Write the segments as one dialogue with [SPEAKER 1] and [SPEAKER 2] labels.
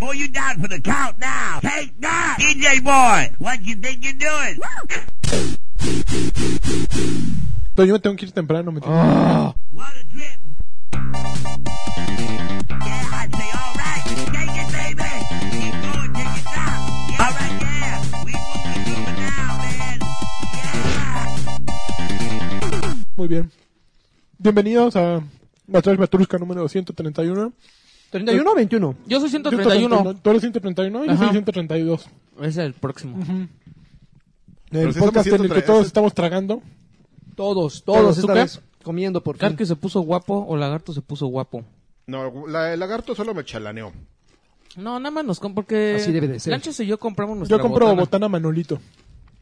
[SPEAKER 1] Pull you down for the count now. Take that, DJ boy. What you think you're doing?
[SPEAKER 2] Pero yo me tengo que ir temprano. Me tengo-
[SPEAKER 1] What a trip. Yeah, I say all right. Take it, baby. Keep going, take it down. Yeah, all right, yeah. We won't be moving now, man. Yeah.
[SPEAKER 2] Muy bien. Bienvenidos a la Trash Matrusca número 131.
[SPEAKER 3] ¿31 o 21?
[SPEAKER 4] Yo soy 131.
[SPEAKER 2] Tú eres 131 y yo soy
[SPEAKER 4] Ajá.
[SPEAKER 2] 132.
[SPEAKER 4] Es el próximo.
[SPEAKER 2] El
[SPEAKER 5] sí
[SPEAKER 2] podcast
[SPEAKER 5] somos
[SPEAKER 2] en el que
[SPEAKER 5] 130.
[SPEAKER 2] todos estamos tragando.
[SPEAKER 3] pues, Todos,
[SPEAKER 4] todos,
[SPEAKER 3] todos
[SPEAKER 4] ¿tú
[SPEAKER 3] esta
[SPEAKER 4] qué?
[SPEAKER 3] vez. Comiendo, por fin.
[SPEAKER 4] ¿Carque se puso guapo o Lagarto se puso guapo?
[SPEAKER 5] No, la- el lagarto solo me chalaneó.
[SPEAKER 4] No, nada más nos com- porque...
[SPEAKER 3] Así debe de ser.
[SPEAKER 4] Lanchas y yo compramos nuestra
[SPEAKER 2] Yo compro botana,
[SPEAKER 4] botana.
[SPEAKER 2] Manolito.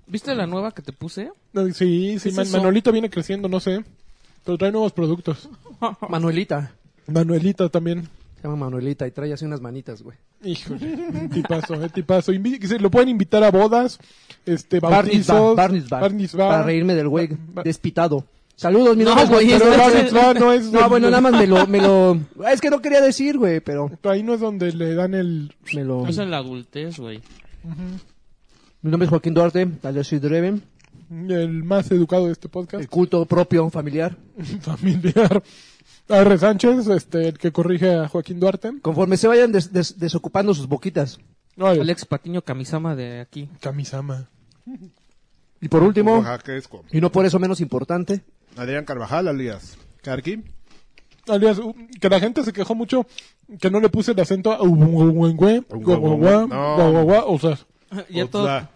[SPEAKER 4] ¿Viste la nueva que te puse?
[SPEAKER 2] No, Sí, sí,
[SPEAKER 4] es
[SPEAKER 2] Man-
[SPEAKER 4] eso?
[SPEAKER 2] Manolito viene creciendo, no sé. Pero trae nuevos productos.
[SPEAKER 3] Manuelita.
[SPEAKER 2] Manuelita también.
[SPEAKER 3] Se llama Manuelita y trae así unas manitas, güey.
[SPEAKER 2] Híjole, tipazo, eh, tipazo. Invi- que se- lo pueden invitar a bodas, este,
[SPEAKER 3] Barney's Bar,
[SPEAKER 2] bautizos.
[SPEAKER 3] Barney's Bar.
[SPEAKER 2] Barney's Bar.
[SPEAKER 3] Para reírme del güey despitado. Saludos, mi
[SPEAKER 4] No,
[SPEAKER 3] nombre es
[SPEAKER 4] güey,
[SPEAKER 3] Juan
[SPEAKER 2] Pero
[SPEAKER 4] es-
[SPEAKER 3] Pedro.
[SPEAKER 2] Barney's Bar no es.
[SPEAKER 3] No, bueno, nada más me lo, me lo... Es que no quería decir, güey, pero
[SPEAKER 2] Ahí no es donde le dan el.
[SPEAKER 3] me lo...
[SPEAKER 4] Es en la adultez, güey.
[SPEAKER 3] Mi nombre es Joaquín Duarte, alias soy Dreven,
[SPEAKER 2] el más educado de este podcast.
[SPEAKER 3] el culto propio, familiar,
[SPEAKER 2] familiar. R. Sánchez, este, el que corrige a Joaquín Duarte.
[SPEAKER 3] conforme se vayan des- des- desocupando sus boquitas.
[SPEAKER 2] Órale.
[SPEAKER 4] Alex Patiño Kamisama de aquí.
[SPEAKER 2] Kamisama.
[SPEAKER 3] Y por último,
[SPEAKER 5] Oaxaquesco.
[SPEAKER 3] y no por eso menos importante,
[SPEAKER 5] Adrián Carvajal, alias Carqui.
[SPEAKER 2] Alias, uh, que la gente se quejó mucho que no le puse el acento a Ubuengüe, Guaguaguá,
[SPEAKER 5] No.
[SPEAKER 2] Guaguaguá, o sea.
[SPEAKER 4] ya todo,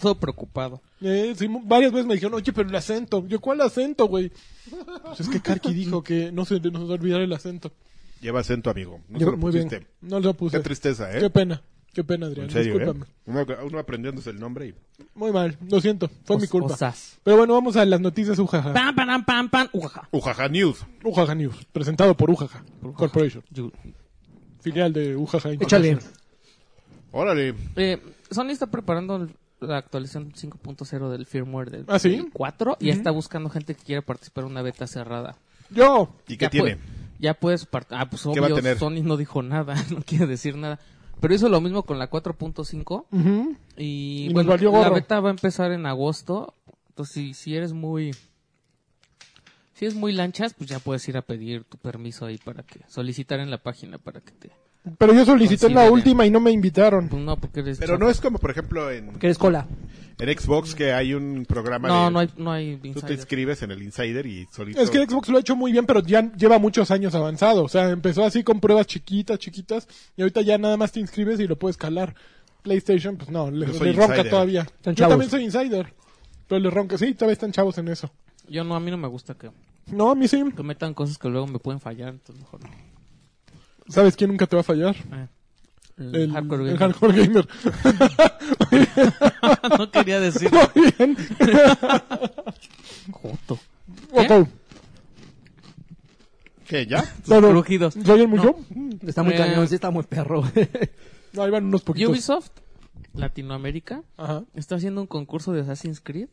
[SPEAKER 4] todo preocupado.
[SPEAKER 2] Eh, sí, mu- varias veces me dijeron, oye, pero el acento. Yo, ¿cuál acento, güey? Pues es que Karki dijo que no se nos olvidara el acento.
[SPEAKER 5] Lleva acento, amigo. No
[SPEAKER 2] Yo-
[SPEAKER 5] se lo
[SPEAKER 2] muy bien.
[SPEAKER 5] pusiste.
[SPEAKER 2] No lo puse.
[SPEAKER 5] Qué tristeza, ¿eh?
[SPEAKER 2] Qué pena. Qué pena, Adrián.
[SPEAKER 5] En serio, ¿eh?
[SPEAKER 2] Discúlpame.
[SPEAKER 5] Uno, uno aprendiéndose el nombre y...
[SPEAKER 2] Muy mal. Lo siento. Fue
[SPEAKER 4] Os-
[SPEAKER 2] mi culpa.
[SPEAKER 4] osas.
[SPEAKER 2] Pero bueno, vamos a las noticias Ujaja.
[SPEAKER 4] Pam, pam, pam, pam. Ujaja.
[SPEAKER 5] Ujaja News.
[SPEAKER 2] Ujaja News. Presentado por Ujaja Corporation.
[SPEAKER 4] Yo-
[SPEAKER 2] Filial de Ujaja
[SPEAKER 3] échale.
[SPEAKER 2] International.
[SPEAKER 5] Órale.
[SPEAKER 4] Eh, Sony está preparando el- la actualización 5.0 del firmware del
[SPEAKER 2] ¿Ah, sí?
[SPEAKER 4] Play 4 y está buscando gente que quiera participar en una beta cerrada.
[SPEAKER 2] Yo.
[SPEAKER 5] ¿Y qué
[SPEAKER 4] Ya
[SPEAKER 5] tiene?
[SPEAKER 4] puede- ya puedes part- Ah, pues
[SPEAKER 5] va a
[SPEAKER 4] obvio,
[SPEAKER 5] tener?
[SPEAKER 4] Sony no dijo nada, no quiere decir nada. Pero hizo lo mismo con la 4.5
[SPEAKER 2] Ujú.
[SPEAKER 4] y,
[SPEAKER 2] Y nos
[SPEAKER 4] bueno,
[SPEAKER 2] valió
[SPEAKER 4] la
[SPEAKER 2] gorro.
[SPEAKER 4] beta va a empezar en agosto. Entonces, si, si eres muy... Si eres muy lanchas, pues ya puedes ir a pedir tu permiso ahí para que... Solicitar en la página para que te...
[SPEAKER 2] Pero yo solicité
[SPEAKER 4] Consideren.
[SPEAKER 2] la última y no me invitaron.
[SPEAKER 4] Pues no, porque eres...
[SPEAKER 5] Pero no es como, por ejemplo, en,
[SPEAKER 3] Que eres cola.
[SPEAKER 5] en Xbox que hay un programa
[SPEAKER 4] No,
[SPEAKER 5] de...
[SPEAKER 4] no hay, no hay
[SPEAKER 5] Tú te
[SPEAKER 4] insider.
[SPEAKER 5] inscribes en el Insider y solito...
[SPEAKER 2] Es que Xbox lo ha hecho muy bien, pero ya lleva muchos años avanzado. O sea, empezó así con pruebas chiquitas, chiquitas, y ahorita ya nada más te inscribes y lo puedes calar. PlayStation, pues no, le,
[SPEAKER 5] Yo soy
[SPEAKER 2] le ronca
[SPEAKER 5] insider.
[SPEAKER 2] todavía. Yo
[SPEAKER 3] Están chavos.
[SPEAKER 2] también soy insider, pero le ronca. Sí, todavía están chavos en eso.
[SPEAKER 4] Yo no, a mí no me gusta que,
[SPEAKER 2] No, a mí sí.
[SPEAKER 4] que metan cosas que luego me pueden fallar, entonces mejor no.
[SPEAKER 2] ¿Sabes quién nunca te va a fallar?
[SPEAKER 4] Eh, el
[SPEAKER 2] El
[SPEAKER 4] hardcore
[SPEAKER 2] el
[SPEAKER 4] gamer.
[SPEAKER 2] hardcore gamer.
[SPEAKER 4] no quería decir
[SPEAKER 2] Muy bien.
[SPEAKER 4] Joto.
[SPEAKER 2] Ok.
[SPEAKER 5] ¿Qué, ya?
[SPEAKER 2] No, no.
[SPEAKER 4] Crujidos.
[SPEAKER 2] ¿Se oyen mucho?
[SPEAKER 3] Está muy
[SPEAKER 4] Eh.
[SPEAKER 3] cañón, sí está muy perro.
[SPEAKER 2] No, ahí van unos poquitos.
[SPEAKER 4] Ubisoft Latinoamérica
[SPEAKER 2] Ajá.
[SPEAKER 4] está haciendo un concurso de Assassin's Creed.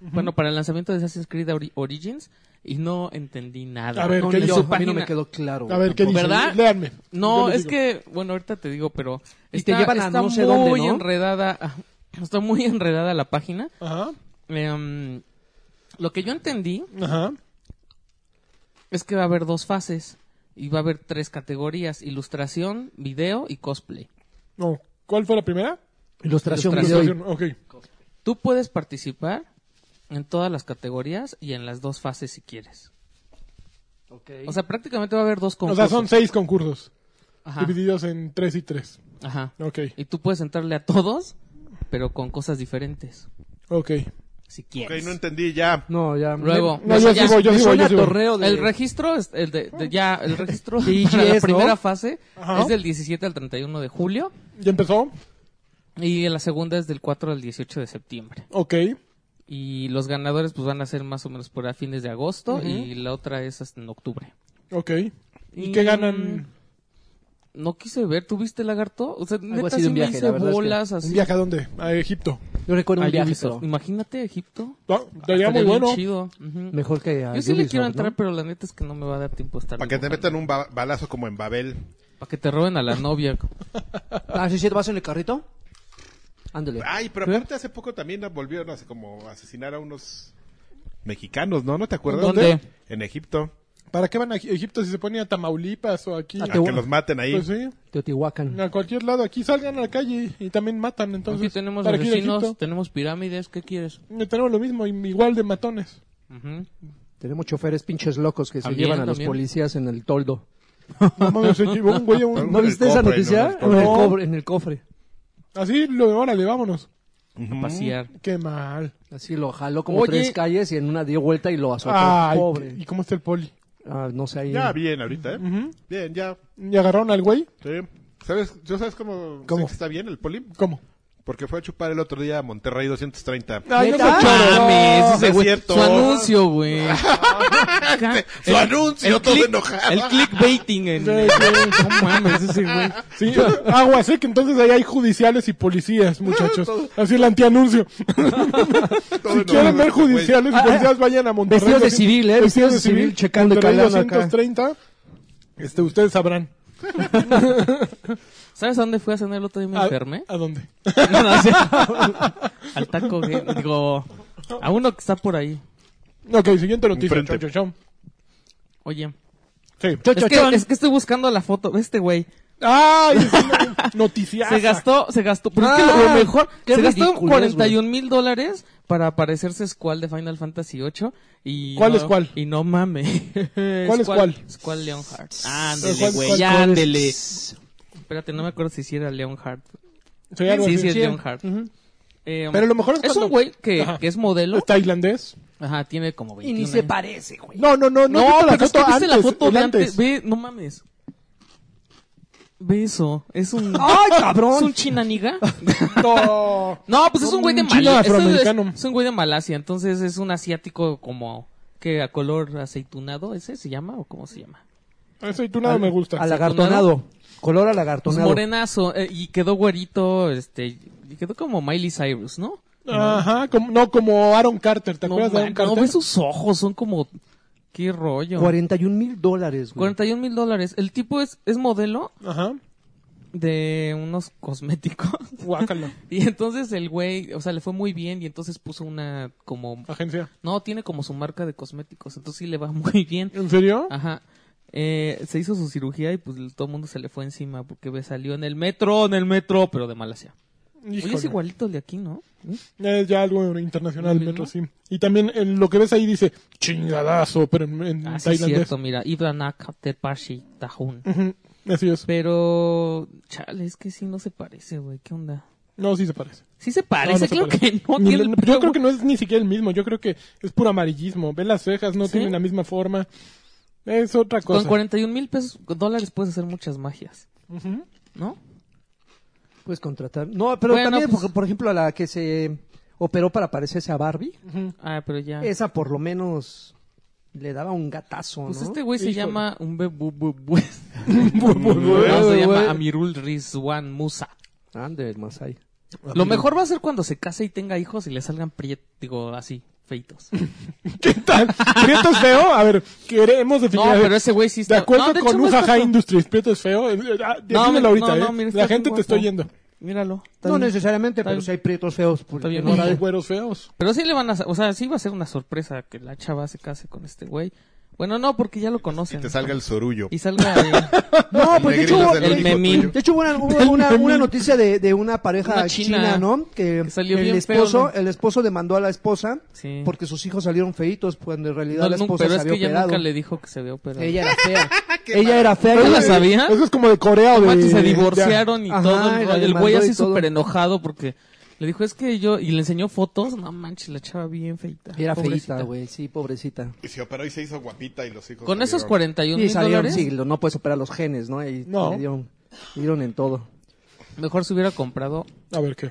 [SPEAKER 4] Bueno, para el lanzamiento de Assassin's Creed Ori- Origins y no entendí nada.
[SPEAKER 2] A ver,
[SPEAKER 3] No,
[SPEAKER 2] ¿qué
[SPEAKER 3] ni
[SPEAKER 2] yo?
[SPEAKER 3] yo,
[SPEAKER 4] En su
[SPEAKER 3] a mí no
[SPEAKER 4] página.
[SPEAKER 3] me quedó claro.
[SPEAKER 2] A ver, ¿qué dice?
[SPEAKER 4] ¿Verdad?
[SPEAKER 2] Léanme. Yo
[SPEAKER 4] No,
[SPEAKER 2] les
[SPEAKER 4] es
[SPEAKER 2] digo.
[SPEAKER 4] que, bueno, ahorita te digo, pero
[SPEAKER 3] Y te llevan a
[SPEAKER 4] está
[SPEAKER 3] no sé
[SPEAKER 4] muy
[SPEAKER 3] dónde, ¿no?
[SPEAKER 4] enredada, ah, está muy enredada la página.
[SPEAKER 2] Ajá,
[SPEAKER 4] Em, lo que yo entendí
[SPEAKER 2] ajá.
[SPEAKER 4] es que va a haber dos fases y va a haber tres categorías: ilustración, video y cosplay.
[SPEAKER 2] No. ¿Cuál fue la primera?
[SPEAKER 3] Ilustración,
[SPEAKER 4] Ilustración.
[SPEAKER 3] video y-
[SPEAKER 2] Ok.
[SPEAKER 4] Tú puedes participar en todas las categorías y en las dos fases si quieres. O sea, prácticamente va a haber dos
[SPEAKER 2] O sea,
[SPEAKER 4] concursos.
[SPEAKER 2] son seis concursos.
[SPEAKER 4] Ajá,
[SPEAKER 2] divididos en 3 y 3.
[SPEAKER 4] ajá.
[SPEAKER 2] Ok,
[SPEAKER 4] Y tú puedes entrarle a todos, pero con cosas diferentes,
[SPEAKER 2] ok.
[SPEAKER 4] si
[SPEAKER 5] Ok,
[SPEAKER 4] quieres.
[SPEAKER 5] no entendí, ya.
[SPEAKER 3] No, ya.
[SPEAKER 4] Luego,
[SPEAKER 2] No, yo
[SPEAKER 4] eso ya-
[SPEAKER 2] sigo, yo
[SPEAKER 3] me
[SPEAKER 2] sigo,
[SPEAKER 3] suena
[SPEAKER 2] yo
[SPEAKER 3] a
[SPEAKER 2] sigo.
[SPEAKER 3] torneo de...
[SPEAKER 4] el registro, es el de, de- ya, el registro
[SPEAKER 3] Sí,
[SPEAKER 4] para
[SPEAKER 3] yes,
[SPEAKER 4] la
[SPEAKER 3] ¿no?
[SPEAKER 4] primera fase
[SPEAKER 2] Ajá.
[SPEAKER 4] es del 17 al 31 de julio
[SPEAKER 2] ¿Ya empezó?
[SPEAKER 4] y la segunda es del 4 al 18 de septiembre.
[SPEAKER 2] Ok.
[SPEAKER 4] Y los ganadores pues van a ser más o menos por a fines de agosto
[SPEAKER 2] Ujú.
[SPEAKER 4] y la otra es hasta en octubre.
[SPEAKER 2] Ok. ¿Y qué ganan?
[SPEAKER 4] No quise ver, ¿tú viste lagarto? O sea, neta,
[SPEAKER 3] así
[SPEAKER 4] sí
[SPEAKER 3] de un
[SPEAKER 4] me
[SPEAKER 3] viaje,
[SPEAKER 4] hice
[SPEAKER 3] la verdad es que-
[SPEAKER 4] bolas
[SPEAKER 2] ¿Un
[SPEAKER 4] así.
[SPEAKER 2] viaje a dónde? A Egipto.
[SPEAKER 3] Yo recuerdo
[SPEAKER 4] a
[SPEAKER 3] un viaje,
[SPEAKER 4] Ubisoft.
[SPEAKER 3] pero
[SPEAKER 4] Imagínate Egipto.
[SPEAKER 2] No, estaría muy
[SPEAKER 4] Ah, bien
[SPEAKER 2] bueno.
[SPEAKER 4] chido. Ujú.
[SPEAKER 3] mejor que a
[SPEAKER 4] Yo sí le
[SPEAKER 3] Ubisoft,
[SPEAKER 4] quiero
[SPEAKER 3] ¿no?
[SPEAKER 4] entrar, pero la neta es que no me va a dar tiempo a estar.
[SPEAKER 5] Para que te metan un ba- balazo como en Babel.
[SPEAKER 4] Para que te roben a la novia.
[SPEAKER 3] Ah, sí, sí, vas en el carrito. Ándale.
[SPEAKER 4] Ah.
[SPEAKER 5] Ay, pero
[SPEAKER 4] ¿Eh?
[SPEAKER 5] aparte hace poco también volvieron a como a asesinar a unos mexicanos, ¿no? ¿No te acuerdas?
[SPEAKER 4] ¿Dónde?
[SPEAKER 5] En Egipto.
[SPEAKER 2] ¿Para qué van a Egipto si se ponía a Tamaulipas o
[SPEAKER 4] Ah,
[SPEAKER 2] aquí?
[SPEAKER 5] A
[SPEAKER 3] Te-
[SPEAKER 5] que los maten ahí.
[SPEAKER 2] Pues sí,
[SPEAKER 3] Teotihuacán.
[SPEAKER 2] a cualquier lado. Aquí salgan a la calle y también matan. Entonces,
[SPEAKER 4] Aquí tenemos
[SPEAKER 2] ¿para qué ir a
[SPEAKER 4] asesinos,
[SPEAKER 2] Egipto?
[SPEAKER 4] tenemos pirámides, ¿qué quieres?
[SPEAKER 2] Eh, Tenemos lo mismo, igual de matones.
[SPEAKER 4] Ujú.
[SPEAKER 3] Tenemos choferes pinches locos que se
[SPEAKER 4] También,
[SPEAKER 3] llevan a los
[SPEAKER 4] también.
[SPEAKER 3] policías en el toldo.
[SPEAKER 2] No mames, se llevó un güey a un-
[SPEAKER 3] ¿No
[SPEAKER 5] En el
[SPEAKER 3] viste esa
[SPEAKER 5] cofre, ¿no?
[SPEAKER 3] noticia?
[SPEAKER 5] En el
[SPEAKER 3] En el
[SPEAKER 2] cofre.
[SPEAKER 3] cobre- en el cofre.
[SPEAKER 2] Así, lo, órale, vámonos.
[SPEAKER 5] Ujú.
[SPEAKER 4] A pasear.
[SPEAKER 2] Qué mal.
[SPEAKER 3] Así lo jaló como
[SPEAKER 4] Oye.
[SPEAKER 3] tres calles y en una dio vuelta y lo azotó.
[SPEAKER 2] Ay,
[SPEAKER 3] Pobre.
[SPEAKER 2] ¿y cómo está el poli?
[SPEAKER 3] Ah, no sé ahí.
[SPEAKER 5] Ya bien ahorita, ¿eh?
[SPEAKER 2] Ujú.
[SPEAKER 5] Bien, ya.
[SPEAKER 2] ¿Y agarraron al güey?
[SPEAKER 5] Sí. ¿Sabes? ¿Yo sabes cómo, sé
[SPEAKER 2] ¿Cómo?
[SPEAKER 5] que está bien el poli?
[SPEAKER 2] ¿Cómo?
[SPEAKER 5] Porque fue a chupar el otro día a Monterrey 230.
[SPEAKER 2] Ay, no
[SPEAKER 3] ¿Neta?
[SPEAKER 2] se choró.
[SPEAKER 4] Mames,
[SPEAKER 5] no
[SPEAKER 4] ese
[SPEAKER 5] es
[SPEAKER 4] güey.
[SPEAKER 5] cierto.
[SPEAKER 4] Su anuncio, güey. Acá,
[SPEAKER 5] Su anuncio, todo
[SPEAKER 4] click-
[SPEAKER 5] enojado.
[SPEAKER 4] El clickbaiting en...
[SPEAKER 2] Sí, sí.
[SPEAKER 4] No mames, ese güey.
[SPEAKER 2] Sí, agua sé que entonces ahí hay judiciales y policías, muchachos.
[SPEAKER 5] Todo.
[SPEAKER 2] Así el antianuncio.
[SPEAKER 5] Todo
[SPEAKER 2] Si quieren
[SPEAKER 5] enojado,
[SPEAKER 2] ver
[SPEAKER 5] güey.
[SPEAKER 2] judiciales y
[SPEAKER 3] Ah,
[SPEAKER 2] policías, vayan a Monterrey.
[SPEAKER 3] vestidos de
[SPEAKER 2] doscientos-
[SPEAKER 3] civil, ¿eh? Vestidos de civil, checando el
[SPEAKER 2] Monterrey
[SPEAKER 3] calado acá.
[SPEAKER 2] 230. Este, ustedes sabrán.
[SPEAKER 4] ¿Sabes a dónde fui a cenar el otro día y me
[SPEAKER 2] ¿A,
[SPEAKER 4] enfermé?
[SPEAKER 2] ¿A dónde?
[SPEAKER 4] No, no, o sea, al taco, güey. Digo, a uno que está por ahí.
[SPEAKER 2] Ok, siguiente noticia.
[SPEAKER 5] Enfrente.
[SPEAKER 2] Chon, chon, chon.
[SPEAKER 4] Oye,
[SPEAKER 2] Sí.
[SPEAKER 3] Cho,
[SPEAKER 4] es
[SPEAKER 3] cho,
[SPEAKER 4] que,
[SPEAKER 3] chon.
[SPEAKER 4] es que estoy buscando la foto. Ve Este güey
[SPEAKER 2] ¡Ay! es una Noticiaza.
[SPEAKER 4] se gastó, se gastó. Pero es que
[SPEAKER 3] Ah,
[SPEAKER 4] lo lo mejor,
[SPEAKER 3] qué
[SPEAKER 4] se gastó
[SPEAKER 3] ridiculez,
[SPEAKER 4] 41 mil dólares para parecerse Squall de Final Fantasy VIII. Y
[SPEAKER 2] ¿Cuál
[SPEAKER 4] no-
[SPEAKER 2] es cuál?
[SPEAKER 4] Y no mames. ¿Cuál
[SPEAKER 2] es cuál?
[SPEAKER 4] Squall Leonhard.
[SPEAKER 2] ¿Cuál
[SPEAKER 4] Ándele,
[SPEAKER 2] es cuál?
[SPEAKER 4] güey, ya ándele. Espérate, no me acuerdo si sí era Leonhard.
[SPEAKER 2] Sí, algo
[SPEAKER 4] Sí,
[SPEAKER 2] así.
[SPEAKER 4] sí, es Leonhard. Eh,
[SPEAKER 2] Pero lo mejor es
[SPEAKER 4] Es
[SPEAKER 2] cuando-
[SPEAKER 4] un güey que,
[SPEAKER 2] Ajá.
[SPEAKER 4] que es modelo.
[SPEAKER 2] ¿Tailandés?
[SPEAKER 4] Ajá, tiene como
[SPEAKER 3] Y
[SPEAKER 4] 21
[SPEAKER 3] ni se
[SPEAKER 4] años.
[SPEAKER 3] parece, güey.
[SPEAKER 2] No, no, no. No,
[SPEAKER 4] No,
[SPEAKER 2] he visto
[SPEAKER 4] pero es
[SPEAKER 2] la foto
[SPEAKER 4] que viste
[SPEAKER 2] antes.
[SPEAKER 4] la foto
[SPEAKER 2] el
[SPEAKER 4] de antes. Ve, no mames. Ve eso. Es un.
[SPEAKER 3] ¡Ay,
[SPEAKER 4] ¿Es
[SPEAKER 3] cabrón!
[SPEAKER 4] un chinaniga?
[SPEAKER 2] No.
[SPEAKER 4] No, pues es un güey de
[SPEAKER 2] Un chino
[SPEAKER 4] Malasia.
[SPEAKER 2] afroamericano.
[SPEAKER 4] Es, es un güey de Malasia. Entonces es un asiático como. que a color aceitunado. ¿Ese se llama o cómo se llama?
[SPEAKER 2] Eso y tú nada me gusta.
[SPEAKER 3] Alagartonado. Color
[SPEAKER 4] Pues
[SPEAKER 3] alagartonado.
[SPEAKER 4] morenazo. eh, y quedó güerito. Este. y quedó como Miley Cyrus, ¿no?
[SPEAKER 2] Ajá, como, no, como Aaron Carter, ¿te acuerdas
[SPEAKER 4] no,
[SPEAKER 2] de Aaron
[SPEAKER 4] man, no,
[SPEAKER 2] Carter?
[SPEAKER 4] ve sus ojos. Son como. Qué rollo.
[SPEAKER 3] 41 mil dólares, güey.
[SPEAKER 4] 41 mil dólares. El tipo es, es modelo
[SPEAKER 2] Ajá,
[SPEAKER 4] de unos cosméticos.
[SPEAKER 2] guácala,
[SPEAKER 4] Y entonces el güey, o sea, le fue muy bien y entonces puso una como...
[SPEAKER 2] agencia.
[SPEAKER 4] No, tiene como su marca de cosméticos, entonces sí le va muy bien.
[SPEAKER 2] ¿En serio?
[SPEAKER 4] Ajá. Eh, se hizo su cirugía y pues todo el mundo se le fue encima porque ve, salió en el metro, en el metro, pero de Malasia.
[SPEAKER 2] Híjole. Mm.
[SPEAKER 4] Oye, es igualito el de aquí, ¿no?
[SPEAKER 2] Es ya algo internacional,
[SPEAKER 4] ¿Lo mismo?
[SPEAKER 2] metro, sí. Y también en lo que ves ahí dice, chingadazo, pero en, en
[SPEAKER 4] Así Ah, es
[SPEAKER 2] tailandés.
[SPEAKER 4] cierto, mira. Iblanak, Tepashi, Tajun.
[SPEAKER 2] Ujú, Así es.
[SPEAKER 4] Pero, chale, es que sí no se parece, güey. ¿Qué onda?
[SPEAKER 2] No, sí se parece.
[SPEAKER 4] Sí se
[SPEAKER 2] No,
[SPEAKER 4] parece,
[SPEAKER 2] no se
[SPEAKER 4] creo
[SPEAKER 2] parece.
[SPEAKER 4] que no.
[SPEAKER 2] Ni-
[SPEAKER 4] tiene el
[SPEAKER 2] no,
[SPEAKER 4] pelo,
[SPEAKER 2] yo creo que no es ni siquiera el mismo, yo creo que es puro amarillismo. Ve las cejas, no
[SPEAKER 4] ¿Sí?
[SPEAKER 2] tienen la misma forma. Es otra cosa.
[SPEAKER 4] Con 41 mil pesos, dólares puedes hacer muchas magias,
[SPEAKER 2] Ujú.
[SPEAKER 4] ¿no?
[SPEAKER 3] Puedes contratar. No, pero
[SPEAKER 4] Bueno,
[SPEAKER 3] también,
[SPEAKER 4] pues-
[SPEAKER 3] por, por ejemplo, a la que se operó para parecerse a Barbie,
[SPEAKER 2] Mm.
[SPEAKER 4] Ah, pero ya.
[SPEAKER 2] Eh,
[SPEAKER 3] esa por lo menos le daba un gatazo,
[SPEAKER 4] Pues
[SPEAKER 3] ¿no?
[SPEAKER 4] este güey se
[SPEAKER 2] Híjole.
[SPEAKER 4] llama un bebu bu- bu- No,
[SPEAKER 2] güey,
[SPEAKER 4] se llama
[SPEAKER 2] güey.
[SPEAKER 4] Amirul Rizwan Musa.
[SPEAKER 3] Ande, el Masai.
[SPEAKER 4] Lo mejor va a ser cuando se case y tenga hijos y le salgan priet, digo así, feitos.
[SPEAKER 2] ¿Qué tal? ¿Prieto es feo? A ver, queremos
[SPEAKER 4] No,
[SPEAKER 2] definir.
[SPEAKER 4] pero ese güey
[SPEAKER 2] De
[SPEAKER 4] sí está.
[SPEAKER 2] acuerdo
[SPEAKER 4] no, de hecho,
[SPEAKER 2] con
[SPEAKER 4] no está
[SPEAKER 2] Ujaja
[SPEAKER 4] feo.
[SPEAKER 2] Industries, Prieto es feo. Eh, eh, ah, Defínelo
[SPEAKER 4] no,
[SPEAKER 2] ahorita,
[SPEAKER 4] no,
[SPEAKER 2] ¿eh?
[SPEAKER 4] mira, está
[SPEAKER 2] La gente
[SPEAKER 4] bien
[SPEAKER 2] te está
[SPEAKER 4] guapo.
[SPEAKER 2] yendo.
[SPEAKER 4] Míralo. está
[SPEAKER 3] No
[SPEAKER 4] bien.
[SPEAKER 3] necesariamente,
[SPEAKER 4] Está
[SPEAKER 3] pero
[SPEAKER 4] bien.
[SPEAKER 3] si hay prietos feos. pues,
[SPEAKER 4] Está bien.
[SPEAKER 3] no la
[SPEAKER 2] Hay
[SPEAKER 3] de-
[SPEAKER 2] güeros feos.
[SPEAKER 4] Pero sí le van a. O sea, sí va a ser una sorpresa que la chava se case con este güey. Bueno, no, porque ya lo
[SPEAKER 5] Y
[SPEAKER 4] conocen.
[SPEAKER 5] te salga el sorullo.
[SPEAKER 4] Y salga eh,
[SPEAKER 3] No, pues de hecho,
[SPEAKER 5] Negritos
[SPEAKER 3] hubo-
[SPEAKER 5] del
[SPEAKER 3] de-
[SPEAKER 4] el memín.
[SPEAKER 5] tuyo.
[SPEAKER 3] de hecho, hubo una, hubo una- una noticia de, de una pareja
[SPEAKER 4] Una china,
[SPEAKER 3] china, ¿no? Que,
[SPEAKER 4] que salió
[SPEAKER 3] el
[SPEAKER 4] bien feo,
[SPEAKER 3] esposo,
[SPEAKER 4] ¿no?
[SPEAKER 3] el esposo demandó a la esposa
[SPEAKER 4] Sí.
[SPEAKER 3] porque sus hijos salieron feitos cuando en realidad
[SPEAKER 4] no,
[SPEAKER 3] la
[SPEAKER 4] nunca-
[SPEAKER 3] esposa
[SPEAKER 4] pero
[SPEAKER 3] se
[SPEAKER 4] es
[SPEAKER 3] había
[SPEAKER 4] que ya
[SPEAKER 3] operado.
[SPEAKER 4] nunca le dijo que se había operado.
[SPEAKER 3] Ella era fea. Ella era fea.
[SPEAKER 4] ¿Pero
[SPEAKER 3] Ella
[SPEAKER 4] la
[SPEAKER 3] era-
[SPEAKER 4] sabía?
[SPEAKER 2] Eso es como de Corea o
[SPEAKER 4] No manches,
[SPEAKER 2] de...
[SPEAKER 4] ah? se divorciaron y
[SPEAKER 3] Ajá,
[SPEAKER 4] todo.
[SPEAKER 3] y
[SPEAKER 4] El,
[SPEAKER 3] la
[SPEAKER 4] el güey
[SPEAKER 3] demandó
[SPEAKER 4] así
[SPEAKER 3] y todo.
[SPEAKER 4] súper enojado porque le dijo, es que yo... Y le enseñó fotos. No manches, la chava bien feita.
[SPEAKER 3] Era
[SPEAKER 4] Pobrecita.
[SPEAKER 3] feita, güey. Sí, pobrecita.
[SPEAKER 5] Y se operó y se hizo guapita y los hijos.
[SPEAKER 4] Con esos
[SPEAKER 5] salieron.
[SPEAKER 4] 41
[SPEAKER 3] Y
[SPEAKER 4] mil
[SPEAKER 3] salieron,
[SPEAKER 4] dólares,
[SPEAKER 3] sí, lo- no puedes operar los genes, ¿no? Y
[SPEAKER 2] No.
[SPEAKER 3] le dieron, le dieron en todo.
[SPEAKER 4] mejor se hubiera comprado
[SPEAKER 2] A ver, ¿qué?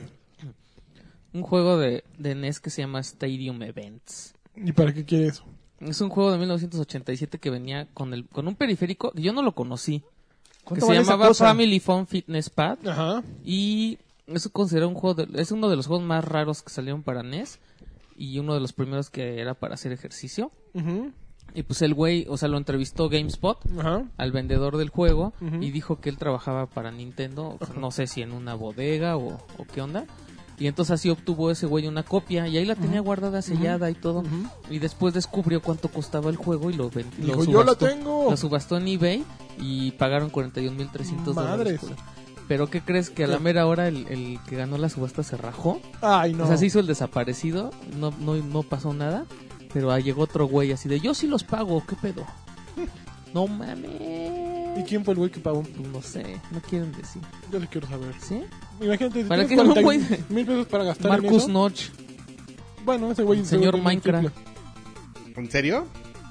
[SPEAKER 4] un juego de, de NES que se llama Stadium Events.
[SPEAKER 2] ¿Y para qué quiere eso?
[SPEAKER 4] Es un juego de 1987 que venía con, el, con un periférico que yo no lo conocí. Que
[SPEAKER 3] ¿Cuánto
[SPEAKER 4] se
[SPEAKER 3] vale esa
[SPEAKER 4] llamaba
[SPEAKER 3] cosa?
[SPEAKER 4] Family Fun Fitness Pad.
[SPEAKER 2] Ajá.
[SPEAKER 4] Y eso considera un juego de- es uno de los juegos más E raros que salieron para NES y uno de los primeros que era para hacer ejercicio.
[SPEAKER 2] Ujú.
[SPEAKER 4] Y pues el güey, o sea, lo entrevistó GameSpot
[SPEAKER 2] Ajá.
[SPEAKER 4] al vendedor del juego
[SPEAKER 2] Ujú.
[SPEAKER 4] y dijo que él trabajaba para Nintendo, o sea, no sé si en una bodega o, o qué onda. Y entonces así obtuvo ese güey una copia y ahí la tenía guardada, sellada y todo. Y después descubrió cuánto costaba el juego y lo vendió.
[SPEAKER 2] Dijo, "Yo la tengo".
[SPEAKER 4] Lo subastó en eBay y pagaron 41.300 dólares.
[SPEAKER 2] Madres.
[SPEAKER 4] por él. Pero ¿qué crees? Que a la mera hora el, el que ganó la subasta se rajó.
[SPEAKER 2] Ay, no.
[SPEAKER 4] O sea, se hizo el desaparecido, no, no, no pasó nada. Pero ahí llegó otro güey así de, yo sí los pago, ¿qué pedo? no mames.
[SPEAKER 2] ¿Y quién fue el güey que pagó?
[SPEAKER 4] Pues no sé, no quieren decir.
[SPEAKER 2] Yo le quiero saber.
[SPEAKER 4] ¿Sí?
[SPEAKER 2] Imagínate, si
[SPEAKER 4] ¿Para
[SPEAKER 2] tienes
[SPEAKER 4] qué? No, güey.
[SPEAKER 2] 40 mil pesos para gastar en
[SPEAKER 4] Marcus
[SPEAKER 2] eso.
[SPEAKER 4] Notch.
[SPEAKER 2] Bueno, ese güey...
[SPEAKER 4] El señor
[SPEAKER 2] seguro tiene un
[SPEAKER 4] Minecraft.
[SPEAKER 2] triple.
[SPEAKER 5] ¿En serio?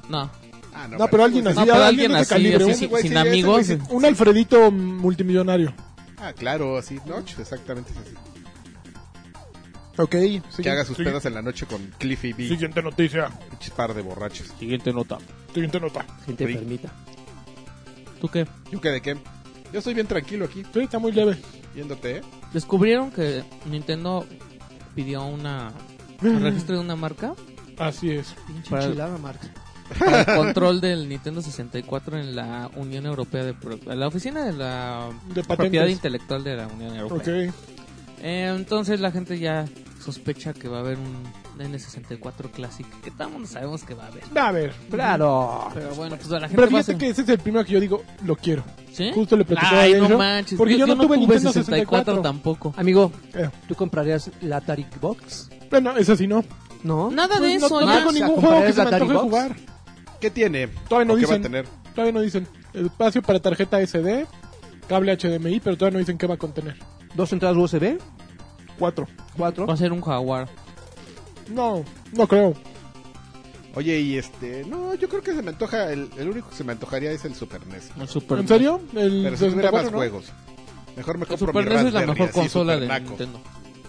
[SPEAKER 4] No,
[SPEAKER 5] Ah,
[SPEAKER 2] No, pero alguien
[SPEAKER 4] no,
[SPEAKER 2] así,
[SPEAKER 4] pero
[SPEAKER 2] alguien
[SPEAKER 4] alguien
[SPEAKER 2] de ese
[SPEAKER 4] así,
[SPEAKER 2] calibre,
[SPEAKER 4] así
[SPEAKER 2] un
[SPEAKER 4] sin,
[SPEAKER 5] güey,
[SPEAKER 4] sin
[SPEAKER 5] sí, ese güey
[SPEAKER 4] amigos.
[SPEAKER 5] sí.
[SPEAKER 2] Un Alfredito multimillonario.
[SPEAKER 5] Ah, claro, así, noche, exactamente es así.
[SPEAKER 2] Ok.
[SPEAKER 5] que haga sus pedas en la noche con Cliffy B.
[SPEAKER 2] Siguiente noticia.
[SPEAKER 5] Pinches par de borrachos.
[SPEAKER 4] Siguiente nota.
[SPEAKER 2] Siguiente nota.
[SPEAKER 3] Gente
[SPEAKER 5] Rico.
[SPEAKER 3] enfermita.
[SPEAKER 4] ¿Tú qué?
[SPEAKER 5] ¿Yo qué de qué? Yo estoy bien tranquilo aquí,
[SPEAKER 2] Sí, está muy leve.
[SPEAKER 5] yéndote, ¿eh?
[SPEAKER 4] Descubrieron que Nintendo pidió una el registro de una marca
[SPEAKER 2] Así es.
[SPEAKER 3] Pinche
[SPEAKER 4] Para-
[SPEAKER 3] chulada, Mark.
[SPEAKER 4] para el control del Nintendo 64 en la Unión Europea de Pro- la oficina de la
[SPEAKER 2] De
[SPEAKER 4] propiedad
[SPEAKER 2] patentes.
[SPEAKER 4] intelectual de la Unión Europea.
[SPEAKER 2] Ok.
[SPEAKER 4] Eh, entonces la gente ya sospecha que va a haber un N64 Classic, que todo el mundo sabemos que va a haber.
[SPEAKER 2] A ver.
[SPEAKER 3] Claro.
[SPEAKER 4] Pero bueno, pues a la gente
[SPEAKER 2] Pero
[SPEAKER 4] va a ser-
[SPEAKER 2] fíjate que ese es el primero que yo digo, lo quiero.
[SPEAKER 4] ¿Sí?
[SPEAKER 2] Justo le platicaba
[SPEAKER 4] Ay,
[SPEAKER 2] a
[SPEAKER 4] no
[SPEAKER 2] Benjo,
[SPEAKER 4] manches.
[SPEAKER 2] Porque yo, no tuve Nintendo
[SPEAKER 4] 64
[SPEAKER 2] 64.
[SPEAKER 4] tampoco.
[SPEAKER 3] Amigo,
[SPEAKER 2] Eh,
[SPEAKER 3] ¿tú comprarías la Atari Box?
[SPEAKER 2] Bueno, eso sí no.
[SPEAKER 3] No.
[SPEAKER 4] Nada de
[SPEAKER 2] Pues
[SPEAKER 4] eso,
[SPEAKER 2] no
[SPEAKER 4] ya.
[SPEAKER 2] tengo
[SPEAKER 3] O sea,
[SPEAKER 2] ningún juego
[SPEAKER 3] ¿comprarías
[SPEAKER 2] que se me
[SPEAKER 3] la Atari
[SPEAKER 2] antoje
[SPEAKER 3] Box?
[SPEAKER 2] jugar.
[SPEAKER 5] ¿Qué tiene?
[SPEAKER 2] Todavía no
[SPEAKER 5] ¿O ¿Qué va a
[SPEAKER 2] dicen.
[SPEAKER 5] tener?
[SPEAKER 2] Todavía no dicen. Espacio para tarjeta SD, cable HDMI, pero todavía no dicen qué va a contener.
[SPEAKER 3] Dos entradas USB,
[SPEAKER 2] Cuatro.
[SPEAKER 3] cuatro.
[SPEAKER 2] Ah,
[SPEAKER 4] Va a ser un jaguar.
[SPEAKER 2] No, no creo.
[SPEAKER 5] Oye, y este... No, yo creo que se me antoja... El, el único que se me antojaría es el Super NES.
[SPEAKER 4] Un Super
[SPEAKER 2] ¿En serio? El
[SPEAKER 5] Pero si tuviera
[SPEAKER 2] 64, Mm, pues,
[SPEAKER 5] más
[SPEAKER 2] ¿no? E
[SPEAKER 5] juegos. Mejor me
[SPEAKER 4] El
[SPEAKER 5] compro
[SPEAKER 4] Super
[SPEAKER 5] mi
[SPEAKER 4] NES es la
[SPEAKER 5] Raspberry,
[SPEAKER 4] mejor
[SPEAKER 5] así,
[SPEAKER 4] consola
[SPEAKER 5] super
[SPEAKER 4] de
[SPEAKER 5] naco.
[SPEAKER 4] Nintendo.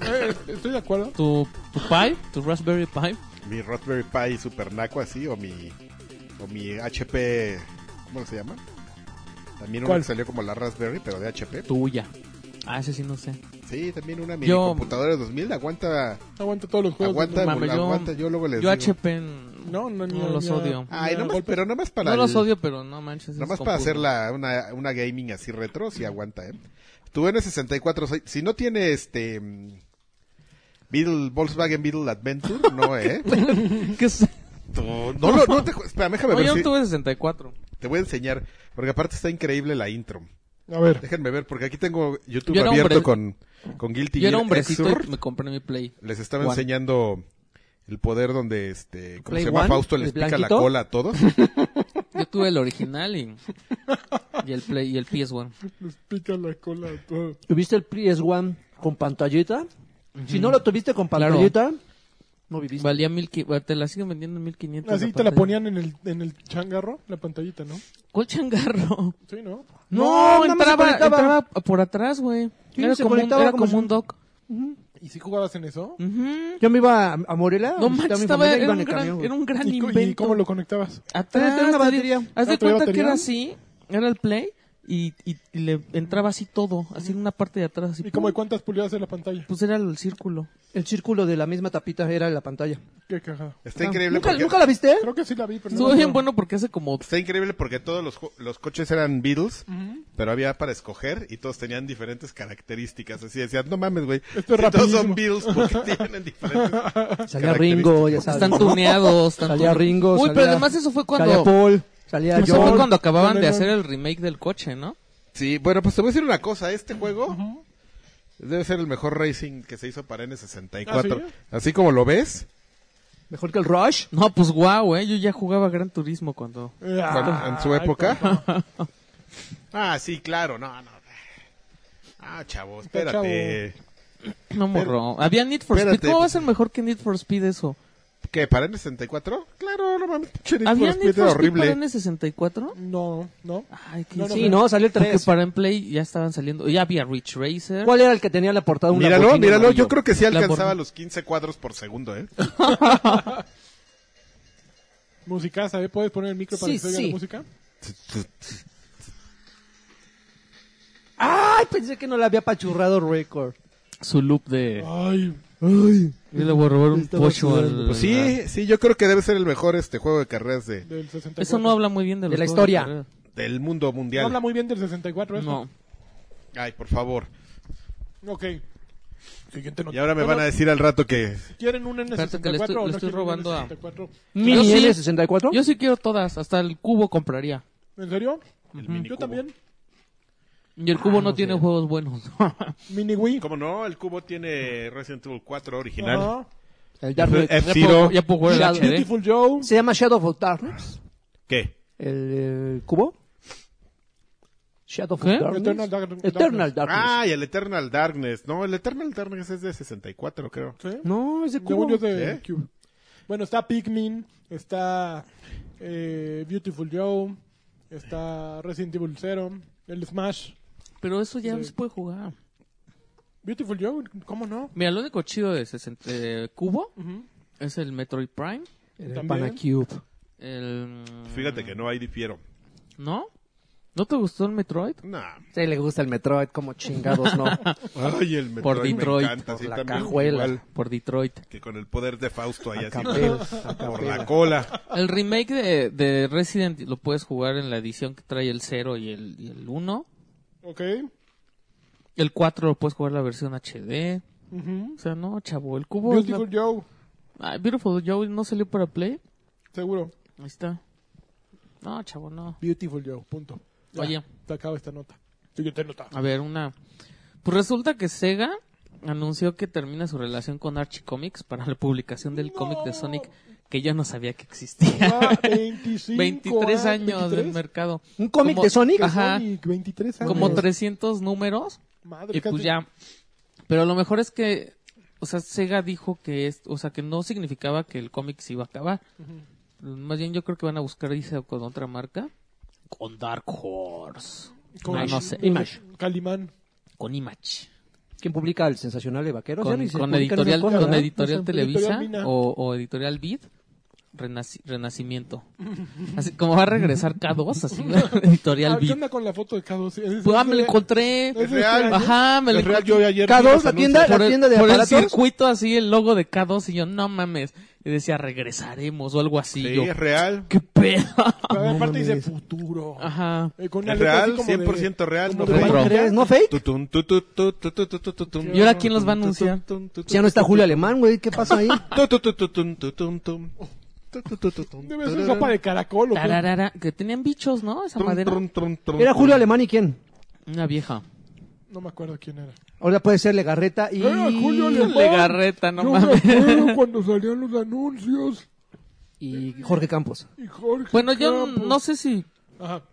[SPEAKER 2] Eh, estoy de acuerdo.
[SPEAKER 4] Tu, tu Pi, tu Raspberry Pi.
[SPEAKER 5] Mi Raspberry Pi Super Naco así, o mi... O mi HP... ¿Cómo se llama? También una
[SPEAKER 2] ¿Cuál?
[SPEAKER 5] que salió como la Raspberry, pero de HP.
[SPEAKER 4] Tuya. Ah, ese sí no sé.
[SPEAKER 5] Sí, también una mini
[SPEAKER 4] Yo-
[SPEAKER 5] computadora 2000. Aguanta...
[SPEAKER 2] Aguanta todos los juegos.
[SPEAKER 5] Aguanta,
[SPEAKER 4] mames,
[SPEAKER 5] emula-
[SPEAKER 4] yo-
[SPEAKER 5] aguanta. Yo luego les
[SPEAKER 4] Yo
[SPEAKER 5] digo.
[SPEAKER 4] HP n-
[SPEAKER 2] No, no, Ah, ni-
[SPEAKER 4] los
[SPEAKER 2] ni-
[SPEAKER 4] odio.
[SPEAKER 5] Ay,
[SPEAKER 2] ni-
[SPEAKER 5] nomás,
[SPEAKER 2] golpe.
[SPEAKER 5] pero nomás para...
[SPEAKER 4] No los
[SPEAKER 5] el-
[SPEAKER 4] odio, pero no manches. es
[SPEAKER 5] Nomás para
[SPEAKER 4] concurso.
[SPEAKER 5] hacer la, una, una gaming así retro, si aguanta, ¿eh? Tu N64, soy- si no tiene este. mm, Beetle, Volkswagen Beetle Adventure, no, ¿eh?
[SPEAKER 4] ¿Qué es?
[SPEAKER 5] no, no, lo- no te. ju- Espera, déjame
[SPEAKER 4] Oye,
[SPEAKER 5] ver.
[SPEAKER 4] yo
[SPEAKER 5] si-
[SPEAKER 4] tuve 64.
[SPEAKER 5] Te voy a enseñar, porque aparte está increíble la intro.
[SPEAKER 2] A ver.
[SPEAKER 5] Déjenme ver, porque aquí tengo YouTube
[SPEAKER 4] Yo era
[SPEAKER 5] abierto
[SPEAKER 4] hombre-
[SPEAKER 5] con, con Guilty
[SPEAKER 4] Yo era
[SPEAKER 5] Gear
[SPEAKER 4] hombrecito
[SPEAKER 5] Xur.
[SPEAKER 4] y me compré mi Play.
[SPEAKER 5] Les estaba
[SPEAKER 4] One.
[SPEAKER 5] enseñando el poder donde este. ¿Cómo
[SPEAKER 3] Play
[SPEAKER 5] se llama?
[SPEAKER 3] One,
[SPEAKER 5] Fausto
[SPEAKER 3] el
[SPEAKER 5] les pica la
[SPEAKER 3] blanquito.
[SPEAKER 5] cola a todos.
[SPEAKER 4] Yo tuve el original y, y el Play y el PS1.
[SPEAKER 2] Les pica la cola a todos.
[SPEAKER 3] ¿Tuviste el PS1 con pantallita? Si no lo tuviste con pantallita, no viviste.
[SPEAKER 4] Valía mil... qui- Te la siguen vendiendo en 1500.
[SPEAKER 2] Así te la
[SPEAKER 4] pantalla.
[SPEAKER 2] ponían en el, en el changarro, la pantallita, ¿no?
[SPEAKER 4] ¿Cuál changarro?
[SPEAKER 2] Sí, ¿no?
[SPEAKER 3] No, nada
[SPEAKER 4] No,
[SPEAKER 3] más se
[SPEAKER 4] entraba,
[SPEAKER 3] conectaba.
[SPEAKER 4] entraba por atrás, güey.
[SPEAKER 3] Sí,
[SPEAKER 4] era
[SPEAKER 3] se
[SPEAKER 4] como, un,
[SPEAKER 3] conectaba
[SPEAKER 4] era
[SPEAKER 3] como
[SPEAKER 4] como
[SPEAKER 3] si-
[SPEAKER 4] un dock.
[SPEAKER 2] ¿Y si jugabas en eso?
[SPEAKER 4] Ujú.
[SPEAKER 3] Yo me iba a, a Morelia. visitaba a
[SPEAKER 4] No manches,
[SPEAKER 3] mi
[SPEAKER 4] estaba,
[SPEAKER 3] familia, iba
[SPEAKER 4] era,
[SPEAKER 3] en
[SPEAKER 4] un
[SPEAKER 3] el
[SPEAKER 4] gran,
[SPEAKER 3] camión, güey.
[SPEAKER 4] era un gran
[SPEAKER 2] ¿Y, co- y
[SPEAKER 4] invento.
[SPEAKER 2] cómo lo conectabas?
[SPEAKER 4] Atrás,
[SPEAKER 3] Tenía una
[SPEAKER 4] te di-
[SPEAKER 3] batería.
[SPEAKER 4] Haz
[SPEAKER 2] Ah,
[SPEAKER 4] de
[SPEAKER 2] ¿traía
[SPEAKER 4] cuenta que
[SPEAKER 2] batería?
[SPEAKER 4] era así, era el play y, y- y le entraba así todo, así en una parte de atrás. Así,
[SPEAKER 2] ¿Y como de
[SPEAKER 4] pum.
[SPEAKER 2] cuántas pulgadas en la pantalla?
[SPEAKER 4] Pues era el círculo.
[SPEAKER 3] El círculo de la misma tapita era la pantalla.
[SPEAKER 2] Qué cagada.
[SPEAKER 5] Está increíble.
[SPEAKER 3] ¿Nunca,
[SPEAKER 5] porque-
[SPEAKER 3] ¿Nunca la viste?
[SPEAKER 2] Creo que sí la vi, pero no.
[SPEAKER 4] Estuvo
[SPEAKER 2] me
[SPEAKER 4] bien
[SPEAKER 2] acuerdo.
[SPEAKER 4] bueno porque hace como...
[SPEAKER 5] Está increíble porque todos los, jo- los coches eran Beatles, pero había para escoger y todos tenían diferentes características. Así decían, no mames, güey.
[SPEAKER 2] Esto es
[SPEAKER 5] si todos son
[SPEAKER 2] rapidísimo.
[SPEAKER 5] Beatles porque tienen diferentes.
[SPEAKER 3] Salía Ringo, ya sabes.
[SPEAKER 4] Están tuneados. están
[SPEAKER 3] Salía
[SPEAKER 4] tuneados.
[SPEAKER 3] Ringo.
[SPEAKER 4] Uy,
[SPEAKER 3] salía-
[SPEAKER 4] pero además eso fue
[SPEAKER 3] Salía
[SPEAKER 4] cuando...
[SPEAKER 3] Paul. Salía
[SPEAKER 4] Eso
[SPEAKER 3] John.
[SPEAKER 4] fue cuando acababan de
[SPEAKER 2] Lennon.
[SPEAKER 4] hacer el remake del coche, ¿no?
[SPEAKER 5] Sí, bueno, pues te voy a decir una cosa. Este juego debe ser el mejor racing que se hizo para N64.
[SPEAKER 2] ¿Ah, sí?
[SPEAKER 5] Así como lo ves,
[SPEAKER 3] Mejor que el Rush.
[SPEAKER 4] No, pues guau, eh. Yo ya jugaba Gran Turismo cuando...
[SPEAKER 5] cuando- en su
[SPEAKER 2] Ah, Ay,
[SPEAKER 5] época. ah, sí, claro, no, no. Ah, chavo, espérate.
[SPEAKER 4] No morro. Había Need for
[SPEAKER 5] espérate,
[SPEAKER 4] Speed. ¿Cómo va a
[SPEAKER 5] pues-
[SPEAKER 4] ser mejor que Need for Speed eso?
[SPEAKER 5] ¿Qué, para N64? Claro, no mames. pinche Need
[SPEAKER 4] ¿Había
[SPEAKER 5] for
[SPEAKER 4] Need
[SPEAKER 5] Speed era
[SPEAKER 4] for Speed
[SPEAKER 5] horrible.
[SPEAKER 4] para N64?
[SPEAKER 2] No, no.
[SPEAKER 4] Ay, qué
[SPEAKER 2] No, no,
[SPEAKER 3] Sí, no, salió el
[SPEAKER 4] Porque
[SPEAKER 3] 3.
[SPEAKER 4] para en Play ya estaban saliendo. Ya había Rich Racer.
[SPEAKER 3] ¿Cuál era el que tenía la portada? de un
[SPEAKER 5] Míralo,
[SPEAKER 3] Lamborghini
[SPEAKER 5] míralo,
[SPEAKER 3] amarillo?
[SPEAKER 5] yo creo que sí alcanzaba
[SPEAKER 4] Lamborghini.
[SPEAKER 5] los 15 cuadros por segundo, ¿eh?
[SPEAKER 2] Musicaza, ¿eh? ¿Puedes poner el micro para
[SPEAKER 3] Sí,
[SPEAKER 2] que se oiga
[SPEAKER 3] sí.
[SPEAKER 2] la música?
[SPEAKER 3] ¡Ay! Pensé que no le había pachurrado Record.
[SPEAKER 6] su loop de...
[SPEAKER 2] Ay,
[SPEAKER 3] Ay,
[SPEAKER 4] Yo le voy a robar un
[SPEAKER 3] Ah, Estaba
[SPEAKER 4] pocho al...
[SPEAKER 5] Pues sí, sí, yo creo que debe ser el mejor este juego de carreras de,
[SPEAKER 2] del 64.
[SPEAKER 4] Eso no habla muy bien de,
[SPEAKER 3] De
[SPEAKER 4] los
[SPEAKER 3] la
[SPEAKER 4] juegos
[SPEAKER 3] historia.
[SPEAKER 4] carrera.
[SPEAKER 5] del mundo
[SPEAKER 2] No
[SPEAKER 5] mundial.
[SPEAKER 2] habla muy bien del 64, eso.
[SPEAKER 4] No.
[SPEAKER 5] Ay, por favor.
[SPEAKER 2] No. Ok. Siguiente
[SPEAKER 5] Y
[SPEAKER 2] noticia.
[SPEAKER 5] ahora me van a
[SPEAKER 2] Bueno,
[SPEAKER 5] decir al rato que
[SPEAKER 2] ¿Quieren un N64
[SPEAKER 4] Espérate que le
[SPEAKER 2] o
[SPEAKER 4] estoy- le
[SPEAKER 2] no
[SPEAKER 4] estoy
[SPEAKER 2] quieren un
[SPEAKER 4] robando a-
[SPEAKER 2] N64?
[SPEAKER 3] ¿Mini
[SPEAKER 4] Yo sí-
[SPEAKER 3] N64?
[SPEAKER 4] Yo sí quiero todas, hasta el cubo compraría.
[SPEAKER 2] ¿En serio?
[SPEAKER 5] el
[SPEAKER 2] Yo
[SPEAKER 5] minicubo.
[SPEAKER 2] también.
[SPEAKER 4] Y
[SPEAKER 3] Ah,
[SPEAKER 4] el cubo no, tiene juegos buenos.
[SPEAKER 2] Mini Wii.
[SPEAKER 5] ¿Cómo no? El cubo tiene Resident Evil 4 original.
[SPEAKER 2] Ajá.
[SPEAKER 3] El Dark Knight.
[SPEAKER 4] ya,
[SPEAKER 5] F-Zero.
[SPEAKER 4] puedo, ya puedo jugar el
[SPEAKER 3] Shadow.
[SPEAKER 4] HD.
[SPEAKER 2] Beautiful Joe.
[SPEAKER 3] Se llama Shadow of Darkness.
[SPEAKER 5] ¿Qué?
[SPEAKER 3] El eh, cubo. Shadow of
[SPEAKER 4] ¿Qué?
[SPEAKER 3] Darkness.
[SPEAKER 2] Eternal Dark-
[SPEAKER 3] Eternal
[SPEAKER 2] Darkness.
[SPEAKER 4] pues.
[SPEAKER 3] Darkness.
[SPEAKER 5] Ah, y el Eternal Darkness. No, el Eternal Darkness es de 64, creo.
[SPEAKER 2] ¿Sí?
[SPEAKER 3] No, ese
[SPEAKER 2] Según
[SPEAKER 3] cubo.
[SPEAKER 2] yo es de
[SPEAKER 5] ¿Eh?
[SPEAKER 2] Cube. Bueno, está Pikmin, está eh, Beautiful Joe, está Resident Evil 0, el Smash.
[SPEAKER 4] Pero eso ya no se puede jugar.
[SPEAKER 2] Beautiful Joe, ¿cómo no?
[SPEAKER 4] Mira, lo único chido de 60, eh, cubo
[SPEAKER 2] Ujú.
[SPEAKER 4] es el Metroid Prime.
[SPEAKER 3] El
[SPEAKER 2] También.
[SPEAKER 3] Panacube.
[SPEAKER 4] El... mm,
[SPEAKER 5] Fíjate que no, ahí difiero.
[SPEAKER 4] ¿No? ¿No te gustó el Metroid?
[SPEAKER 5] Nah.
[SPEAKER 3] Sí, le gusta el Metroid, como chingados, ¿no?
[SPEAKER 5] Ay, el Metroid
[SPEAKER 4] Ah, Por Detroit,
[SPEAKER 5] me encanta.
[SPEAKER 3] por
[SPEAKER 5] sí,
[SPEAKER 3] la
[SPEAKER 5] también,
[SPEAKER 3] cajuela.
[SPEAKER 5] igual
[SPEAKER 4] Por Detroit.
[SPEAKER 5] que con el poder de Fausto ahí así.
[SPEAKER 3] Acapeos,
[SPEAKER 5] Por la
[SPEAKER 3] acapeos.
[SPEAKER 5] cola.
[SPEAKER 4] El remake de, de Resident lo puedes jugar en la edición que trae el 0 y el, y el 1.
[SPEAKER 2] Ok.
[SPEAKER 4] El 4 lo puedes jugar la versión HD.
[SPEAKER 2] Ujú.
[SPEAKER 4] O sea, no, chavo, el cubo... es la-
[SPEAKER 2] Beautiful Joe,
[SPEAKER 4] Ah, Beautiful Joe no salió para Play.
[SPEAKER 2] seguro.
[SPEAKER 4] Ahí está. No, chavo, no.
[SPEAKER 2] Beautiful Joe, punto. Ya,
[SPEAKER 4] Oye.
[SPEAKER 2] Se acaba esta nota. Siguiente nota.
[SPEAKER 4] A ver, una... Pues resulta que Sega anunció que termina su relación con Archie Comics para la publicación del cómic de Sonic que yo no sabía que existía.
[SPEAKER 2] Ah, 25
[SPEAKER 4] 23 años del
[SPEAKER 2] ¿23?
[SPEAKER 4] mercado.
[SPEAKER 3] ¿Un cómic
[SPEAKER 4] Como-
[SPEAKER 3] de Sonic?
[SPEAKER 4] Ajá.
[SPEAKER 2] Sonic, 23 años.
[SPEAKER 4] Como 300 números
[SPEAKER 2] Madre,
[SPEAKER 4] y pues
[SPEAKER 2] casi-
[SPEAKER 4] ya. Pero lo mejor es que, o sea, Sega dijo que es, o sea, que no significaba que el cómic se iba a acabar. Más bien yo creo que van a buscar irse con otra marca. Con Dark Horse.
[SPEAKER 2] Con-
[SPEAKER 4] Ah, no sé.
[SPEAKER 3] Image.
[SPEAKER 2] Calimán.
[SPEAKER 4] Con Image.
[SPEAKER 3] ¿Quién publica el sensacional de vaqueros? Ya
[SPEAKER 4] Con,
[SPEAKER 3] ni se
[SPEAKER 4] con
[SPEAKER 3] publican esas
[SPEAKER 4] editorial,
[SPEAKER 3] cosas,
[SPEAKER 4] con
[SPEAKER 3] ¿verdad?
[SPEAKER 4] editorial
[SPEAKER 2] No sé,
[SPEAKER 4] Televisa
[SPEAKER 2] Editorial Mina.
[SPEAKER 4] o, o editorial Vid. Renaci- renacimiento. Así como va a regresar K2, así editorial
[SPEAKER 2] Ah, ¿Qué
[SPEAKER 4] Vid.
[SPEAKER 2] onda con la foto de K2? Es-
[SPEAKER 4] Pues, ah, me lo
[SPEAKER 2] es-
[SPEAKER 4] encontré.
[SPEAKER 2] es
[SPEAKER 5] real.
[SPEAKER 2] este año.
[SPEAKER 4] Ajá, me lo
[SPEAKER 5] Es real, yo ayer vi
[SPEAKER 3] K2,
[SPEAKER 5] los
[SPEAKER 3] la
[SPEAKER 5] anuncios.
[SPEAKER 3] tienda, la
[SPEAKER 4] por el-
[SPEAKER 3] tienda de
[SPEAKER 4] por el
[SPEAKER 3] aparatos.
[SPEAKER 4] circuito así el logo de K2 y yo no mames y decía regresaremos o algo así
[SPEAKER 5] Sí,
[SPEAKER 4] yo
[SPEAKER 5] es real.
[SPEAKER 4] qué pedo
[SPEAKER 2] Pero aparte dice futuro.
[SPEAKER 4] ajá
[SPEAKER 2] Eh, con una
[SPEAKER 5] Es
[SPEAKER 2] letra así
[SPEAKER 5] real,
[SPEAKER 2] como de-
[SPEAKER 5] 100% real.
[SPEAKER 2] como
[SPEAKER 5] No
[SPEAKER 2] de
[SPEAKER 5] fake.
[SPEAKER 3] ¿No
[SPEAKER 4] Retro.
[SPEAKER 3] crees? ¿No fake?
[SPEAKER 5] Tutun, tutun, tutun, tutun, tutun,
[SPEAKER 4] ¿Y ahora quién los va a anunciar?
[SPEAKER 5] tutun, tutun,
[SPEAKER 3] Ya no está Julio Alemán, güey. ¿Qué pasa ahí?
[SPEAKER 5] tutun, tutun, tutun, tutun. Tutun, tutun, tutun.
[SPEAKER 2] Debe
[SPEAKER 4] Ah,
[SPEAKER 2] ser sopa de caracol o qué.
[SPEAKER 4] Tararara, que tenían bichos no esa
[SPEAKER 5] Trum,
[SPEAKER 4] madera
[SPEAKER 5] trum, trum, trum,
[SPEAKER 3] ¿Era
[SPEAKER 5] trum.
[SPEAKER 3] Julio Alemán y quién?
[SPEAKER 4] una vieja
[SPEAKER 2] No me acuerdo quién era.
[SPEAKER 3] Ahora puede ser Legarreta y...
[SPEAKER 2] Era Ah, Julio Alemán.
[SPEAKER 4] Legarreta, no
[SPEAKER 2] Yo
[SPEAKER 4] mames.
[SPEAKER 2] me acuerdo cuando salían los anuncios.
[SPEAKER 3] y Jorge Campos.
[SPEAKER 2] Y Jorge
[SPEAKER 4] bueno yo
[SPEAKER 5] pues
[SPEAKER 2] Campos.
[SPEAKER 4] no sé si
[SPEAKER 2] Ajá,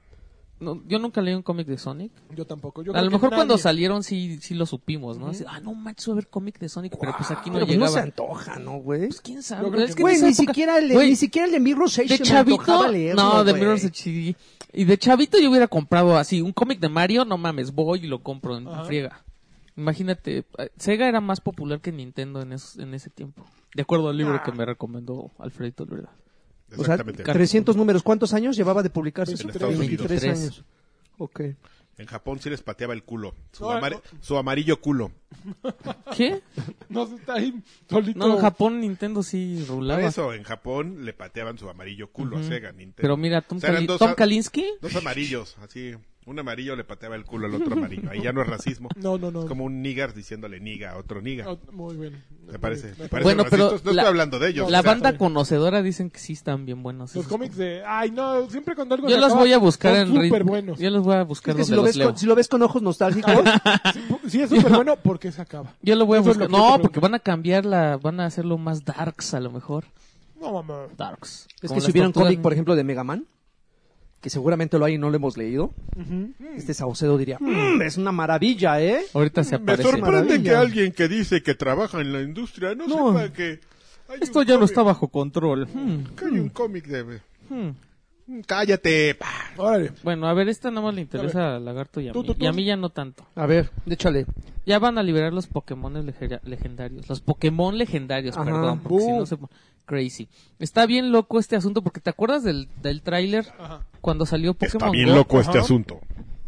[SPEAKER 4] no, yo nunca leí un cómic de Sonic
[SPEAKER 2] yo tampoco. Yo
[SPEAKER 4] a
[SPEAKER 2] creo
[SPEAKER 4] lo
[SPEAKER 2] que
[SPEAKER 4] mejor cuando
[SPEAKER 2] nadie-
[SPEAKER 4] salieron sí sí lo supimos no Así, ah no manches va a haber cómic de Sonic pero pues aquí no
[SPEAKER 3] Pero pues no
[SPEAKER 4] llegaba
[SPEAKER 3] se antoja, ¿no, güey?
[SPEAKER 4] pues quién sabe
[SPEAKER 2] Yo creo
[SPEAKER 4] Es
[SPEAKER 2] que
[SPEAKER 4] en
[SPEAKER 3] Güey,
[SPEAKER 4] esa
[SPEAKER 3] ni
[SPEAKER 4] época-
[SPEAKER 3] siquiera, el,
[SPEAKER 4] Güey,
[SPEAKER 3] ni siquiera el de Mirror Session
[SPEAKER 4] de
[SPEAKER 3] me
[SPEAKER 4] chavito
[SPEAKER 3] antojaba leerlo,
[SPEAKER 4] no de
[SPEAKER 3] güey.
[SPEAKER 4] Mirror's Edge y de chavito yo hubiera comprado así un cómic de Mario no mames voy y lo compro en
[SPEAKER 2] Ajá.
[SPEAKER 4] friega imagínate eh, Sega era más popular que Nintendo en esos- en ese tiempo de acuerdo al libro que me recomendó Alfredito verdad
[SPEAKER 3] O sea,
[SPEAKER 5] Exactamente.
[SPEAKER 3] 300 números. ¿Cuántos años llevaba de publicarse?
[SPEAKER 5] En
[SPEAKER 3] eso?
[SPEAKER 5] Estados Unidos.
[SPEAKER 3] 23
[SPEAKER 4] 23.
[SPEAKER 3] años. Ok.
[SPEAKER 5] En Japón sí les pateaba el culo. Su,
[SPEAKER 2] No,
[SPEAKER 5] amar- su amarillo culo.
[SPEAKER 4] qué
[SPEAKER 2] No, se está ahí solito.
[SPEAKER 4] no en Japón Nintendo sí
[SPEAKER 5] Por
[SPEAKER 4] rulaba
[SPEAKER 5] eso, en Japón le pateaban su amarillo culo a Sega, Nintendo.
[SPEAKER 4] pero mira Tom,
[SPEAKER 5] O sea, eran
[SPEAKER 4] Kali-
[SPEAKER 5] dos,
[SPEAKER 4] Tom
[SPEAKER 5] a-
[SPEAKER 4] Kalinski
[SPEAKER 5] dos amarillos, así. Un amarillo le pateaba el culo al otro amarillo. Ahí ya no es racismo.
[SPEAKER 2] No, no, no.
[SPEAKER 5] Es como un nigar diciéndole niga a otro niga.
[SPEAKER 2] Ah, muy bien.
[SPEAKER 5] ¿Te parece? ¿Te parece
[SPEAKER 4] Bueno, pero
[SPEAKER 5] racistas? No
[SPEAKER 4] la-
[SPEAKER 5] estoy hablando de ellos.
[SPEAKER 4] la
[SPEAKER 5] o sea,
[SPEAKER 4] banda conocedora dicen que sí están bien buenos
[SPEAKER 2] Los
[SPEAKER 4] esos
[SPEAKER 2] cómics de... Ay, no, siempre cuando algo
[SPEAKER 4] yo
[SPEAKER 2] se
[SPEAKER 4] los
[SPEAKER 2] acaba,
[SPEAKER 4] voy a buscar en
[SPEAKER 2] son súper
[SPEAKER 4] rit-
[SPEAKER 2] buenos.
[SPEAKER 4] yo los voy a buscar
[SPEAKER 3] Es que si
[SPEAKER 4] donde
[SPEAKER 3] lo,
[SPEAKER 4] los
[SPEAKER 3] ves
[SPEAKER 4] leo
[SPEAKER 3] con, si lo ves con ojos nostálgicos,
[SPEAKER 2] Sí, es súper bueno porque se acaba.
[SPEAKER 4] yo lo voy a
[SPEAKER 2] Eso es lo
[SPEAKER 4] buscar
[SPEAKER 2] que yo te
[SPEAKER 4] no
[SPEAKER 2] pregunto.
[SPEAKER 4] porque van a cambiar la van a hacerlo más darks a lo mejor
[SPEAKER 2] No, mamá.
[SPEAKER 3] es
[SPEAKER 4] Darks. Como
[SPEAKER 3] que
[SPEAKER 4] las
[SPEAKER 3] si hubiera un
[SPEAKER 4] tortugas
[SPEAKER 3] cómic, por
[SPEAKER 4] ninja.
[SPEAKER 3] ejemplo, de Mega Man, que seguramente lo hay y no lo hemos leído, este Saucedo diría, "Mm, es una maravilla, ¿eh?
[SPEAKER 4] Ahorita se
[SPEAKER 5] Me
[SPEAKER 4] aparece.
[SPEAKER 5] sorprende que
[SPEAKER 3] Maravilla.
[SPEAKER 5] alguien que dice que trabaja en la industria no,
[SPEAKER 3] No.
[SPEAKER 5] sepa que. hay
[SPEAKER 4] Esto
[SPEAKER 5] un
[SPEAKER 4] ya no
[SPEAKER 5] cómic-
[SPEAKER 4] está bajo control. Hmm.
[SPEAKER 5] que hay un cómic de. Mm, Cállate. pa.
[SPEAKER 2] Órale.
[SPEAKER 4] Bueno, a ver, esta nada más le interesa a Lagarto y a,
[SPEAKER 2] Tú,
[SPEAKER 4] mí.
[SPEAKER 2] tú, tú.
[SPEAKER 4] y a mí ya no tanto.
[SPEAKER 3] A ver, échale.
[SPEAKER 4] Ya van a liberar los Pokémon leger- legendarios. Los Pokémon legendarios,
[SPEAKER 3] Ajá.
[SPEAKER 4] perdón. porque si no se pon- Crazy. Está bien loco este asunto porque ¿te acuerdas del, del tráiler
[SPEAKER 2] Ajá.
[SPEAKER 4] cuando salió Pokémon
[SPEAKER 5] Está bien
[SPEAKER 4] Go?
[SPEAKER 5] loco este asunto.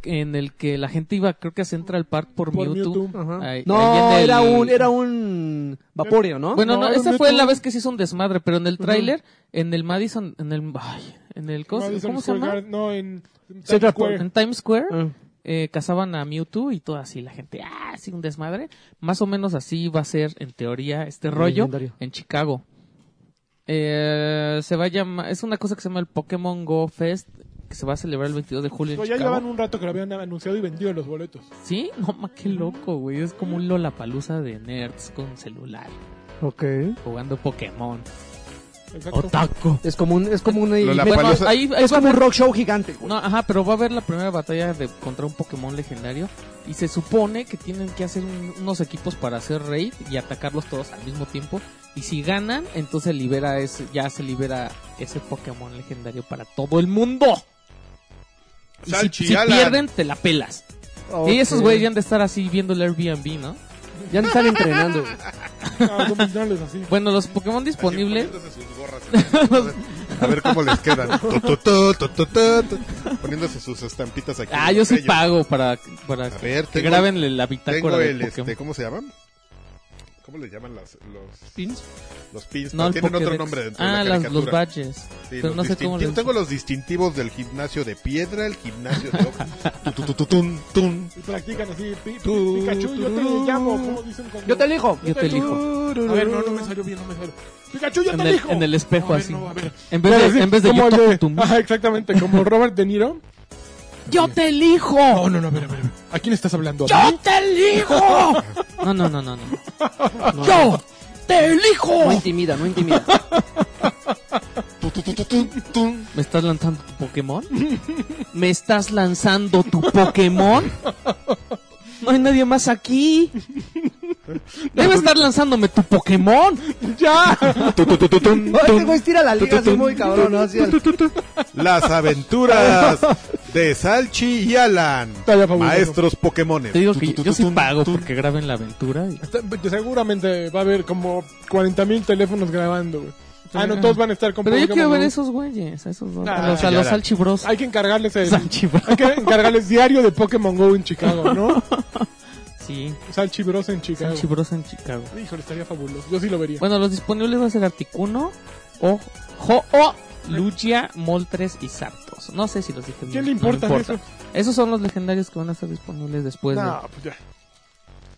[SPEAKER 4] en el que la gente iba, creo que a Central Park por,
[SPEAKER 2] Por
[SPEAKER 4] Mewtwo.
[SPEAKER 2] Mewtwo.
[SPEAKER 3] Ajá.
[SPEAKER 4] Ahí-
[SPEAKER 3] no,
[SPEAKER 4] ahí en el-
[SPEAKER 3] era un era un Vaporio, ¿no?
[SPEAKER 4] Bueno, no,
[SPEAKER 2] No, era
[SPEAKER 4] esa
[SPEAKER 2] Mewtwo.
[SPEAKER 4] fue la vez que se hizo un desmadre, pero en el tráiler, en el Madison, en el, ay, en el, ¿cómo, se-
[SPEAKER 2] Madison
[SPEAKER 4] cómo se
[SPEAKER 2] Square
[SPEAKER 4] llama?
[SPEAKER 2] Garden, No, en en Times
[SPEAKER 3] Central
[SPEAKER 2] Square.
[SPEAKER 4] En Times Square,
[SPEAKER 3] Ah.
[SPEAKER 4] eh, cazaban a Mewtwo y todo así, la gente, ah, sí, un desmadre. Más o menos así va a ser, en teoría, este
[SPEAKER 3] El
[SPEAKER 4] rollo
[SPEAKER 3] legendario.
[SPEAKER 4] en Chicago. Eh, se va a llamar, es una cosa que se llama el Pokémon Go Fest, que se va a celebrar el 22 de julio en
[SPEAKER 2] No, Pues ya
[SPEAKER 4] Chicago.
[SPEAKER 2] llevaban un rato que lo habían anunciado y vendido los boletos.
[SPEAKER 4] Sí, no, ma, qué loco, güey, es como un Lollapalooza de nerds con celular,
[SPEAKER 3] Ok.
[SPEAKER 4] jugando Pokémon.
[SPEAKER 2] Exacto.
[SPEAKER 4] Otaku.
[SPEAKER 3] Es como un es como un
[SPEAKER 5] Lollapalooza.
[SPEAKER 4] Bueno,
[SPEAKER 5] Palusa-
[SPEAKER 4] ahí, ahí
[SPEAKER 3] es
[SPEAKER 4] va a
[SPEAKER 3] como
[SPEAKER 4] haber-
[SPEAKER 3] un rock show gigante. güey.
[SPEAKER 4] No, ajá, pero va a haber la primera batalla de, contra un Pokémon legendario. Y se supone que tienen que hacer un- unos equipos para hacer raid y atacarlos todos al mismo tiempo. Y si ganan, entonces libera ese, ya se libera ese Pokémon legendario para todo el mundo. Y si- si,
[SPEAKER 5] Salchi, Alan.
[SPEAKER 4] pierden, te la pelas.
[SPEAKER 3] Ok.
[SPEAKER 4] Y esos güeyes ya han de estar así viendo el Airbnb, ¿no?
[SPEAKER 3] ya me están entrenando. güey.
[SPEAKER 2] Ah, abdominales, así.
[SPEAKER 4] Bueno, los Pokémon disponibles.
[SPEAKER 5] Así, poniéndose sus gorras en- A ver cómo les quedan. Tu, tu, tu, tu, tu, tu, tu. Poniéndose sus estampitas aquí.
[SPEAKER 4] Ah, yo sí
[SPEAKER 5] Ellos.
[SPEAKER 4] pago para, para
[SPEAKER 5] A
[SPEAKER 4] que,
[SPEAKER 5] ver,
[SPEAKER 4] que
[SPEAKER 5] tengo,
[SPEAKER 4] graben la bitácora
[SPEAKER 5] tengo
[SPEAKER 4] de
[SPEAKER 5] el,
[SPEAKER 4] Pokémon.
[SPEAKER 5] este, ¿cómo se llaman? ¿Cómo le llaman las, los,
[SPEAKER 4] Pins.
[SPEAKER 5] los pins?
[SPEAKER 4] No, el
[SPEAKER 5] este, Tienen otro
[SPEAKER 4] Pokédex.
[SPEAKER 5] nombre dentro
[SPEAKER 4] Ah,
[SPEAKER 5] de la
[SPEAKER 4] las-
[SPEAKER 5] caricatura.
[SPEAKER 4] los badges.
[SPEAKER 5] Sí,
[SPEAKER 4] pero
[SPEAKER 5] los
[SPEAKER 4] no sé cómo
[SPEAKER 5] distintivos.
[SPEAKER 4] les-
[SPEAKER 5] Tengo los distintivos del gimnasio de piedra, el gimnasio de... hoja. Tu, tu, tu, tu, tun, tun.
[SPEAKER 2] Y practican así. pi- pi-
[SPEAKER 5] Tú,
[SPEAKER 2] Pikachu, yo te
[SPEAKER 5] tú.
[SPEAKER 2] llamo. ¿Cómo dicen cuando-
[SPEAKER 3] Yo te elijo.
[SPEAKER 4] Yo te elijo.
[SPEAKER 2] A ver, no, no me salió bien, no me salió. Pikachu, yo
[SPEAKER 4] En
[SPEAKER 2] te
[SPEAKER 4] el,
[SPEAKER 2] elijo.
[SPEAKER 4] en el espejo
[SPEAKER 2] A ver,
[SPEAKER 4] así.
[SPEAKER 2] no, a ver.
[SPEAKER 4] En vez de, en vez de
[SPEAKER 2] Como
[SPEAKER 4] yo,
[SPEAKER 2] el
[SPEAKER 4] toco
[SPEAKER 2] de-
[SPEAKER 4] tu-
[SPEAKER 2] Ajá, exactamente, como Robert De Niro.
[SPEAKER 4] ¡Yo te elijo.
[SPEAKER 2] No, no, no, a ver, a ver. a ver. ¿A quién estás hablando? ¿A mí?
[SPEAKER 4] te elijo. ¿Ah? No, no, no, no, no. Yo te elijo.
[SPEAKER 3] No intimida, no intimida.
[SPEAKER 5] Tu, tu, tu, tu, tun, tun.
[SPEAKER 4] ¿Me estás lanzando tu Pokémon? ¿Me estás lanzando tu Pokémon? No hay nadie más aquí. Debe estar lanzándome tu Pokémon.
[SPEAKER 2] ¡Ya!
[SPEAKER 5] Tu, tu, tu, tu, tun,
[SPEAKER 3] No, este
[SPEAKER 5] tun.
[SPEAKER 3] güey tira la liga, así muy cabrón. ¿no? Así al-
[SPEAKER 5] Las aventuras de Salchi y Alan.
[SPEAKER 2] Todavía fabuloso.
[SPEAKER 5] Maestros Pokémones.
[SPEAKER 4] Te digo
[SPEAKER 5] Tu,
[SPEAKER 4] que
[SPEAKER 5] tu, tu,
[SPEAKER 4] yo sí
[SPEAKER 5] tun,
[SPEAKER 4] pago
[SPEAKER 5] tun.
[SPEAKER 4] porque graben la aventura. y-
[SPEAKER 2] Está- pues, Seguramente va a haber como 40.000 teléfonos grabando, güey. Ah, no, todos van a estar con
[SPEAKER 4] Pero yo quiero
[SPEAKER 2] Pokémon
[SPEAKER 4] ver
[SPEAKER 2] Go.
[SPEAKER 4] esos güeyes, a esos dos.
[SPEAKER 2] Ah,
[SPEAKER 4] a los, a
[SPEAKER 5] ya
[SPEAKER 4] los
[SPEAKER 5] la-
[SPEAKER 4] salchibros.
[SPEAKER 2] Hay que encargarles el-
[SPEAKER 4] Salchibros.
[SPEAKER 2] Hay que encargarles diario de Pokémon GO en Chicago, ¿no?
[SPEAKER 4] Sí,
[SPEAKER 2] Salchibros en Chicago.
[SPEAKER 4] salchibros en Chicago.
[SPEAKER 2] Híjole, estaría fabuloso. Yo sí lo vería.
[SPEAKER 4] Bueno, los disponibles va a ser Articuno, o Ho-Oh, Lugia, Moltres y Zapdos. No sé si los dije bien.
[SPEAKER 2] ¿Qué le
[SPEAKER 4] no me
[SPEAKER 2] importan
[SPEAKER 4] Esos son los legendarios que van a estar disponibles después de
[SPEAKER 2] No, pues ya.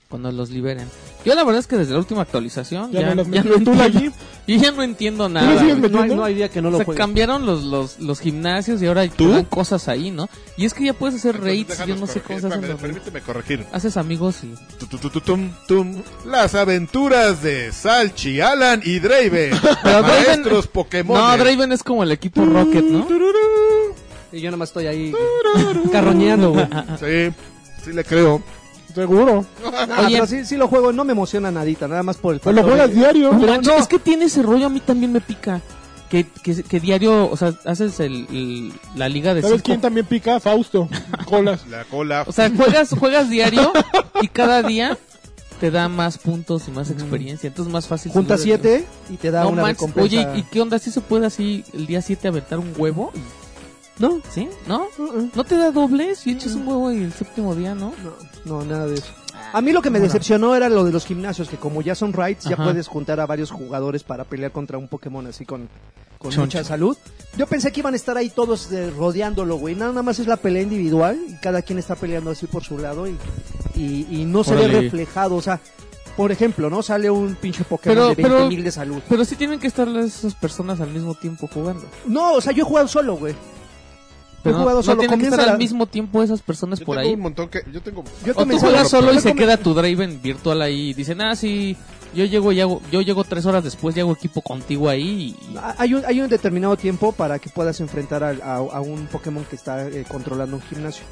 [SPEAKER 4] cuando los liberen. Yo la verdad es que desde la última actualización
[SPEAKER 2] Ya
[SPEAKER 4] ya,
[SPEAKER 2] no los
[SPEAKER 4] ya
[SPEAKER 2] metieron. ¿Tú la
[SPEAKER 4] entiendo-
[SPEAKER 2] allí?
[SPEAKER 4] yo ya no entiendo
[SPEAKER 2] ¿Tú le
[SPEAKER 4] nada.
[SPEAKER 2] sigues
[SPEAKER 4] güey.
[SPEAKER 3] No hay,
[SPEAKER 2] metiendo?
[SPEAKER 3] no hay día que no lo
[SPEAKER 4] O sea,
[SPEAKER 3] juegue.
[SPEAKER 4] cambiaron los, los, los gimnasios y ahora te dan cosas ahí, ¿no? Y es que ya puedes hacer raids,
[SPEAKER 5] Entonces,
[SPEAKER 4] yo no sé cómo se
[SPEAKER 5] déjanos corregir.
[SPEAKER 4] hacen
[SPEAKER 5] Espérame,
[SPEAKER 4] los raids.
[SPEAKER 5] Permíteme corregir.
[SPEAKER 4] Haces amigos y...
[SPEAKER 5] Tu, tu, tu, tu, tum, tum. Las aventuras de Salchi, Alan y Draven.
[SPEAKER 4] Pero Draven-
[SPEAKER 5] Maestros Pokémon.
[SPEAKER 4] No, Draven es como el equipo Rocket, ¿no?
[SPEAKER 3] Y yo nada más estoy ahí carroñeando, güey.
[SPEAKER 5] Sí, sí le creo.
[SPEAKER 2] Seguro.
[SPEAKER 3] Ah, pero sí, sí lo juego, no me emociona nadita, nada más por el
[SPEAKER 2] Pues lo
[SPEAKER 3] factor
[SPEAKER 2] juegas
[SPEAKER 3] de-
[SPEAKER 2] diario.
[SPEAKER 4] No manches, es que tiene ese rollo, a mí también me pica. Que, que, que diario, o sea, haces el, el- la liga de
[SPEAKER 2] ¿Sabes
[SPEAKER 4] cinco.
[SPEAKER 2] quién también pica? Fausto. Colas.
[SPEAKER 5] La cola.
[SPEAKER 4] O sea, juegas, juegas diario y cada día te da más puntos y más experiencia. Entonces es más fácil.
[SPEAKER 3] Mm. Junta
[SPEAKER 4] seguro,
[SPEAKER 3] 7 y te da
[SPEAKER 4] No
[SPEAKER 3] una
[SPEAKER 4] manches,
[SPEAKER 3] recompensa.
[SPEAKER 4] Oye, ¿y qué onda? ¿Sí se puede así el día 7 aventar un huevo?
[SPEAKER 3] No, Mm.
[SPEAKER 4] ¿Sí? ¿No?
[SPEAKER 3] uh-uh,
[SPEAKER 4] ¿No te da dobles? Y echas un huevo y el séptimo día, ¿no?
[SPEAKER 3] no, no, nada de eso. A mí lo que me decepcionó era lo de los gimnasios, que como ya son raids, ya
[SPEAKER 4] Ajá.
[SPEAKER 3] puedes juntar a varios jugadores para pelear contra un Pokémon así con, con
[SPEAKER 4] Choncho.
[SPEAKER 3] mucha salud. Yo pensé que iban a estar ahí todos eh, rodeándolo, güey. Nada más es la pelea individual y cada quien está peleando así por su lado y, y, y no se ve
[SPEAKER 4] Órale.
[SPEAKER 3] reflejado. O sea, por ejemplo, ¿no? Sale un pinche Pokémon
[SPEAKER 4] Pero-
[SPEAKER 3] de
[SPEAKER 4] pero-
[SPEAKER 3] 20 mil de salud.
[SPEAKER 4] Pero sí tienen que estar las- esas personas al mismo tiempo jugando.
[SPEAKER 3] No, o sea, yo he jugado solo, güey. Yo he
[SPEAKER 4] Pero no,
[SPEAKER 3] jugado
[SPEAKER 4] no
[SPEAKER 3] solo.
[SPEAKER 4] tienen que
[SPEAKER 3] comienza
[SPEAKER 4] estar
[SPEAKER 3] la-
[SPEAKER 4] al mismo tiempo esas personas
[SPEAKER 5] Yo
[SPEAKER 4] por
[SPEAKER 5] tengo
[SPEAKER 4] ahí.
[SPEAKER 5] un montón que. Yo tengo.
[SPEAKER 3] Yo
[SPEAKER 4] O tú
[SPEAKER 3] comencé-
[SPEAKER 4] juegas solo y
[SPEAKER 3] yo
[SPEAKER 4] se
[SPEAKER 3] come-
[SPEAKER 4] queda tu Draven virtual ahí y dicen, ah, sí, yo llego y hago, yo llego tres horas después y hago equipo contigo ahí. y-
[SPEAKER 3] Ah, Hay un, hay un determinado tiempo para que puedas enfrentar al- a, a un Pokémon que está eh, controlando un gimnasio.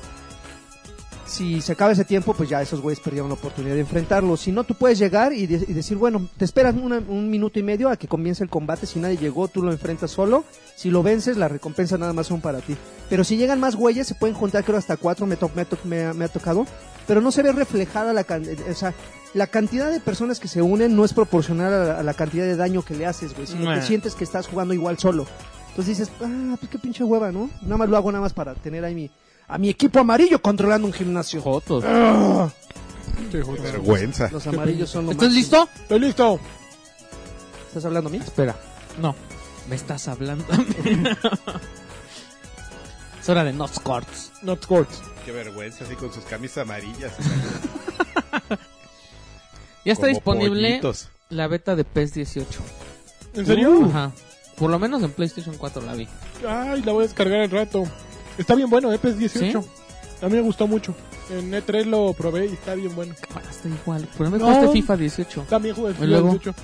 [SPEAKER 3] Si se acaba ese tiempo, pues ya esos güeyes perdieron la oportunidad de enfrentarlo. Si no, tú puedes llegar y, de- y decir, bueno, te esperas una- un minuto y medio a que comience el combate. Si nadie llegó, tú lo enfrentas solo. Si lo vences, las recompensas nada más son para ti. Pero si llegan más güeyes, se pueden juntar, creo, hasta cuatro. Me, to- me, to- me ha- me ha tocado. Pero no se ve reflejada la, can- o sea, la cantidad de personas que se unen no es proporcional a la, a la cantidad de daño que le haces, güey, sino
[SPEAKER 4] Meh.
[SPEAKER 3] que sientes que estás jugando igual solo. Entonces dices, ah, pues qué pinche hueva, ¿no? Nada más lo hago nada más para tener ahí mi... a mi equipo amarillo controlando un gimnasio.
[SPEAKER 4] Jotos.
[SPEAKER 2] Ah, Qué joder.
[SPEAKER 5] Vergüenza.
[SPEAKER 3] Los amarillos son lo
[SPEAKER 4] ¿Estás
[SPEAKER 3] máximo.
[SPEAKER 4] listo?
[SPEAKER 2] Estoy listo.
[SPEAKER 3] ¿Estás hablando a mí?
[SPEAKER 4] Espera. No. Me estás hablando. es hora de Not Corts.
[SPEAKER 2] Not courts.
[SPEAKER 5] Qué vergüenza, así con sus camisas amarillas.
[SPEAKER 4] Ya está
[SPEAKER 5] como
[SPEAKER 4] disponible
[SPEAKER 5] pollitos.
[SPEAKER 4] la beta de PES 18.
[SPEAKER 2] ¿En serio?
[SPEAKER 4] Uh, Ajá. Por lo menos en PlayStation 4 la vi.
[SPEAKER 2] Ay, la voy a descargar al rato. Está bien bueno, ¿eh? EPS 18.
[SPEAKER 4] ¿Sí?
[SPEAKER 2] A mí me gustó mucho. En E3 lo probé y está bien bueno.
[SPEAKER 4] Ah, Está igual. Pero me
[SPEAKER 2] No.
[SPEAKER 4] cuesta FIFA 18.
[SPEAKER 2] También jugué
[SPEAKER 4] ¿Y
[SPEAKER 2] FIFA
[SPEAKER 4] luego?
[SPEAKER 2] 18.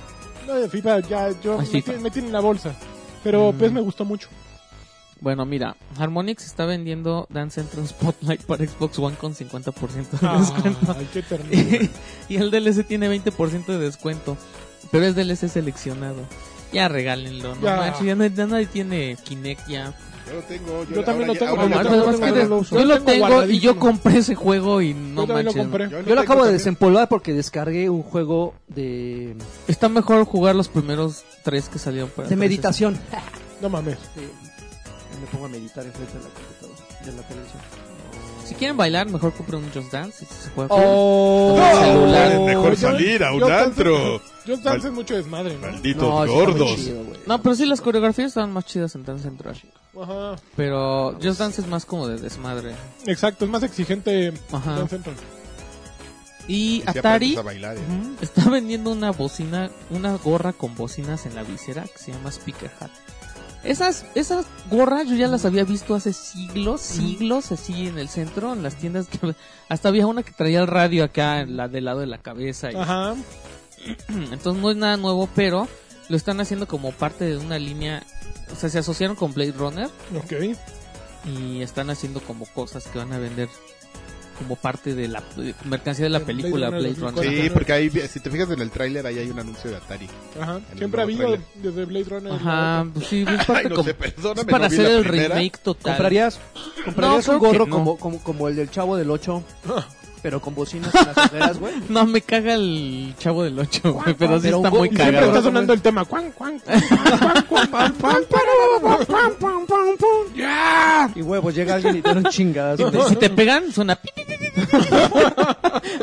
[SPEAKER 2] No, de FIFA ya, yo
[SPEAKER 4] Ah, Mm.
[SPEAKER 2] me,
[SPEAKER 4] FIFA.
[SPEAKER 2] tiene- me tiene en la bolsa. Pero PES me gustó mucho.
[SPEAKER 4] Bueno, mira, Harmonix está vendiendo Dance Central Spotlight para Xbox One con 50% de
[SPEAKER 2] Ah.
[SPEAKER 4] descuento.
[SPEAKER 2] Ay, qué ternura.
[SPEAKER 4] y el DLC tiene 20% de descuento. Pero es DLC seleccionado. Ya regálenlo, no
[SPEAKER 2] Ya.
[SPEAKER 4] manches, ya, no- ya nadie tiene Kinect ya.
[SPEAKER 5] Yo lo tengo. Yo,
[SPEAKER 2] Yo también lo tengo,
[SPEAKER 5] ya-
[SPEAKER 4] No
[SPEAKER 2] yo tengo
[SPEAKER 4] manches,
[SPEAKER 5] ya tengo
[SPEAKER 4] es que
[SPEAKER 2] guardado.
[SPEAKER 4] de-
[SPEAKER 5] ganas.
[SPEAKER 2] lo uso.
[SPEAKER 4] yo
[SPEAKER 2] Yo
[SPEAKER 4] lo
[SPEAKER 2] lo tengo
[SPEAKER 4] tengo y yo
[SPEAKER 2] guardadísimo.
[SPEAKER 4] compré ese juego y no
[SPEAKER 2] Yo también lo
[SPEAKER 4] manches.
[SPEAKER 2] compré.
[SPEAKER 5] Yo
[SPEAKER 3] Yo lo acabo
[SPEAKER 5] tengo
[SPEAKER 3] de
[SPEAKER 5] también.
[SPEAKER 3] desempolvar porque descargué un juego de,
[SPEAKER 4] Está mejor jugar los primeros tres que salieron para
[SPEAKER 3] de
[SPEAKER 4] 360.
[SPEAKER 3] meditación.
[SPEAKER 2] No mames.
[SPEAKER 3] Me pongo a meditar enfrente de la computadora, de la televisión.
[SPEAKER 4] Si quieren bailar, mejor compren un Just Dance y se juega.
[SPEAKER 3] Oh,
[SPEAKER 4] No, celular.
[SPEAKER 5] es mejor
[SPEAKER 2] Yo-
[SPEAKER 5] salir a un
[SPEAKER 2] yo Dance-
[SPEAKER 5] antro.
[SPEAKER 2] Yo Dance es mucho desmadre, ¿no?
[SPEAKER 5] Malditos
[SPEAKER 3] No, sí está muy
[SPEAKER 5] gordos.
[SPEAKER 3] chido, güey.
[SPEAKER 4] No, pero sí las coreografías estaban más chidas en Dance Central.
[SPEAKER 2] Ajá.
[SPEAKER 4] Pero Just Dance es más como de desmadre.
[SPEAKER 2] Exacto, es más exigente
[SPEAKER 4] Ajá.
[SPEAKER 2] Dance Central.
[SPEAKER 4] Y
[SPEAKER 5] Y te
[SPEAKER 4] Atari
[SPEAKER 5] aprendes a bailar, eh.
[SPEAKER 4] está vendiendo una bocina, una gorra con bocinas en la visera que se llama Speaker Hat. Esas, esas gorras yo ya las había visto hace siglos, siglos así en el centro, en las tiendas que hasta había una que traía el radio acá, la del lado de la cabeza. y-
[SPEAKER 2] Ajá.
[SPEAKER 4] Entonces no es nada nuevo, pero lo están haciendo como parte de una línea, o sea, se asociaron con Blade Runner
[SPEAKER 2] Ok.
[SPEAKER 4] y están haciendo como cosas que van a vender como parte de la de mercancía de la
[SPEAKER 2] De
[SPEAKER 4] película
[SPEAKER 2] Blade
[SPEAKER 4] Blade
[SPEAKER 2] Runner
[SPEAKER 4] Runner.
[SPEAKER 2] Bueno,
[SPEAKER 5] Sí,
[SPEAKER 2] pero-
[SPEAKER 5] porque ahí, si te fijas en el tráiler, ahí hay un anuncio de Atari.
[SPEAKER 2] Ajá.
[SPEAKER 5] el
[SPEAKER 2] Siempre ha
[SPEAKER 5] nuevo
[SPEAKER 2] habido
[SPEAKER 5] trailer.
[SPEAKER 2] desde Blade Runner.
[SPEAKER 4] Ajá, pues sí, es parte
[SPEAKER 5] Ay, no
[SPEAKER 4] como-
[SPEAKER 5] sé,
[SPEAKER 4] es
[SPEAKER 5] perdóname,
[SPEAKER 4] para
[SPEAKER 5] no vi
[SPEAKER 4] hacer
[SPEAKER 5] la
[SPEAKER 4] el
[SPEAKER 5] primera.
[SPEAKER 4] remake total.
[SPEAKER 3] ¿Comprarías, comprarías
[SPEAKER 4] No,
[SPEAKER 3] un
[SPEAKER 4] creo que
[SPEAKER 3] gorro
[SPEAKER 4] no.
[SPEAKER 3] como, como, como el del chavo del 8? Pero con bocinas en las ojeras, güey.
[SPEAKER 4] No, me caga el chavo del 8, güey, pero sí
[SPEAKER 3] pero
[SPEAKER 4] está
[SPEAKER 3] un
[SPEAKER 4] muy
[SPEAKER 2] Y siempre
[SPEAKER 4] cagado.
[SPEAKER 2] está sonando el tema. Cuan, cuan, cuan, cuan, cuan, cuan, cuan, cuan, cuan, cuan, cuan, cuan. ¡Ya!
[SPEAKER 3] Y huevos, llega alguien y te da un chingazo.
[SPEAKER 4] Si te- Si te pegan, suena. pi, pi, pi, pi, pi.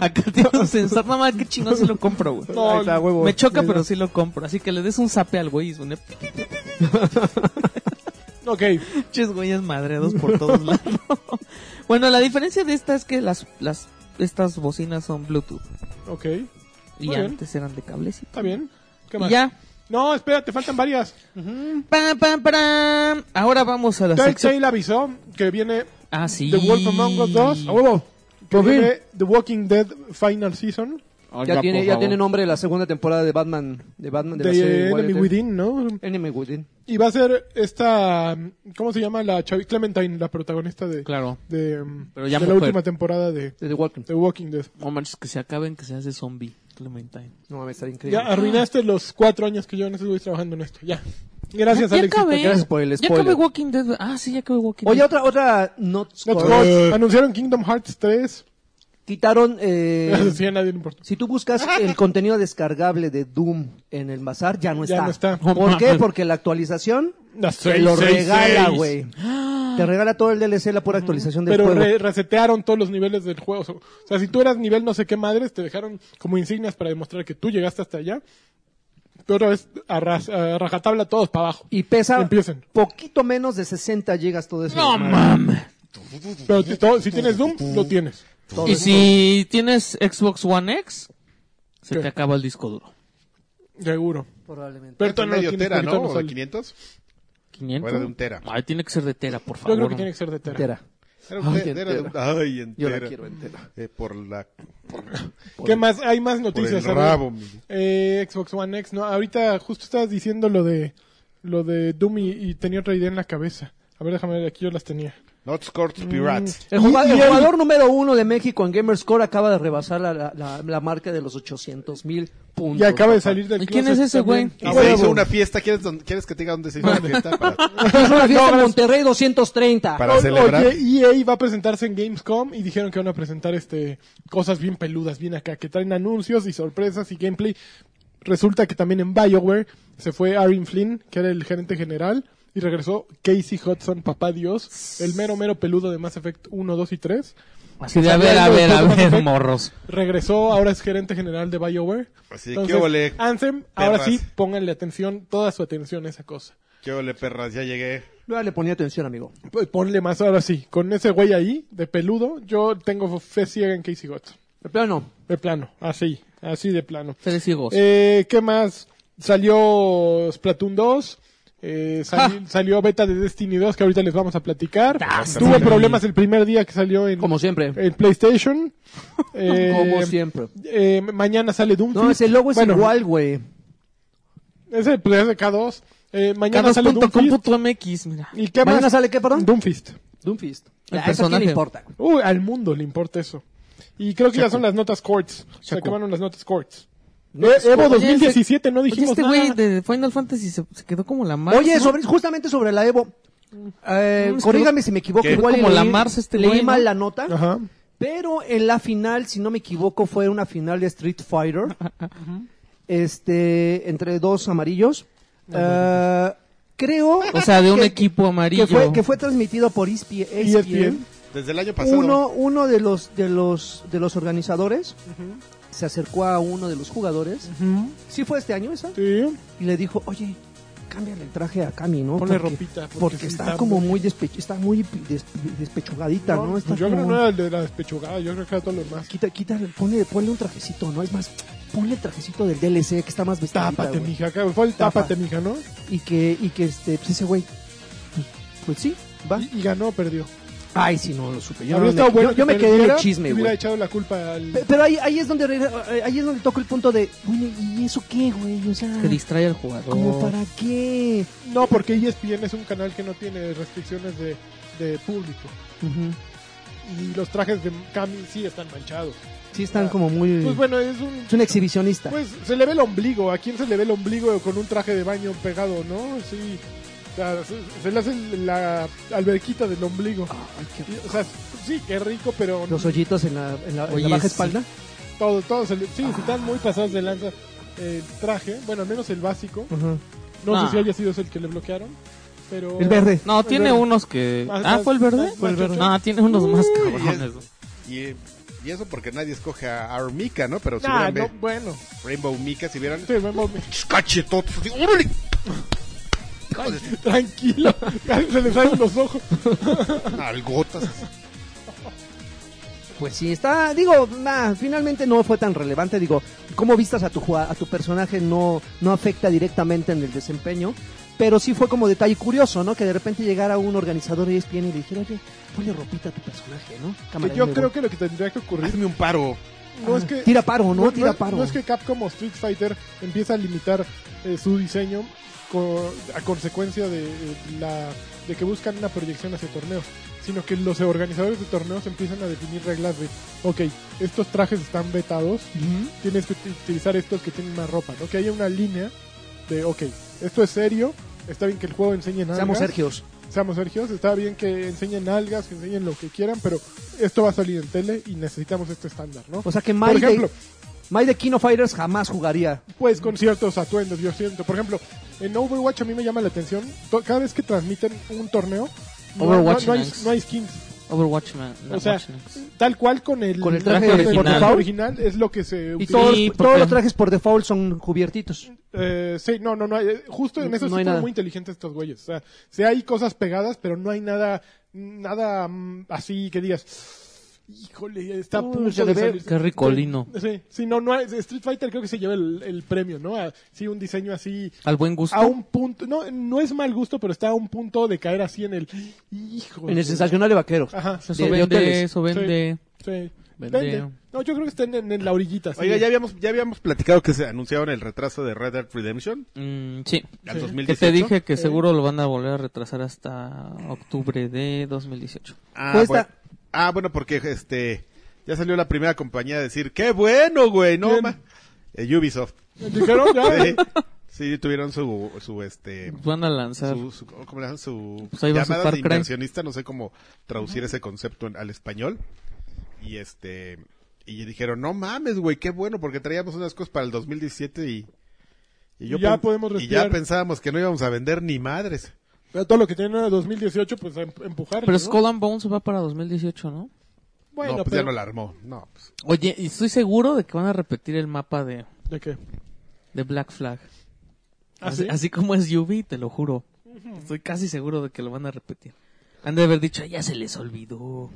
[SPEAKER 4] Acá tiene un sensor. Nada más, qué chingón, sí lo compro, güey.
[SPEAKER 2] No,
[SPEAKER 3] Ahí está, huevo.
[SPEAKER 4] Me choca, pero sí lo compro. Así que le des un zape al güey y suena. pi, pi,
[SPEAKER 2] Ok.
[SPEAKER 4] Pinches güeyes madreados por todos lados. bueno, la diferencia de esta es que las, las, estas bocinas son Bluetooth.
[SPEAKER 2] Ok.
[SPEAKER 4] Y
[SPEAKER 2] Muy bien.
[SPEAKER 4] antes eran de cablecito.
[SPEAKER 2] Está bien. ¿Qué
[SPEAKER 4] Y
[SPEAKER 2] más?
[SPEAKER 4] ya.
[SPEAKER 2] No, espérate, faltan varias.
[SPEAKER 4] Pam, pam, pam. Ahora vamos a la sección.
[SPEAKER 2] Telltale avisó que viene
[SPEAKER 4] Ah, sí.
[SPEAKER 2] The Wolf Among Us Ah, 2. ¡A huevo! Que viene The Walking Dead Final Season.
[SPEAKER 3] Ya tiene, ya tiene nombre la segunda temporada de Batman. De Batman de, la serie
[SPEAKER 2] De Enemy
[SPEAKER 3] Warrior.
[SPEAKER 2] Within, ¿no?
[SPEAKER 3] Enemy Within.
[SPEAKER 2] Y va a ser esta. ¿Cómo se llama? La Chavi Clementine, la protagonista de.
[SPEAKER 4] Claro.
[SPEAKER 2] de, um,
[SPEAKER 4] Pero ya
[SPEAKER 2] de la
[SPEAKER 4] mujer.
[SPEAKER 2] última temporada de
[SPEAKER 3] De The Walking.
[SPEAKER 2] The Walking Dead.
[SPEAKER 4] No manches, que se acaben, que se hace zombie. Clementine.
[SPEAKER 3] No mames, está increíble.
[SPEAKER 2] Ya arruinaste los cuatro años que yo no estuve trabajando en esto. Ya. Gracias,
[SPEAKER 4] ya
[SPEAKER 2] Alexito.
[SPEAKER 4] acabé.
[SPEAKER 3] gracias por el
[SPEAKER 4] Ya acabé
[SPEAKER 3] spoiler.
[SPEAKER 4] Walking Dead. Ah, sí, ya acabé Walking
[SPEAKER 3] Oye,
[SPEAKER 4] Dead.
[SPEAKER 3] otra, otra not
[SPEAKER 2] Let's
[SPEAKER 3] score.
[SPEAKER 2] go. Anunciaron Kingdom Hearts 3.
[SPEAKER 3] Quitaron, eh,
[SPEAKER 2] sí, a nadie le importa.
[SPEAKER 3] si tú buscas el contenido descargable de Doom en el bazar, ya no
[SPEAKER 2] Ya
[SPEAKER 3] está.
[SPEAKER 2] no está.
[SPEAKER 3] ¿Por qué? Porque la actualización
[SPEAKER 2] Las
[SPEAKER 3] te lo regala, güey. Te regala todo el DLC, la pura actualización del
[SPEAKER 2] Pero
[SPEAKER 3] juego.
[SPEAKER 2] re- resetearon todos los niveles del juego. O sea, si tú eras nivel no sé qué madres, te dejaron como insignias para demostrar que tú llegaste hasta allá. Pero otra vez a, ras- a rajatabla todos para abajo.
[SPEAKER 3] Y pesa
[SPEAKER 2] Empiecen.
[SPEAKER 3] poquito menos de 60 gigas todo eso.
[SPEAKER 4] No mames.
[SPEAKER 2] Pero si, todo- si tienes Doom, lo tienes.
[SPEAKER 3] Todo
[SPEAKER 4] Y
[SPEAKER 3] eso.
[SPEAKER 4] si tienes Xbox One X, se
[SPEAKER 2] ¿Qué?
[SPEAKER 4] te acaba el disco duro.
[SPEAKER 2] Seguro.
[SPEAKER 3] Probablemente.
[SPEAKER 2] Pero
[SPEAKER 5] Es
[SPEAKER 2] todavía no
[SPEAKER 5] medio
[SPEAKER 2] lo tienes
[SPEAKER 5] tera,
[SPEAKER 2] porque
[SPEAKER 5] ¿no?
[SPEAKER 2] todavía
[SPEAKER 5] ¿O
[SPEAKER 2] no
[SPEAKER 5] de
[SPEAKER 2] sale.
[SPEAKER 5] 500?
[SPEAKER 4] 500.
[SPEAKER 5] Fuera de un tera.
[SPEAKER 4] Ay, tiene que ser de tera, por favor.
[SPEAKER 2] Yo creo que tiene que ser de Tera.
[SPEAKER 3] Entera.
[SPEAKER 5] Era un
[SPEAKER 3] Ay,
[SPEAKER 5] te- era
[SPEAKER 3] entera.
[SPEAKER 5] de un- Ay,
[SPEAKER 3] Yo
[SPEAKER 5] entera.
[SPEAKER 3] la quiero entera.
[SPEAKER 5] Eh, por la... Por,
[SPEAKER 2] ¿Qué más? Hay más
[SPEAKER 5] por el
[SPEAKER 2] noticias. a ver.
[SPEAKER 5] rabo, mi-
[SPEAKER 2] Eh, Xbox One X, no, ahorita justo estabas diciendo lo de lo de Doom y, y tenía otra idea en la cabeza. A ver, déjame ver, aquí yo las tenía.
[SPEAKER 5] Not Scorched Pirates.
[SPEAKER 3] El,
[SPEAKER 2] Y-
[SPEAKER 3] jugador,
[SPEAKER 2] y
[SPEAKER 3] el
[SPEAKER 2] el-
[SPEAKER 3] jugador número uno de México en Gamerscore acaba de rebasar la, la- la- la marca de los 800 mil puntos.
[SPEAKER 2] Y acaba de
[SPEAKER 3] papá.
[SPEAKER 2] salir del
[SPEAKER 4] ¿Y quién
[SPEAKER 2] closet
[SPEAKER 4] es ese
[SPEAKER 2] también.
[SPEAKER 4] güey?
[SPEAKER 5] Y
[SPEAKER 2] Ah,
[SPEAKER 5] se
[SPEAKER 2] huevo.
[SPEAKER 5] hizo una fiesta. ¿Quieres, don- ¿Quieres que te diga dónde se hizo la fiesta? Para,
[SPEAKER 3] Es una fiesta en
[SPEAKER 2] No,
[SPEAKER 3] Monterrey 230.
[SPEAKER 5] para
[SPEAKER 2] O-
[SPEAKER 5] celebrar.
[SPEAKER 2] Oye, EA va a presentarse en Gamescom y dijeron que van a presentar este cosas bien peludas, bien acá, que traen anuncios y sorpresas y gameplay. Resulta que también en BioWare se fue Aaron Flynn, que era el gerente general, y regresó Casey Hudson, papá Dios, el mero mero peludo de Mass Effect 1, 2 y 3.
[SPEAKER 4] Así de, a ver, a ver, a ver,
[SPEAKER 2] Perfecto.
[SPEAKER 4] morros.
[SPEAKER 2] Regresó, ahora es gerente general de BioWare.
[SPEAKER 5] Así de, ¿qué ole?
[SPEAKER 2] Ansem, ahora
[SPEAKER 5] Perras.
[SPEAKER 2] sí, pónganle atención, toda su atención a esa cosa.
[SPEAKER 5] ¿Qué ole, perras? Ya llegué.
[SPEAKER 3] No le ponía atención, amigo.
[SPEAKER 2] P- Pues, Ponle más, ahora sí, con ese güey ahí, de peludo, yo tengo fe ciega en Casey Hudson.
[SPEAKER 3] De plano.
[SPEAKER 2] De plano, así, así de plano.
[SPEAKER 4] Tres ciegos.
[SPEAKER 2] Eh, ¿Qué más? Salió Splatoon 2. eh, sali- Salió beta de Destiny 2 que ahorita les vamos a platicar. Tuvo problemas el primer día que salió en,
[SPEAKER 3] Ah, Como siempre.
[SPEAKER 2] en PlayStation. Eh,
[SPEAKER 3] Como siempre.
[SPEAKER 2] eh, mañana sale Doomfist.
[SPEAKER 3] No, ese logo es
[SPEAKER 2] Bueno,
[SPEAKER 3] igual, güey.
[SPEAKER 2] Ese pues, es de K2. Eh, mañana sale Doomfist.
[SPEAKER 4] K2.com.mx, mira.
[SPEAKER 2] ¿Y qué
[SPEAKER 3] ¿Mañana
[SPEAKER 2] más?
[SPEAKER 3] sale qué, perdón?
[SPEAKER 2] Doomfist.
[SPEAKER 3] Doomfist.
[SPEAKER 4] El
[SPEAKER 3] Ah, eso a quién
[SPEAKER 4] personaje.
[SPEAKER 3] le importa.
[SPEAKER 2] Uy, al mundo le importa eso. Y creo que ya son las notas courts. Se
[SPEAKER 4] Chacu.
[SPEAKER 2] acabaron las notas courts.
[SPEAKER 3] Notas
[SPEAKER 2] Eh, Evo
[SPEAKER 4] Oye,
[SPEAKER 2] 2017, no
[SPEAKER 4] Oye,
[SPEAKER 2] dijimos
[SPEAKER 4] este
[SPEAKER 2] nada.
[SPEAKER 4] güey de Final Fantasy se, se quedó como la Mars.
[SPEAKER 3] Oye,
[SPEAKER 4] ¿no?
[SPEAKER 3] sobre, justamente sobre la Evo. Eh,
[SPEAKER 4] No, es que-
[SPEAKER 3] corrígame si me equivoco.
[SPEAKER 5] ¿Qué?
[SPEAKER 3] Igual y
[SPEAKER 4] Como la
[SPEAKER 3] leí-
[SPEAKER 4] Mars este
[SPEAKER 3] leí
[SPEAKER 4] güey, ¿no?
[SPEAKER 3] mal la nota.
[SPEAKER 2] Ajá.
[SPEAKER 3] Pero en la final, si no me equivoco, fue una final de Street Fighter. este, entre dos amarillos. Eh, creo.
[SPEAKER 4] O sea, de un
[SPEAKER 3] que-
[SPEAKER 4] equipo amarillo.
[SPEAKER 3] Que fue, que fue transmitido por E ESPN.
[SPEAKER 4] E
[SPEAKER 2] ESPN.
[SPEAKER 5] Desde el año pasado.
[SPEAKER 3] Uno, uno de los de los de los organizadores se acercó a uno de los jugadores. Sí fue este año esa.
[SPEAKER 2] Sí.
[SPEAKER 3] Y le dijo, oye, cámbiale el traje a Cami, ¿no?
[SPEAKER 2] Ponle ropita, porque
[SPEAKER 3] Porque,
[SPEAKER 2] sí
[SPEAKER 3] está,
[SPEAKER 2] está
[SPEAKER 3] como
[SPEAKER 2] muy-
[SPEAKER 3] muy despe- está muy despe- despechugadita, ¿no?
[SPEAKER 2] No, pues
[SPEAKER 3] Está
[SPEAKER 2] yo creo que
[SPEAKER 3] como-
[SPEAKER 2] no era el de la despechugada, yo creo que era todo lo demás.
[SPEAKER 3] Quita, quita, ponle, ponle un trajecito, ¿no? Es más, ponle el trajecito del DLC que está más vestidita,
[SPEAKER 2] Tápate,
[SPEAKER 3] güey.
[SPEAKER 2] mija. acá Fue el
[SPEAKER 3] Tapa.
[SPEAKER 2] tápate, mija, ¿no?
[SPEAKER 3] Y que, y que este, pues ese güey, pues, pues sí, va.
[SPEAKER 2] Y, y ganó, perdió.
[SPEAKER 3] Ay, si no lo supe. Yo,
[SPEAKER 2] Habría
[SPEAKER 3] no me,
[SPEAKER 2] estado bueno
[SPEAKER 3] yo- yo
[SPEAKER 2] que
[SPEAKER 3] me quedé en el
[SPEAKER 2] perdiera
[SPEAKER 3] chisme,
[SPEAKER 2] y Hubiera
[SPEAKER 3] güey.
[SPEAKER 2] echado la culpa al.
[SPEAKER 3] Pe- Pero ahí, ahí es donde re- ahí es donde toco el punto de, bueno, ¿y eso qué, güey? O sea,
[SPEAKER 4] Que distrae al jugador.
[SPEAKER 3] ¿como para qué?
[SPEAKER 2] No, porque E ESPN es un canal que no tiene restricciones de, de público. Y los trajes de Cami sí están manchados.
[SPEAKER 3] Sí están
[SPEAKER 2] Ah,
[SPEAKER 3] como muy...
[SPEAKER 2] Pues bueno, es un.
[SPEAKER 3] es un exhibicionista.
[SPEAKER 2] Pues se le ve el ombligo. ¿A quién se le ve el ombligo con un traje de baño pegado, no? Sí. O sea, se, se le hace la alberquita del ombligo.
[SPEAKER 3] Ay, qué-
[SPEAKER 2] Y, O sea, sí, qué rico, pero.
[SPEAKER 3] Los hoyitos en la, en la, en la
[SPEAKER 4] Oye,
[SPEAKER 3] baja
[SPEAKER 4] sí.
[SPEAKER 3] espalda.
[SPEAKER 2] Todo, todo. se le- sí, si están muy pasados de lanza. El traje, bueno, al menos el básico.
[SPEAKER 3] Ajá.
[SPEAKER 2] No
[SPEAKER 4] Ah.
[SPEAKER 2] sé si haya sido ese el que le bloquearon, pero...
[SPEAKER 3] El verde.
[SPEAKER 4] No,
[SPEAKER 2] El
[SPEAKER 4] tiene
[SPEAKER 2] verde.
[SPEAKER 4] unos que.
[SPEAKER 2] Más-
[SPEAKER 4] Ah,
[SPEAKER 2] más-
[SPEAKER 4] ¿fue el verde?
[SPEAKER 2] más- Fue el verde.
[SPEAKER 4] No, tiene unos más cabrones.
[SPEAKER 5] es- Y, y eso porque nadie escoge a Armica, ¿no? Pero si
[SPEAKER 2] Nah,
[SPEAKER 5] hubieran
[SPEAKER 2] no,
[SPEAKER 5] ve-
[SPEAKER 2] bueno.
[SPEAKER 5] Rainbow Mica, si vieran...
[SPEAKER 2] Sí, vemos-
[SPEAKER 5] ¡Cachetotes! así, ¡Órale! Hijos de su-
[SPEAKER 2] Tranquilo, se le salen los ojos.
[SPEAKER 5] Nalgotas.
[SPEAKER 3] Pues sí, está, digo, nah, finalmente no fue tan relevante, digo, cómo vistas a tu jua- a tu personaje no, no afecta directamente en el desempeño, pero sí fue como detalle curioso, ¿no? Que de repente llegara un organizador de E ESPN y le dijera, oye, ponle ropita a tu personaje, ¿no? Cámara,
[SPEAKER 2] Yo
[SPEAKER 3] ahí me
[SPEAKER 2] creo
[SPEAKER 3] voy".
[SPEAKER 2] que lo que tendría que ocurrir
[SPEAKER 5] Hazme un paro.
[SPEAKER 2] no es que...
[SPEAKER 3] Tira paro, ¿no?
[SPEAKER 2] no-
[SPEAKER 3] Tira
[SPEAKER 2] no-
[SPEAKER 3] paro.
[SPEAKER 2] no es que Capcom o Street Fighter empieza a limitar eh, su diseño co- a consecuencia de, eh, la, de que buscan una proyección hacia torneos, sino que los organizadores de torneos empiezan a definir reglas de, ok, estos trajes están vetados, tienes que uti- utilizar estos que tienen más ropa, ¿no? Que haya una línea de, ok, esto es serio, está bien que el juego enseñe nalgas.
[SPEAKER 3] Seamos Sergios.
[SPEAKER 2] Seamos Sergios, está bien que enseñen algas, que enseñen lo que quieran, pero esto va a salir en tele y necesitamos este estándar, ¿no?
[SPEAKER 3] O sea que
[SPEAKER 2] Por
[SPEAKER 3] Mike
[SPEAKER 2] ejemplo,
[SPEAKER 3] de, Mike de Kino Fighters jamás jugaría.
[SPEAKER 2] pues con ciertos atuendos, yo siento. Por ejemplo, en Overwatch a mí me llama la atención, to- cada vez que transmiten un torneo, no-
[SPEAKER 4] Overwatch
[SPEAKER 2] no, no hay,
[SPEAKER 4] Next.
[SPEAKER 2] no hay skins.
[SPEAKER 4] Overwatch Man.
[SPEAKER 2] O sea,
[SPEAKER 4] Watch Next.
[SPEAKER 2] Tal cual con el,
[SPEAKER 3] Con el traje
[SPEAKER 4] original.
[SPEAKER 2] original es lo que se
[SPEAKER 4] Y
[SPEAKER 2] utiliza.
[SPEAKER 3] Todos,
[SPEAKER 4] Sí,
[SPEAKER 3] todos
[SPEAKER 4] porque-
[SPEAKER 3] los trajes por default son cubiertitos.
[SPEAKER 2] Eh, sí, no, no, no. hay- eh, Justo en
[SPEAKER 3] No-
[SPEAKER 2] eso sí
[SPEAKER 3] no hay
[SPEAKER 2] fueron
[SPEAKER 3] nada.
[SPEAKER 2] muy inteligentes estos güeyes. O sea, sí hay cosas pegadas, pero no hay nada, nada mm, así que digas, híjole, está a
[SPEAKER 3] Uy,
[SPEAKER 2] punto
[SPEAKER 3] ya
[SPEAKER 2] de
[SPEAKER 3] le veo,
[SPEAKER 2] salir".
[SPEAKER 4] qué ricolino.
[SPEAKER 2] Sí, sí, no, no. hay- Street Fighter creo que se lleva el, el premio, ¿no? A- sí, un diseño así
[SPEAKER 4] Al buen gusto.
[SPEAKER 2] a un punto, no, no es mal gusto, pero está a un punto de caer así en el, híjole.
[SPEAKER 3] En el sensacional de vaqueros.
[SPEAKER 2] Ajá.
[SPEAKER 4] Eso
[SPEAKER 3] de- de
[SPEAKER 4] vende,
[SPEAKER 3] hoteles.
[SPEAKER 4] eso vende.
[SPEAKER 2] Sí.
[SPEAKER 4] Vende.
[SPEAKER 2] Vende. No, yo creo que está en, en la orillita. sí.
[SPEAKER 5] Oiga, ya habíamos, ya habíamos platicado que se anunciaron el retraso de Red Dead Redemption
[SPEAKER 4] Mm, sí.
[SPEAKER 2] Sí.
[SPEAKER 5] al
[SPEAKER 4] Que
[SPEAKER 5] 2018.
[SPEAKER 4] te dije que seguro lo van a volver a retrasar hasta octubre de 2018.
[SPEAKER 5] Ah,
[SPEAKER 3] Cuesta-
[SPEAKER 5] bueno. Ah, bueno, porque este ya salió la primera compañía a decir, "Qué bueno, güey, no
[SPEAKER 2] ¿Quién?
[SPEAKER 5] ma-". Eh, Ubisoft.
[SPEAKER 2] Dijeron, ya.
[SPEAKER 5] Sí, sí, tuvieron su su este
[SPEAKER 4] Van a lanzar.
[SPEAKER 5] su, su- ¿cómo le llaman? Su
[SPEAKER 4] Pues ahí va su
[SPEAKER 5] llamada
[SPEAKER 4] Far
[SPEAKER 5] de
[SPEAKER 4] Cry.
[SPEAKER 5] inversionista, no sé cómo traducir ese concepto en- al español. Y este y dijeron, "No mames, güey, qué bueno porque traíamos unas cosas para el 2017 y
[SPEAKER 2] Y ya
[SPEAKER 5] pen-
[SPEAKER 2] podemos
[SPEAKER 5] y ya
[SPEAKER 2] respirar.
[SPEAKER 5] pensábamos que no íbamos a vender ni madres.
[SPEAKER 2] Pero todo lo que tienen era 2018, pues a em- empujar.
[SPEAKER 4] Pero
[SPEAKER 2] ¿no?
[SPEAKER 4] Skull and Bones va para 2018, ¿no?
[SPEAKER 2] Bueno,
[SPEAKER 5] no, pues
[SPEAKER 2] pero-
[SPEAKER 5] ya no la armó. No, pues,
[SPEAKER 4] Oye, y estoy seguro de que van a repetir el mapa de,
[SPEAKER 2] ¿De qué?
[SPEAKER 4] de Black Flag.
[SPEAKER 2] ¿Ah,
[SPEAKER 4] así,
[SPEAKER 2] sí?
[SPEAKER 4] así como es Yubi, te lo juro. Estoy casi seguro de que lo van a repetir. Han de haber dicho, ya se les olvidó.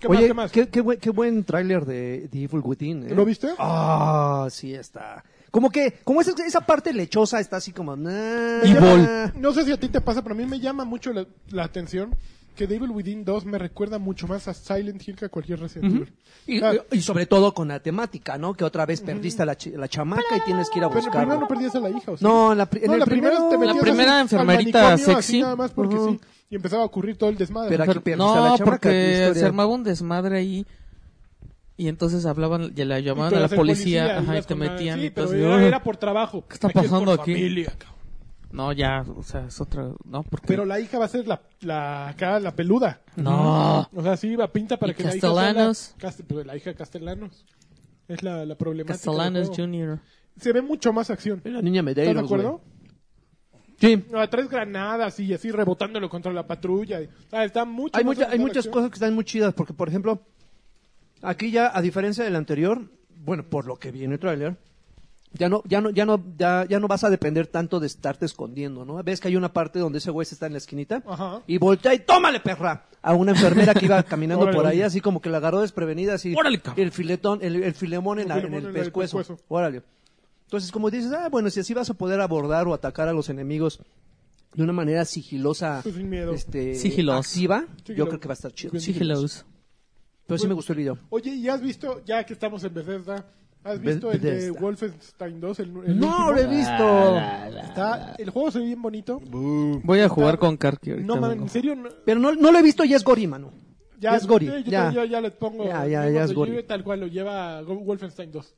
[SPEAKER 2] ¿Qué
[SPEAKER 3] Oye,
[SPEAKER 2] más? ¿Qué más?
[SPEAKER 3] Qué, qué buen, qué buen tráiler de The Evil Within. ¿eh?
[SPEAKER 2] ¿Lo viste?
[SPEAKER 3] Ah, sí está. Como que, como esa, esa parte lechosa está así como... nah,
[SPEAKER 4] Y
[SPEAKER 3] nah.
[SPEAKER 4] Vol.
[SPEAKER 2] No sé si a ti te pasa, pero a mí me llama mucho la, la atención que Devil Within 2 me recuerda mucho más a Silent Hill que a cualquier Resident Evil.
[SPEAKER 3] Y,
[SPEAKER 2] Ah,
[SPEAKER 3] y sobre todo con la temática, ¿no? Que otra vez perdiste a la, chi- la chamaca y tienes que ir a
[SPEAKER 2] pero en el
[SPEAKER 3] buscarla.
[SPEAKER 2] primero no perdías a la hija, ¿o sí?
[SPEAKER 3] No, la, pri- en
[SPEAKER 2] No,
[SPEAKER 3] el
[SPEAKER 2] la primera
[SPEAKER 3] primero-
[SPEAKER 2] te
[SPEAKER 4] La
[SPEAKER 2] metías
[SPEAKER 4] primera
[SPEAKER 2] así al
[SPEAKER 4] enfermerita
[SPEAKER 2] manicomio, así
[SPEAKER 4] sexy.
[SPEAKER 2] nada más porque sí. Y empezaba a ocurrir todo el desmadre.
[SPEAKER 3] Pero aquí perdiste a la
[SPEAKER 4] No,
[SPEAKER 3] chamaca, tu
[SPEAKER 4] porque
[SPEAKER 3] historia.
[SPEAKER 4] se armaba un desmadre ahí. Y entonces hablaban, ya la llamaban
[SPEAKER 2] Tú
[SPEAKER 4] a la
[SPEAKER 2] eras el
[SPEAKER 4] policía,
[SPEAKER 2] y
[SPEAKER 4] ajá, y
[SPEAKER 2] ibas
[SPEAKER 4] te
[SPEAKER 2] con la-
[SPEAKER 4] metían
[SPEAKER 2] sí,
[SPEAKER 4] y
[SPEAKER 2] pero
[SPEAKER 4] todo
[SPEAKER 2] era,
[SPEAKER 4] así,
[SPEAKER 2] era por trabajo.
[SPEAKER 4] ¿Qué está
[SPEAKER 2] es por
[SPEAKER 4] pasando aquí?
[SPEAKER 2] familia, cabrón.
[SPEAKER 4] No, ya, o sea, es otra, no, porque
[SPEAKER 2] pero la hija va a ser la, la, acá, la peluda.
[SPEAKER 4] no.
[SPEAKER 2] O sea, sí, va pinta para
[SPEAKER 4] ¿Y
[SPEAKER 2] que la hija sea
[SPEAKER 4] Castellanos?
[SPEAKER 2] la Cast- pero la hija Castellanos. Es la, la problemática. del
[SPEAKER 4] Castellanos
[SPEAKER 2] juego.
[SPEAKER 4] Jr.
[SPEAKER 2] Se ve mucho más acción.
[SPEAKER 3] La niña Medeiros,
[SPEAKER 2] ¿Estás de acuerdo?
[SPEAKER 3] güey. Sí.
[SPEAKER 2] No, a tres granadas y así rebotándolo contra la patrulla. y- o sea, está mucho
[SPEAKER 3] Hay,
[SPEAKER 2] más
[SPEAKER 3] mucha- hay
[SPEAKER 2] avanzada la
[SPEAKER 3] muchas
[SPEAKER 2] acción.
[SPEAKER 3] cosas que están muy chidas, porque por ejemplo, aquí ya, a diferencia del anterior, bueno, por lo que viene el trailer, ya no, ya no, ya no, ya, ya no vas a depender tanto de estarte escondiendo, ¿no? Ves que hay una parte donde ese güey se está en la esquinita
[SPEAKER 2] Ajá.
[SPEAKER 3] y voltea y tómale, perra, a una enfermera que iba caminando
[SPEAKER 2] Órale,
[SPEAKER 3] por ahí,
[SPEAKER 2] órale.
[SPEAKER 3] así como que la agarró desprevenida, así
[SPEAKER 4] Órale, cabrón.
[SPEAKER 3] el filetón, el, el filemón en,
[SPEAKER 2] El
[SPEAKER 3] la- en
[SPEAKER 2] filemón
[SPEAKER 3] el
[SPEAKER 2] en el
[SPEAKER 3] pescuezo.
[SPEAKER 2] pescuezo.
[SPEAKER 3] Órale. Entonces, como dices, ah, bueno, si así vas a poder abordar o atacar a los enemigos de una manera sigilosa,
[SPEAKER 2] Pues sin miedo.
[SPEAKER 3] este,
[SPEAKER 4] Sigilos.
[SPEAKER 3] activa, yo
[SPEAKER 2] Sigilos.
[SPEAKER 3] creo que va a estar chido.
[SPEAKER 2] Bien.
[SPEAKER 4] Sí, hellos.
[SPEAKER 3] Pero sí me gustó el video.
[SPEAKER 2] Oye, ¿y has visto, ya que estamos en Bethesda, has visto
[SPEAKER 3] Be-
[SPEAKER 2] el de
[SPEAKER 3] Bethesda.
[SPEAKER 2] Wolfenstein 2? El, el
[SPEAKER 3] no
[SPEAKER 2] último?
[SPEAKER 3] lo he visto.
[SPEAKER 2] Está, el juego se ve bien bonito.
[SPEAKER 5] boom.
[SPEAKER 4] Voy a jugar con Karki ahorita.
[SPEAKER 2] No, man,
[SPEAKER 4] vengo.
[SPEAKER 2] en serio, no-
[SPEAKER 3] Pero no, no lo he visto y es Gori, mano. Ya es Gori.
[SPEAKER 2] eh, Yo,
[SPEAKER 3] ya.
[SPEAKER 2] yo ya le pongo.
[SPEAKER 3] Ya, ya,
[SPEAKER 2] yo
[SPEAKER 3] ya
[SPEAKER 2] cuando
[SPEAKER 3] es Gori.
[SPEAKER 2] llegue Tal cual lo lleva Go- Wolfenstein 2.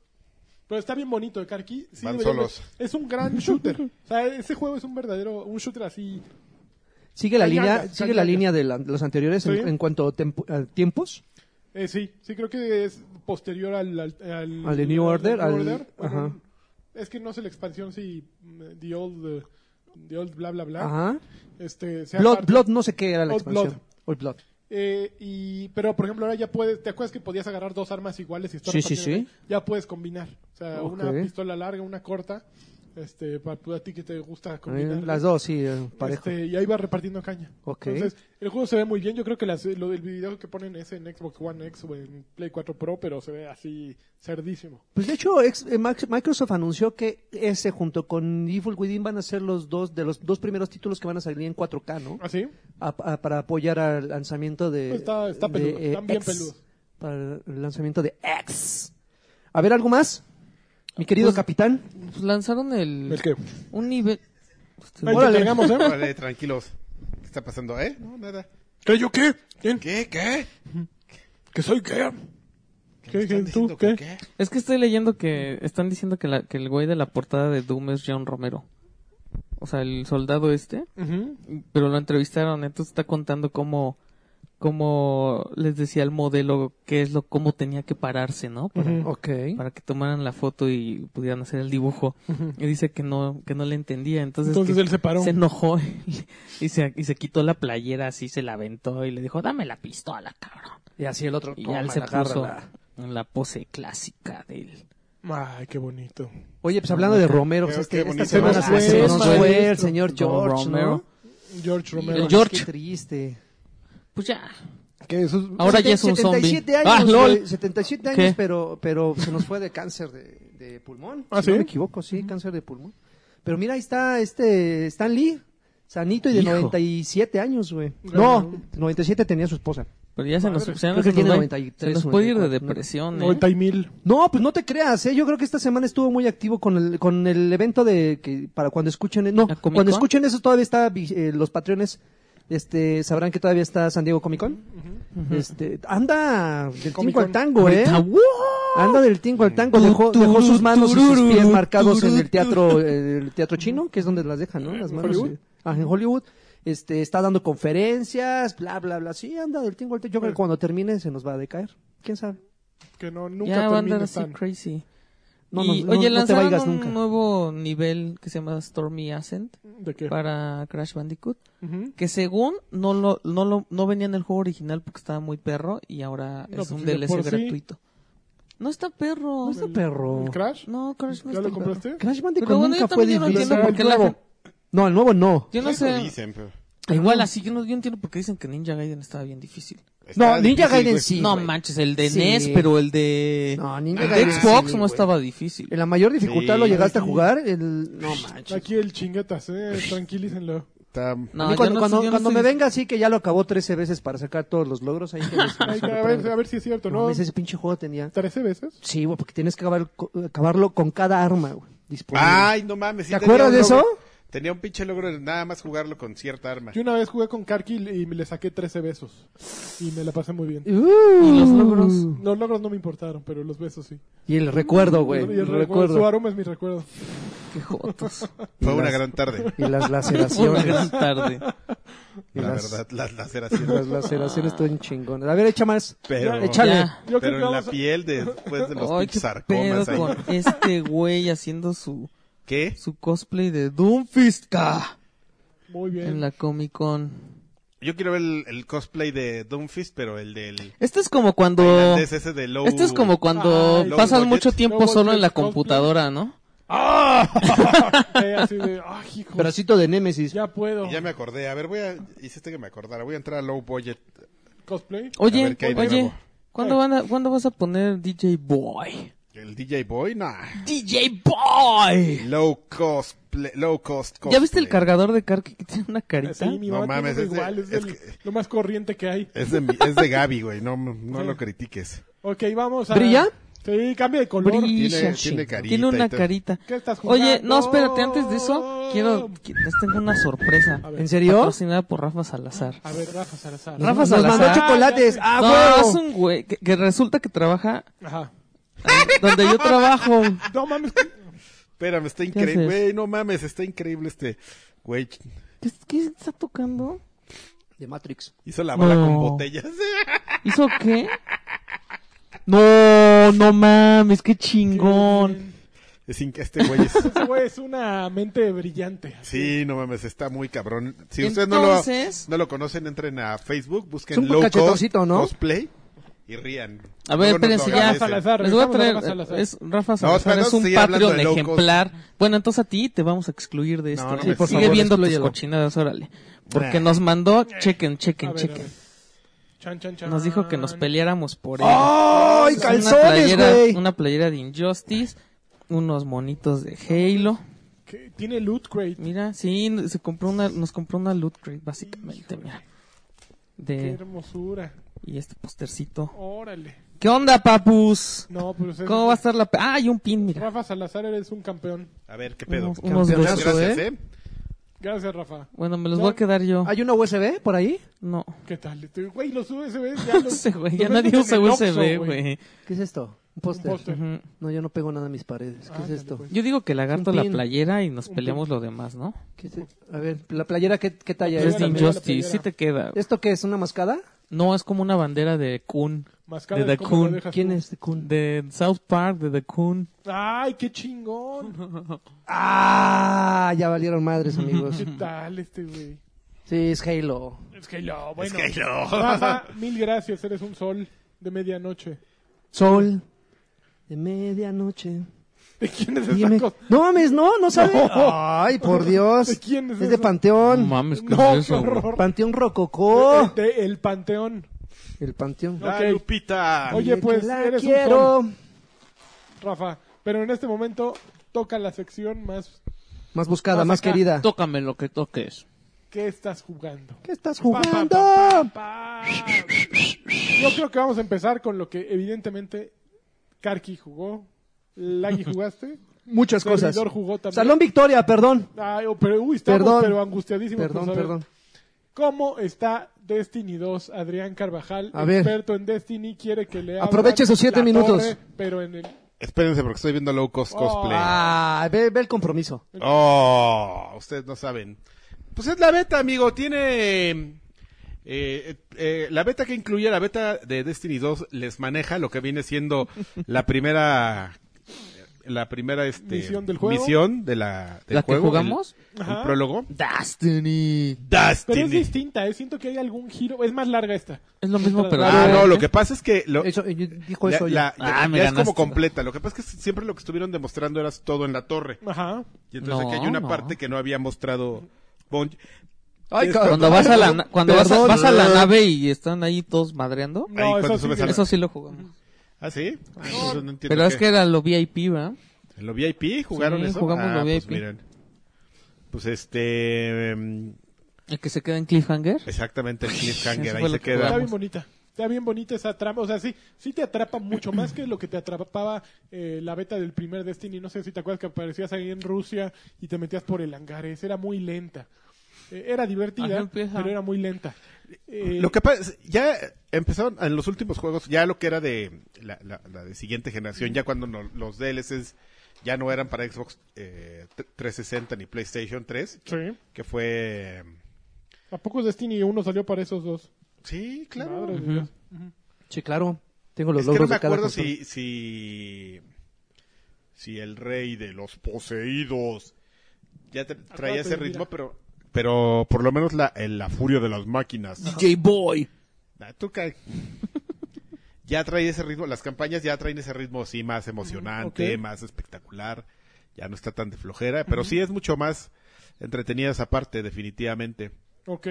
[SPEAKER 2] Pero está bien bonito, eh, Karki. Sí,
[SPEAKER 5] Van
[SPEAKER 2] debería-
[SPEAKER 5] solos.
[SPEAKER 2] Es un gran shooter. o sea, ese juego es un verdadero, un shooter así.
[SPEAKER 3] Sigue la
[SPEAKER 2] Cañaca,
[SPEAKER 3] línea,
[SPEAKER 2] cañaca.
[SPEAKER 3] sigue la línea de la- los anteriores en,
[SPEAKER 2] Sí.
[SPEAKER 3] en cuanto a, tempo- a tiempos.
[SPEAKER 2] Eh, sí, sí, creo que es posterior al. Al,
[SPEAKER 3] Al de New Order, al-
[SPEAKER 2] Bueno,
[SPEAKER 3] ajá.
[SPEAKER 2] Es que no sé la expansión si. mm, The Old. eh, The Old, bla, bla, bla.
[SPEAKER 3] Ajá.
[SPEAKER 2] Este, sea
[SPEAKER 3] Blood,
[SPEAKER 2] parte-
[SPEAKER 3] Blood, no sé qué era la
[SPEAKER 2] Old
[SPEAKER 3] expansión.
[SPEAKER 2] Blood.
[SPEAKER 3] Old Blood.
[SPEAKER 2] Eh, y, pero, por ejemplo, ahora ya puedes. ¿Te acuerdas que podías agarrar dos armas iguales y estar
[SPEAKER 3] Sí, sí,
[SPEAKER 2] repartiendo?
[SPEAKER 3] sí.
[SPEAKER 2] Ya puedes combinar. O sea,
[SPEAKER 3] Ok.
[SPEAKER 2] una pistola larga, una corta. Este, para a ti que te gusta combinar.
[SPEAKER 3] Eh, Las dos, sí, eh, parejo.
[SPEAKER 2] Este, y ahí va repartiendo caña.
[SPEAKER 3] Ok.
[SPEAKER 2] Entonces, el juego se ve muy bien. Yo creo que las- lo del video que ponen es en Xbox One X o en Play 4 Pro, pero se ve así cerdísimo.
[SPEAKER 3] Pues de hecho, ex- eh, Max- Microsoft anunció que ese junto con Evil Within van a ser los dos de los dos primeros títulos que van a salir en 4K, ¿no?
[SPEAKER 2] ¿Así?
[SPEAKER 3] A- a- para apoyar al lanzamiento de.
[SPEAKER 2] Pues está- está
[SPEAKER 3] de,
[SPEAKER 2] peludo, están bien
[SPEAKER 3] X.
[SPEAKER 2] peludos.
[SPEAKER 3] Para el lanzamiento de X. A ver, ¿algo más? Mi querido
[SPEAKER 4] Pues-
[SPEAKER 3] capitán.
[SPEAKER 4] Pues lanzaron el, un nivel
[SPEAKER 2] Ahí
[SPEAKER 3] Mm. Pues Órale.
[SPEAKER 2] te encargamos, ¿eh?
[SPEAKER 5] Vale, tranquilos. ¿Qué está pasando, eh? No, nada.
[SPEAKER 2] ¿Qué, yo qué? ¿Quién?
[SPEAKER 5] ¿Qué? ¿Qué?
[SPEAKER 2] ¿Que soy qué?
[SPEAKER 5] me
[SPEAKER 2] ¿Qué?
[SPEAKER 5] están
[SPEAKER 2] ¿Qué?
[SPEAKER 5] diciendo
[SPEAKER 2] ¿Tú
[SPEAKER 5] que
[SPEAKER 2] qué?
[SPEAKER 4] Es que estoy leyendo que están diciendo que, la- que el güey de la portada de Doom es John Romero. O sea, el soldado este,
[SPEAKER 2] Ujú.
[SPEAKER 4] pero lo entrevistaron, entonces está contando cómo cómo les decía al modelo qué es lo cómo tenía que pararse, ¿no? Para,
[SPEAKER 3] Ok.
[SPEAKER 4] para que tomaran la foto y pudieran hacer el dibujo. Y dice que no que no le entendía, entonces,
[SPEAKER 2] Entonces
[SPEAKER 4] que
[SPEAKER 2] él se paró.
[SPEAKER 4] enojó y se, y se quitó la playera así, se la aventó y le dijo, "Dame la pistola, cabrón."
[SPEAKER 3] Y así el otro.
[SPEAKER 4] Y
[SPEAKER 3] toma,
[SPEAKER 4] ya él se
[SPEAKER 3] la agarra,
[SPEAKER 4] puso
[SPEAKER 3] la-
[SPEAKER 4] en la pose clásica del
[SPEAKER 2] Ay, qué bonito.
[SPEAKER 3] Oye, pues hablando de Romero, pues, este-
[SPEAKER 5] Creo que
[SPEAKER 3] esta
[SPEAKER 5] bonito.
[SPEAKER 3] semana
[SPEAKER 2] Se nos
[SPEAKER 3] se
[SPEAKER 2] fue,
[SPEAKER 3] nos
[SPEAKER 2] maestro.
[SPEAKER 3] fue el señor George, ¿no?
[SPEAKER 4] Romero.
[SPEAKER 2] George
[SPEAKER 4] El
[SPEAKER 2] Romero.
[SPEAKER 3] Ay,
[SPEAKER 4] George.
[SPEAKER 3] Qué triste.
[SPEAKER 4] Pues ya.
[SPEAKER 2] Que esos-
[SPEAKER 4] Ahora
[SPEAKER 3] Seten-
[SPEAKER 4] ya es un
[SPEAKER 3] 77
[SPEAKER 4] zombie.
[SPEAKER 3] Años,
[SPEAKER 4] Ah, lol.
[SPEAKER 3] güey, 77
[SPEAKER 4] ¿Qué?
[SPEAKER 3] años, pero, pero se nos fue de cáncer de, de pulmón.
[SPEAKER 2] ¿Ah,
[SPEAKER 3] si no
[SPEAKER 2] sí?
[SPEAKER 3] me equivoco, sí, cáncer de pulmón. Pero mira, ahí está este Stan Lee, sanito y de
[SPEAKER 4] Hijo.
[SPEAKER 3] 97 años, güey.
[SPEAKER 2] Ganó.
[SPEAKER 3] No, 97 tenía su esposa.
[SPEAKER 4] Pero ya se nos,
[SPEAKER 2] Madre.
[SPEAKER 4] se nos-
[SPEAKER 3] Creo que tiene
[SPEAKER 4] se nos
[SPEAKER 3] 93,
[SPEAKER 4] se nos puede ir de
[SPEAKER 3] 94,
[SPEAKER 4] depresión. ¿eh?
[SPEAKER 2] 90 y mil.
[SPEAKER 3] No, pues no te creas, ¿eh? Yo creo que esta semana estuvo muy activo con el, con el evento de que para cuando escuchen, no,
[SPEAKER 4] ¿La Comic-Con?
[SPEAKER 3] cuando escuchen eso todavía está vi- eh, los patrones este sabrán que todavía está San Diego Comic Con. Este, anda del tingo
[SPEAKER 2] Comic-Con.
[SPEAKER 3] al tango, ¿eh?
[SPEAKER 4] Ahorita, ¡wow!
[SPEAKER 3] Anda del tingo al tango,
[SPEAKER 4] Tu,
[SPEAKER 3] dejó,
[SPEAKER 4] tu,
[SPEAKER 3] dejó sus manos y sus
[SPEAKER 4] tururu,
[SPEAKER 3] pies marcados en el
[SPEAKER 4] tururu.
[SPEAKER 3] teatro, eh, el teatro chino, que es donde las dejan, ¿no? Las manos.
[SPEAKER 2] Hollywood.
[SPEAKER 3] eh, ah, en Hollywood. Este, está dando conferencias, bla, bla, bla. Sí, anda del tingo al tango. Yo creo que cuando termine se nos va a decaer. ¿Quién sabe?
[SPEAKER 2] Que no,
[SPEAKER 4] ya
[SPEAKER 2] nunca
[SPEAKER 4] va a andar
[SPEAKER 2] termina
[SPEAKER 4] así
[SPEAKER 2] tan.
[SPEAKER 4] crazy.
[SPEAKER 3] No,
[SPEAKER 4] y,
[SPEAKER 3] no, no,
[SPEAKER 4] oye,
[SPEAKER 3] no te
[SPEAKER 4] lanzaron
[SPEAKER 3] vayas
[SPEAKER 4] un
[SPEAKER 3] nunca.
[SPEAKER 4] nuevo nivel que se llama Stormy Ascent
[SPEAKER 2] ¿De qué?
[SPEAKER 4] para Crash Bandicoot.
[SPEAKER 2] Ujú.
[SPEAKER 4] Que según no lo, no lo no venía en el juego original porque estaba muy perro y ahora
[SPEAKER 2] No,
[SPEAKER 4] es un
[SPEAKER 2] pues, de
[SPEAKER 4] DLC
[SPEAKER 2] por sí.
[SPEAKER 4] gratuito. No está perro.
[SPEAKER 3] No está perro.
[SPEAKER 2] ¿El Crash?
[SPEAKER 4] No, Crash no
[SPEAKER 2] ¿Ya
[SPEAKER 4] está
[SPEAKER 2] lo
[SPEAKER 4] perro.
[SPEAKER 2] compraste?
[SPEAKER 3] Crash Bandicoot
[SPEAKER 4] Pero bueno, yo
[SPEAKER 3] nunca fue
[SPEAKER 4] también yo no
[SPEAKER 3] difícil.
[SPEAKER 4] entiendo por qué la
[SPEAKER 2] Nuevo.
[SPEAKER 4] gente...
[SPEAKER 3] No, el nuevo no.
[SPEAKER 4] Yo no
[SPEAKER 5] Eso
[SPEAKER 4] sé...
[SPEAKER 5] dicen, pero
[SPEAKER 4] Igual así, yo no, yo entiendo por qué dicen que Ninja Gaiden estaba bien difícil.
[SPEAKER 5] está
[SPEAKER 3] No, Ninja
[SPEAKER 5] difícil,
[SPEAKER 3] Gaiden
[SPEAKER 5] güey.
[SPEAKER 3] sí.
[SPEAKER 4] no
[SPEAKER 3] güey.
[SPEAKER 4] manches, el de
[SPEAKER 3] Sí.
[SPEAKER 4] NES, pero el de,
[SPEAKER 3] No, Ninja
[SPEAKER 4] el de
[SPEAKER 3] Gaiden
[SPEAKER 4] Xbox
[SPEAKER 3] sí,
[SPEAKER 4] no
[SPEAKER 3] güey.
[SPEAKER 4] estaba difícil.
[SPEAKER 3] En la mayor dificultad
[SPEAKER 5] Sí.
[SPEAKER 3] lo llegaste a
[SPEAKER 2] Sí.
[SPEAKER 3] jugar. El... No manches.
[SPEAKER 2] Aquí el chingatas, eh, tranquilícenlo.
[SPEAKER 5] Está-
[SPEAKER 4] No,
[SPEAKER 3] A mí cuando
[SPEAKER 4] yo no sé,
[SPEAKER 3] cuando,
[SPEAKER 4] yo no
[SPEAKER 3] cuando
[SPEAKER 4] sé
[SPEAKER 3] me
[SPEAKER 4] de-
[SPEAKER 3] venga así que ya lo acabó 13 veces para sacar todos los logros, ahí que les-
[SPEAKER 2] Ay, a, ver, a ver si es cierto,
[SPEAKER 3] No,
[SPEAKER 2] ¿no?
[SPEAKER 3] mames, ese pinche juego tenía.
[SPEAKER 2] 13 veces.
[SPEAKER 3] Sí, güey, porque tienes que acabar, co- acabarlo con cada arma, güey. disponible.
[SPEAKER 5] Ay, no mames. sí
[SPEAKER 3] ¿Te
[SPEAKER 5] tenía
[SPEAKER 3] acuerdas
[SPEAKER 5] un
[SPEAKER 3] de eso?
[SPEAKER 5] logro- Tenía un pinche logro de nada más jugarlo con cierta arma.
[SPEAKER 2] Yo una vez jugué con Karki y me le saqué 13 besos. Y me la pasé muy bien.
[SPEAKER 3] Uh.
[SPEAKER 4] ¿Y los logros?
[SPEAKER 2] Los logros no me importaron, pero los besos sí.
[SPEAKER 3] Y el recuerdo, güey.
[SPEAKER 2] y el
[SPEAKER 3] el
[SPEAKER 2] recuerdo- Su
[SPEAKER 3] recuerdo.
[SPEAKER 2] aroma es mi recuerdo.
[SPEAKER 4] qué jotos.
[SPEAKER 5] Fue
[SPEAKER 3] Y
[SPEAKER 5] una
[SPEAKER 3] las-
[SPEAKER 5] gran tarde.
[SPEAKER 3] Y las
[SPEAKER 4] Fue una
[SPEAKER 3] laceraciones.
[SPEAKER 4] gran tarde.
[SPEAKER 3] y
[SPEAKER 5] La
[SPEAKER 3] las,
[SPEAKER 5] verdad, las
[SPEAKER 3] Las
[SPEAKER 5] laceraciones.
[SPEAKER 3] laceraciones
[SPEAKER 2] Ah.
[SPEAKER 3] estuvieron chingonas. A ver, echa más.
[SPEAKER 5] Pero,
[SPEAKER 3] Échale.
[SPEAKER 4] Ya.
[SPEAKER 2] Yo creo
[SPEAKER 5] pero
[SPEAKER 2] que
[SPEAKER 5] en la
[SPEAKER 2] vamos a-
[SPEAKER 5] piel después de los
[SPEAKER 4] Ay,
[SPEAKER 5] pinches
[SPEAKER 4] qué
[SPEAKER 5] sarcomas.
[SPEAKER 4] pedo
[SPEAKER 5] ahí.
[SPEAKER 4] con este güey haciendo su,
[SPEAKER 5] ¿Qué?
[SPEAKER 4] su cosplay de Doomfistka
[SPEAKER 2] Muy
[SPEAKER 4] en
[SPEAKER 2] bien.
[SPEAKER 4] la Comic Con.
[SPEAKER 5] Yo quiero ver el, el cosplay de Doomfist, pero el del
[SPEAKER 4] Esto es como cuando...
[SPEAKER 5] tailandés ese de Low.
[SPEAKER 4] Esto Este es como cuando
[SPEAKER 2] Ay,
[SPEAKER 4] pasas
[SPEAKER 5] Low
[SPEAKER 4] mucho
[SPEAKER 5] budget,
[SPEAKER 4] tiempo
[SPEAKER 2] low
[SPEAKER 4] solo en
[SPEAKER 2] budget
[SPEAKER 4] la
[SPEAKER 2] cosplay.
[SPEAKER 4] computadora, ¿no?
[SPEAKER 2] Eh, así de, ay, hijo,
[SPEAKER 3] Bracito de Némesis.
[SPEAKER 2] ya puedo.
[SPEAKER 5] Y Ya me acordé. A ver, voy a... Hiciste que me acordara. Voy a entrar a Low Budget.
[SPEAKER 2] Cosplay.
[SPEAKER 5] A
[SPEAKER 4] Oye,
[SPEAKER 5] ver qué hay de
[SPEAKER 4] oye,
[SPEAKER 5] nuevo.
[SPEAKER 3] Eh.
[SPEAKER 4] ¿cuándo, van a- ¿cuándo vas a poner DJ Boy?
[SPEAKER 5] ¿El DJ Boy? Nah.
[SPEAKER 4] DJ Boy.
[SPEAKER 5] Low cost, pla- low cost cosplay.
[SPEAKER 4] ¿Ya viste el cargador de Karki que tiene una carita?
[SPEAKER 2] Sí, mi
[SPEAKER 5] No
[SPEAKER 2] mamá tiene
[SPEAKER 5] mames,
[SPEAKER 2] uno
[SPEAKER 5] es de-
[SPEAKER 2] igual, es,
[SPEAKER 5] es
[SPEAKER 2] del-
[SPEAKER 5] que-
[SPEAKER 2] lo más corriente que hay.
[SPEAKER 5] Es de, mi- es de Gaby, güey. No, no lo critiques.
[SPEAKER 2] Ok, vamos a...
[SPEAKER 3] ¿Brilla?
[SPEAKER 2] Sí, cambia de color.
[SPEAKER 4] Brilla.
[SPEAKER 5] Tiene,
[SPEAKER 4] Isha,
[SPEAKER 5] tiene
[SPEAKER 4] sí.
[SPEAKER 5] carita.
[SPEAKER 4] Tiene una
[SPEAKER 5] y todo.
[SPEAKER 4] carita.
[SPEAKER 2] ¿Qué estás jugando?
[SPEAKER 4] Oye, no, espérate, antes de eso, quiero. que- Les tengo una sorpresa.
[SPEAKER 2] A ver.
[SPEAKER 3] ¿En serio?
[SPEAKER 4] Patrocinada por Rafa Salazar.
[SPEAKER 2] A ver, Rafa Salazar.
[SPEAKER 3] Nos-
[SPEAKER 4] Rafa
[SPEAKER 3] nos
[SPEAKER 4] Salazar.
[SPEAKER 3] mandó chocolates. ¡Ah,
[SPEAKER 4] No,
[SPEAKER 3] huevo!
[SPEAKER 4] es un güey que, que resulta que trabaja
[SPEAKER 2] Ajá.
[SPEAKER 4] ahí donde yo trabajo.
[SPEAKER 2] No mames.
[SPEAKER 5] Espérame, está
[SPEAKER 4] haces?
[SPEAKER 5] increíble. Güey, no mames, está increíble este. Güey,
[SPEAKER 4] ¿Qué, qué está tocando?
[SPEAKER 3] De Matrix.
[SPEAKER 5] hizo la bala
[SPEAKER 4] No.
[SPEAKER 5] con botellas.
[SPEAKER 4] ¿Hizo qué? No, no mames, qué chingón.
[SPEAKER 5] Es inc- este güey es.
[SPEAKER 2] Ese güey es una mente brillante.
[SPEAKER 5] Sí, no mames, está muy cabrón. Si ustedes
[SPEAKER 4] Entonces-
[SPEAKER 5] no, lo, no lo conocen, entren a Facebook,
[SPEAKER 3] Es
[SPEAKER 5] busquen
[SPEAKER 3] un
[SPEAKER 5] Low Cost
[SPEAKER 3] cachetoncito, ¿no?
[SPEAKER 5] Cosplay y rían.
[SPEAKER 4] A ver,
[SPEAKER 5] Luego nos
[SPEAKER 4] espérense,
[SPEAKER 5] lo
[SPEAKER 4] ya.
[SPEAKER 5] agradecen.
[SPEAKER 2] Rafa Salazar.
[SPEAKER 4] Les voy a
[SPEAKER 2] regresamos
[SPEAKER 4] traer.
[SPEAKER 2] Rafa Salazar.
[SPEAKER 4] Es, Rafa
[SPEAKER 5] No, espera,
[SPEAKER 4] Salazar es
[SPEAKER 5] no,
[SPEAKER 4] un
[SPEAKER 5] sigue hablando
[SPEAKER 4] Patreon
[SPEAKER 5] de low cost.
[SPEAKER 4] ejemplar. Bueno, entonces a ti te vamos a excluir de
[SPEAKER 5] No,
[SPEAKER 4] esto.
[SPEAKER 5] no
[SPEAKER 4] ¿eh?
[SPEAKER 5] me- por
[SPEAKER 4] Sigue
[SPEAKER 3] favor,
[SPEAKER 4] viendo tus
[SPEAKER 3] exclúyelo.
[SPEAKER 4] cochinadas, órale. Porque
[SPEAKER 5] Nah.
[SPEAKER 4] nos mandó. Chequen,
[SPEAKER 2] A
[SPEAKER 4] chequen,
[SPEAKER 2] ver, a
[SPEAKER 4] chequen.
[SPEAKER 2] ver. Chan, chan, chan.
[SPEAKER 4] Nos dijo que nos peleáramos por él.
[SPEAKER 3] ¡Ay,
[SPEAKER 4] Es
[SPEAKER 3] calzones,
[SPEAKER 4] una
[SPEAKER 3] güey!
[SPEAKER 4] playera, una playera de Injustice. Unos monitos de Halo.
[SPEAKER 2] ¿Qué? Tiene loot crate.
[SPEAKER 4] Mira, sí, se compró una, nos compró una loot crate, básicamente, mira.
[SPEAKER 2] Qué
[SPEAKER 4] De,
[SPEAKER 2] hermosura.
[SPEAKER 4] y este postercito.
[SPEAKER 2] Órale.
[SPEAKER 4] ¿Qué onda, papus?
[SPEAKER 2] No, pues es-
[SPEAKER 4] ¿Cómo va a estar la... pe- Ah, hay un pin, mira.
[SPEAKER 2] Rafa Salazar, eres un campeón.
[SPEAKER 5] A ver, qué pedo.
[SPEAKER 4] Unos- unos
[SPEAKER 5] Muchas
[SPEAKER 4] besos,
[SPEAKER 5] gracias,
[SPEAKER 4] ¿eh?
[SPEAKER 5] ¿eh?
[SPEAKER 2] Gracias, Rafa.
[SPEAKER 4] Bueno, me los voy a quedar yo.
[SPEAKER 3] ¿Hay una USB por ahí?
[SPEAKER 4] No.
[SPEAKER 2] ¿Qué tal? Te- Güey, los USBs
[SPEAKER 5] Pues,
[SPEAKER 2] ya los...
[SPEAKER 4] Ese güey,
[SPEAKER 2] los
[SPEAKER 4] ya
[SPEAKER 2] venden
[SPEAKER 4] nadie usa
[SPEAKER 2] en el Oxxo,
[SPEAKER 4] USB, güey.
[SPEAKER 3] ¿Qué es esto? Un
[SPEAKER 2] Un
[SPEAKER 3] póster.
[SPEAKER 2] póster.
[SPEAKER 4] Ujú.
[SPEAKER 3] No, yo no pego nada a mis paredes. ¿Qué es
[SPEAKER 2] Ándale,
[SPEAKER 3] esto?
[SPEAKER 2] pues.
[SPEAKER 4] Yo digo que lagarto
[SPEAKER 3] Un
[SPEAKER 4] la
[SPEAKER 3] pin.
[SPEAKER 4] playera y nos
[SPEAKER 2] Un
[SPEAKER 4] peleamos lo demás, ¿no?
[SPEAKER 3] ¿Qué es esto? A ver, ¿la playera qué, qué talla
[SPEAKER 2] Playera,
[SPEAKER 4] Pero es
[SPEAKER 3] es?
[SPEAKER 4] de
[SPEAKER 2] playera,
[SPEAKER 4] Injustice,
[SPEAKER 2] playera.
[SPEAKER 4] sí te queda.
[SPEAKER 3] ¿Esto qué es? ¿Una mascada?
[SPEAKER 4] No, es como una bandera de Kun.
[SPEAKER 2] Mascadas
[SPEAKER 4] De
[SPEAKER 2] como
[SPEAKER 4] Dakun.
[SPEAKER 2] lo dejas
[SPEAKER 3] ¿Quién
[SPEAKER 2] tú.
[SPEAKER 3] es de Kun?
[SPEAKER 4] De South Park, de The Kun.
[SPEAKER 2] Ay, qué chingón.
[SPEAKER 3] ¡Ah! Ya valieron madres, amigos.
[SPEAKER 2] ¿Qué tal este güey?
[SPEAKER 3] Sí, es Halo.
[SPEAKER 2] Es que lo, bueno.
[SPEAKER 5] Es que no.
[SPEAKER 2] Rafa, mil gracias, eres un sol de medianoche.
[SPEAKER 3] Sol. De medianoche.
[SPEAKER 2] ¿De quién es esa
[SPEAKER 3] Dime.
[SPEAKER 2] cosa?
[SPEAKER 3] No mames, no, no sabe.
[SPEAKER 2] No.
[SPEAKER 3] Ay, por Dios.
[SPEAKER 2] ¿De quién es
[SPEAKER 3] Es de
[SPEAKER 2] eso?
[SPEAKER 4] No
[SPEAKER 3] Panteón.
[SPEAKER 4] mames, ¿qué
[SPEAKER 2] No,
[SPEAKER 4] es eso,
[SPEAKER 2] qué
[SPEAKER 4] güey?
[SPEAKER 2] horror.
[SPEAKER 3] Panteón Rococó.
[SPEAKER 2] De, de El Panteón.
[SPEAKER 3] El Panteón.
[SPEAKER 5] La
[SPEAKER 2] Ok.
[SPEAKER 5] Lupita.
[SPEAKER 2] Oye,
[SPEAKER 3] Dile que
[SPEAKER 2] pues,
[SPEAKER 3] la
[SPEAKER 2] eres un
[SPEAKER 3] quiero.
[SPEAKER 2] Rafa, pero en este momento toca la sección más
[SPEAKER 3] Más buscada,
[SPEAKER 2] Más
[SPEAKER 3] más
[SPEAKER 2] acá.
[SPEAKER 3] querida.
[SPEAKER 4] Tócame lo que toques.
[SPEAKER 2] ¿Qué estás jugando?
[SPEAKER 3] ¿Qué estás
[SPEAKER 2] Pa, pa,
[SPEAKER 3] jugando?
[SPEAKER 2] pa, pa, pa. Yo creo que vamos a empezar con lo que evidentemente Karki jugó, Lagi jugaste,
[SPEAKER 3] Muchas cosas.
[SPEAKER 2] Servidor jugó también.
[SPEAKER 3] Salón Victoria, perdón.
[SPEAKER 2] Ay, oh, pero uy, estamos
[SPEAKER 3] Perdón.
[SPEAKER 2] pero angustiadísimos.
[SPEAKER 3] Perdón,
[SPEAKER 2] por saber
[SPEAKER 3] perdón.
[SPEAKER 2] ¿Cómo está Destiny 2? Adrián Carvajal,
[SPEAKER 3] A ver.
[SPEAKER 2] experto en Destiny, quiere que le abran
[SPEAKER 3] Aproveche sus siete
[SPEAKER 2] la
[SPEAKER 3] minutos.
[SPEAKER 2] torre, pero en el
[SPEAKER 5] Espérense porque estoy viendo Low Cost
[SPEAKER 2] Oh.
[SPEAKER 5] Cosplay.
[SPEAKER 3] Ah, ve, ve el compromiso.
[SPEAKER 5] Oh, ustedes no saben. Pues es la beta, amigo. Tiene. eh, eh, eh, la beta que incluye la beta de Destiny 2 les maneja lo que viene siendo la primera la primera este,
[SPEAKER 2] Misión del juego.
[SPEAKER 5] misión de la, del
[SPEAKER 4] ¿La que
[SPEAKER 5] juego, el-
[SPEAKER 4] jugamos?
[SPEAKER 5] El,
[SPEAKER 2] Ajá.
[SPEAKER 5] prólogo.
[SPEAKER 4] Destiny.
[SPEAKER 2] Pero es
[SPEAKER 5] Destiny.
[SPEAKER 2] distinta, eh, siento que hay algún giro. Es más larga esta.
[SPEAKER 4] Es lo mismo, pero.
[SPEAKER 5] Ah, no, lo que pasa es que lo-
[SPEAKER 3] Eso, eh, dijo
[SPEAKER 5] la-
[SPEAKER 3] eso ya.
[SPEAKER 5] la-
[SPEAKER 4] Ah,
[SPEAKER 5] ya
[SPEAKER 4] me
[SPEAKER 5] es como
[SPEAKER 4] ganaste.
[SPEAKER 5] completa. Lo que pasa es que siempre lo que estuvieron demostrando era todo en la torre.
[SPEAKER 2] Ajá.
[SPEAKER 5] Y entonces
[SPEAKER 4] No,
[SPEAKER 5] aquí hay una
[SPEAKER 4] no.
[SPEAKER 5] parte que no había mostrado Bungie.
[SPEAKER 3] Ay,
[SPEAKER 5] es
[SPEAKER 3] cabrón.
[SPEAKER 4] Cuando vas a la, na- cuando vas a,
[SPEAKER 3] Perdón.
[SPEAKER 4] vas a la nave y están ahí todos madreando.
[SPEAKER 5] Ahí
[SPEAKER 2] No,
[SPEAKER 5] cuando
[SPEAKER 2] eso sí
[SPEAKER 5] subes
[SPEAKER 2] que-
[SPEAKER 5] a la-
[SPEAKER 4] Eso sí lo jugamos.
[SPEAKER 5] ¿Ah, sí? Ay, eso no entiendo
[SPEAKER 4] Pero es
[SPEAKER 5] qué.
[SPEAKER 4] que era lo VIP, ¿va?
[SPEAKER 5] ¿En lo VIP jugaron
[SPEAKER 4] Sí,
[SPEAKER 5] eso?
[SPEAKER 4] jugamos
[SPEAKER 5] Ah,
[SPEAKER 4] lo
[SPEAKER 5] pues
[SPEAKER 4] VIP.
[SPEAKER 5] miren. Pues este... em,
[SPEAKER 4] El que se queda en cliffhanger.
[SPEAKER 5] Exactamente, el cliffhanger.
[SPEAKER 4] Eso
[SPEAKER 5] Ahí
[SPEAKER 4] fue
[SPEAKER 5] se
[SPEAKER 4] lo que
[SPEAKER 5] queda.
[SPEAKER 2] Está bien
[SPEAKER 4] Vamos.
[SPEAKER 2] bonita. Está bien bonita esa trama. O sea, sí, sí te atrapa mucho más que lo que te atrapaba eh, la beta del primer Destiny. No sé si te acuerdas que aparecías ahí en Rusia y te metías por el hangares. Era muy lenta. Eh, era
[SPEAKER 4] Ajá,
[SPEAKER 2] divertida,
[SPEAKER 4] empieza.
[SPEAKER 2] pero era muy lenta. Eh,
[SPEAKER 5] Lo que pasa es, ya empezaron en los últimos juegos, ya lo que era de la, la- la de siguiente generación, ya cuando no- los DLCs ya no eran para Xbox eh, t- 360 ni PlayStation 3,
[SPEAKER 2] Eh, Sí.
[SPEAKER 5] que fue... em,
[SPEAKER 2] ¿A poco Destiny 1 salió para esos dos?
[SPEAKER 5] Sí, claro.
[SPEAKER 2] Madre de
[SPEAKER 4] Ujú.
[SPEAKER 2] Dios.
[SPEAKER 3] Sí, claro. Tengo los
[SPEAKER 5] es que no
[SPEAKER 3] logros
[SPEAKER 5] me
[SPEAKER 3] de cada
[SPEAKER 5] acuerdo
[SPEAKER 3] consola.
[SPEAKER 5] si, si... Si el rey de los poseídos ya tra- traía ese
[SPEAKER 2] Acuérdate,
[SPEAKER 5] ritmo,
[SPEAKER 2] mira.
[SPEAKER 5] pero... Pero por lo menos la, el- la furia de las máquinas.
[SPEAKER 4] DJ Boy.
[SPEAKER 5] Ah, tú cae. ya trae ese ritmo, las campañas ya traen ese ritmo así más emocionante,
[SPEAKER 2] ok.
[SPEAKER 5] más espectacular, ya no está tan de flojera, pero sí es mucho más entretenida esa parte, definitivamente.
[SPEAKER 2] Ok.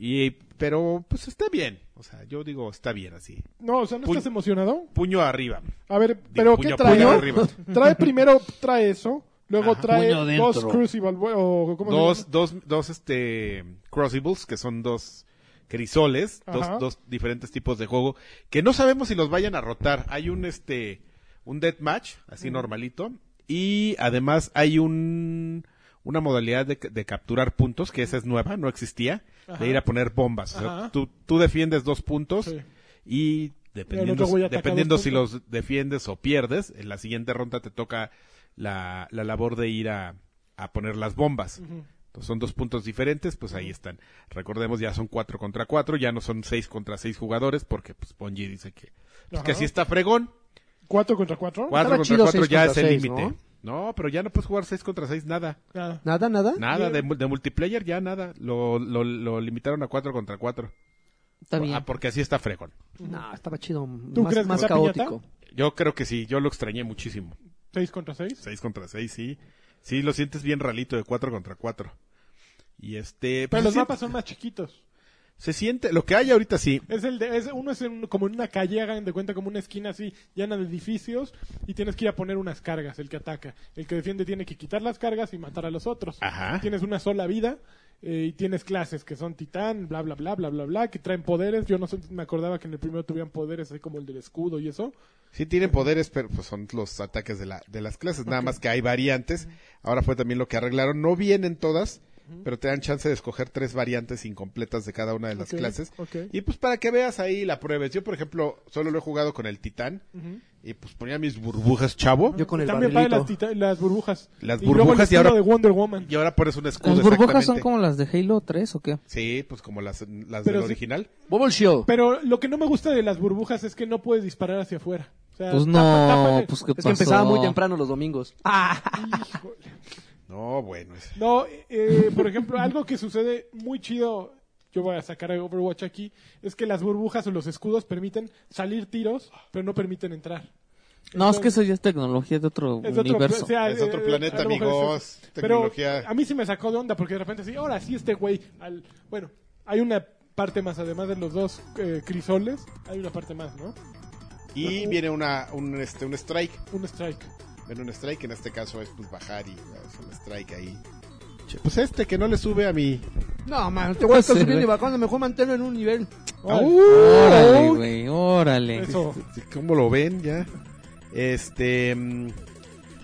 [SPEAKER 5] Y, pero pues está bien, o sea, yo digo está bien así.
[SPEAKER 2] No, o sea, ¿no
[SPEAKER 5] Puñ-
[SPEAKER 2] estás emocionado?
[SPEAKER 5] Puño arriba.
[SPEAKER 2] A ver, pero ¿qué
[SPEAKER 5] puño,
[SPEAKER 2] trae?
[SPEAKER 5] puño arriba.
[SPEAKER 2] Trae primero, trae eso. Luego
[SPEAKER 5] Ajá.
[SPEAKER 2] trae
[SPEAKER 4] Puño adentro.
[SPEAKER 2] dos Crucible. O, ¿cómo se
[SPEAKER 5] Dos,
[SPEAKER 2] llama?
[SPEAKER 5] dos, dos, este, crossables, que son dos crisoles, dos,
[SPEAKER 2] Ajá.
[SPEAKER 5] dos diferentes tipos de juego, que no sabemos si los vayan a rotar. Hay un, este, un deathmatch, así normalito, y además hay un, una modalidad de, de capturar puntos, que esa es nueva, no existía,
[SPEAKER 2] Ajá.
[SPEAKER 5] de ir a poner bombas. O sea,
[SPEAKER 2] Ajá.
[SPEAKER 5] tú, tú defiendes dos puntos
[SPEAKER 2] Sí.
[SPEAKER 5] y dependiendo,
[SPEAKER 2] güey ataca
[SPEAKER 5] dependiendo
[SPEAKER 2] dos
[SPEAKER 5] si
[SPEAKER 2] puntos.
[SPEAKER 5] los defiendes o pierdes, en la siguiente ronda te toca la, la labor de ir a, a poner las bombas.
[SPEAKER 2] Ujú.
[SPEAKER 5] Entonces, son dos puntos diferentes, pues ahí están. Recordemos, ya son cuatro contra cuatro, ya no son seis contra seis jugadores, porque pues Bungie dice que, pues, que
[SPEAKER 2] Ajá.
[SPEAKER 5] así está fregón.
[SPEAKER 2] ¿Cuatro contra cuatro?
[SPEAKER 5] Cuatro contra
[SPEAKER 3] chido
[SPEAKER 5] cuatro
[SPEAKER 3] seis
[SPEAKER 5] ya es
[SPEAKER 3] contra
[SPEAKER 5] el
[SPEAKER 3] seis,
[SPEAKER 5] límite. ¿no? pero ya no puedes jugar seis contra seis, nada.
[SPEAKER 2] Nada.
[SPEAKER 3] ¿Nada, nada?
[SPEAKER 5] Nada, de, mu- de multiplayer ya nada. Lo, lo, lo limitaron a cuatro contra cuatro.
[SPEAKER 4] Está bien.
[SPEAKER 5] Ah, porque así está fregón.
[SPEAKER 3] No, estaba chido.
[SPEAKER 2] ¿Tú
[SPEAKER 3] más
[SPEAKER 2] crees que
[SPEAKER 3] más
[SPEAKER 2] sea piñata?
[SPEAKER 3] caótico.
[SPEAKER 5] Yo creo que sí, yo lo extrañé muchísimo.
[SPEAKER 2] ¿Seis contra seis?
[SPEAKER 5] 6 contra 6, sí. Sí, lo sientes bien ralito de 4 contra 4. Y este...
[SPEAKER 2] Pero
[SPEAKER 5] pues,
[SPEAKER 2] los
[SPEAKER 5] se,
[SPEAKER 2] mapas
[SPEAKER 5] siente,
[SPEAKER 2] son más chiquitos.
[SPEAKER 5] se siente- Lo que hay ahorita sí.
[SPEAKER 2] Es el de, es, uno es en- como en una calle, hagan de cuenta, como una esquina así, llena de edificios, y tienes que ir a poner unas cargas, el que ataca. El que defiende tiene que quitar las cargas y matar a los otros.
[SPEAKER 5] Ajá.
[SPEAKER 2] Tienes una sola vida, eh, y tienes clases que son titán, bla, bla, bla, bla, bla, bla, que traen poderes. Yo no sé, me acordaba que en el primero tuviean poderes, así como el del escudo y eso.
[SPEAKER 5] Sí tienen poderes, pero pues son los ataques de, la, de las clases. Nada más que hay variantes. Ahora fue también lo que arreglaron. No vienen todas, pero te dan chance de escoger tres variantes incompletas de cada una de las
[SPEAKER 2] Ok,
[SPEAKER 5] clases.
[SPEAKER 2] ok.
[SPEAKER 5] Y pues para que veas ahí y la pruebes. Yo, por ejemplo, solo lo he jugado con el titán. Y pues ponía mis burbujas chavo.
[SPEAKER 3] Yo con el
[SPEAKER 2] También para las,
[SPEAKER 3] barrilito.
[SPEAKER 2] tita- las burbujas.
[SPEAKER 5] Las
[SPEAKER 2] luego el
[SPEAKER 5] burbujas y
[SPEAKER 2] escudo
[SPEAKER 5] ahora-
[SPEAKER 2] de Wonder Woman.
[SPEAKER 5] Y ahora pones un escudo.
[SPEAKER 2] Pues
[SPEAKER 4] ¿Las burbujas son
[SPEAKER 5] exactamente.
[SPEAKER 4] como las de Halo 3 o qué?
[SPEAKER 5] Sí, pues como las, las
[SPEAKER 2] Pero
[SPEAKER 5] del
[SPEAKER 2] sí-
[SPEAKER 5] original.
[SPEAKER 3] Bubble Shield.
[SPEAKER 2] Pero lo que no me gusta de las burbujas es que no puedes disparar hacia afuera. O sea,
[SPEAKER 4] Pues
[SPEAKER 2] tapa- tapa
[SPEAKER 4] no,
[SPEAKER 2] el-
[SPEAKER 4] pues qué
[SPEAKER 3] Es
[SPEAKER 4] pasó.
[SPEAKER 3] que empezaba muy temprano los domingos. Ah,
[SPEAKER 2] Híjole.
[SPEAKER 5] No, bueno. es-
[SPEAKER 2] No, eh, por ejemplo, algo que sucede muy chido, yo voy a sacar a Overwatch aquí, es que las burbujas o los escudos permiten salir tiros, pero no permiten entrar.
[SPEAKER 4] No, es que eso ya es tecnología de otro
[SPEAKER 2] Es otro,
[SPEAKER 4] universo.
[SPEAKER 2] o sea,
[SPEAKER 5] Es otro
[SPEAKER 2] eh,
[SPEAKER 5] planeta,
[SPEAKER 2] a lo mejor es
[SPEAKER 5] amigos.
[SPEAKER 2] eso. Pero
[SPEAKER 5] Tecnología.
[SPEAKER 2] a mí sí me sacó de onda porque de repente así, ahora sí este güey. al- Bueno, hay una parte más, además de los dos eh, crisoles, hay una parte más, ¿no?
[SPEAKER 5] Y viene una, un, este, un strike.
[SPEAKER 2] Un strike.
[SPEAKER 5] Viene un strike, en este caso es pues bajar y hacer un strike ahí. Pues este que no le sube a mi...
[SPEAKER 3] No, man, te voy a estar
[SPEAKER 4] Sí,
[SPEAKER 3] subiendo y
[SPEAKER 4] güey.
[SPEAKER 3] bajando. Mejor manténlo en un nivel.
[SPEAKER 5] Ah, uh.
[SPEAKER 4] Órale, güey, órale.
[SPEAKER 2] Eso.
[SPEAKER 5] ¿Cómo lo ven ya? Este... mm,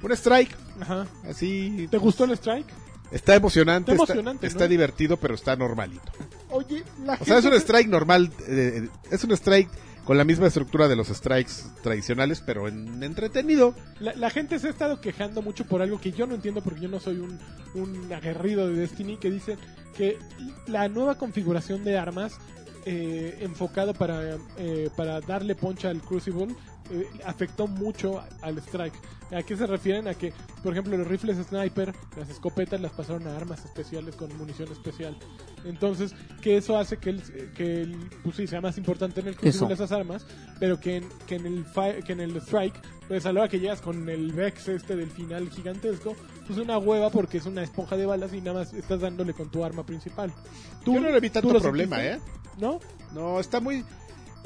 [SPEAKER 5] Un strike,
[SPEAKER 2] Ajá.
[SPEAKER 5] así...
[SPEAKER 2] ¿Te gustó el strike?
[SPEAKER 5] Está emocionante,
[SPEAKER 2] Está
[SPEAKER 5] está,
[SPEAKER 2] emocionante, ¿no?
[SPEAKER 5] está divertido, pero está normalito.
[SPEAKER 2] Oye, la
[SPEAKER 5] O sea, es
[SPEAKER 2] gente-
[SPEAKER 5] un strike normal, eh, es un strike con la misma estructura de los strikes tradicionales, pero en entretenido.
[SPEAKER 2] La, la gente se ha estado quejando mucho por algo que yo no entiendo porque yo no soy un, un aguerrido de Destiny que dice que la nueva configuración de armas eh, enfocado para, eh, para darle poncha al Crucible eh, afectó mucho al Strike. ¿A qué se refieren? A que, por ejemplo, los rifles sniper, las escopetas las pasaron a armas especiales con munición especial. Entonces, que eso hace que el, que el, pues sí, sea más importante en el cultivo
[SPEAKER 4] Eso.
[SPEAKER 2] de esas armas, pero que en, que en el fi- que en el Strike, pues a la hora que llegas con el Vex este del final gigantesco, pues una hueva porque es una esponja de balas y nada más estás dándole con tu arma principal.
[SPEAKER 5] Yo no le vi
[SPEAKER 2] tú
[SPEAKER 5] tanto
[SPEAKER 2] lo
[SPEAKER 5] problema, ¿eh?
[SPEAKER 2] sentiste? ¿No?
[SPEAKER 5] No, está muy...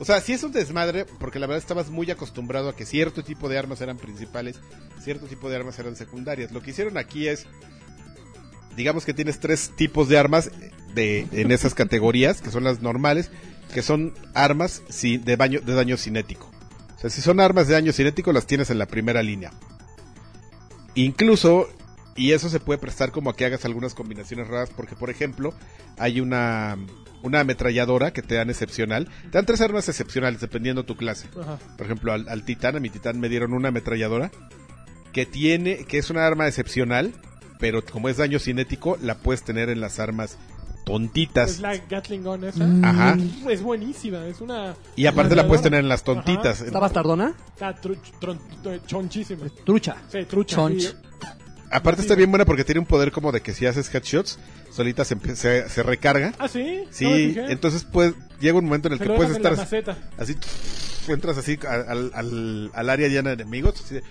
[SPEAKER 5] O sea, sí es un desmadre, porque la verdad estabas muy acostumbrado a que cierto tipo de armas eran principales, cierto tipo de armas eran secundarias. Lo que hicieron aquí es, digamos que tienes tres tipos de armas de, en esas categorías, que son las normales, que son armas sin- de, baño- de daño cinético. O sea, si son armas de daño cinético, las tienes en la primera línea. Incluso, y eso se puede prestar como a que hagas algunas combinaciones raras, porque por ejemplo, hay una, una ametralladora que te dan excepcional. Te dan tres armas excepcionales dependiendo tu clase.
[SPEAKER 2] Ajá.
[SPEAKER 5] Por ejemplo, al, al titán, a mi titán me dieron una ametralladora que tiene, que es una arma excepcional, pero como es daño cinético, la puedes tener en las armas
[SPEAKER 2] Es
[SPEAKER 5] tontitas.
[SPEAKER 2] Pues la Gatling Gun esa.
[SPEAKER 3] Mm.
[SPEAKER 5] Ajá.
[SPEAKER 2] Es buenísima, es una...
[SPEAKER 5] Y aparte la puedes tener en las tontitas.
[SPEAKER 3] ¿Está bastardona?
[SPEAKER 2] Está tru- tron- tron- chonchísima.
[SPEAKER 3] Trucha.
[SPEAKER 2] Sí, trucha.
[SPEAKER 4] Chonch.
[SPEAKER 2] sí.
[SPEAKER 5] Aparte está bien buena porque tiene un poder como de que si haces headshots, solita se, empie- se- se recarga.
[SPEAKER 2] Ah, sí. No me
[SPEAKER 5] Sí,
[SPEAKER 2] fijé.
[SPEAKER 5] entonces pues llega un momento en el
[SPEAKER 2] Se
[SPEAKER 5] que
[SPEAKER 2] lo
[SPEAKER 5] puedes
[SPEAKER 2] dejan en la
[SPEAKER 5] estar
[SPEAKER 2] maceta.
[SPEAKER 5] así, entras así a- al, al- al área llena de enemigos. así de-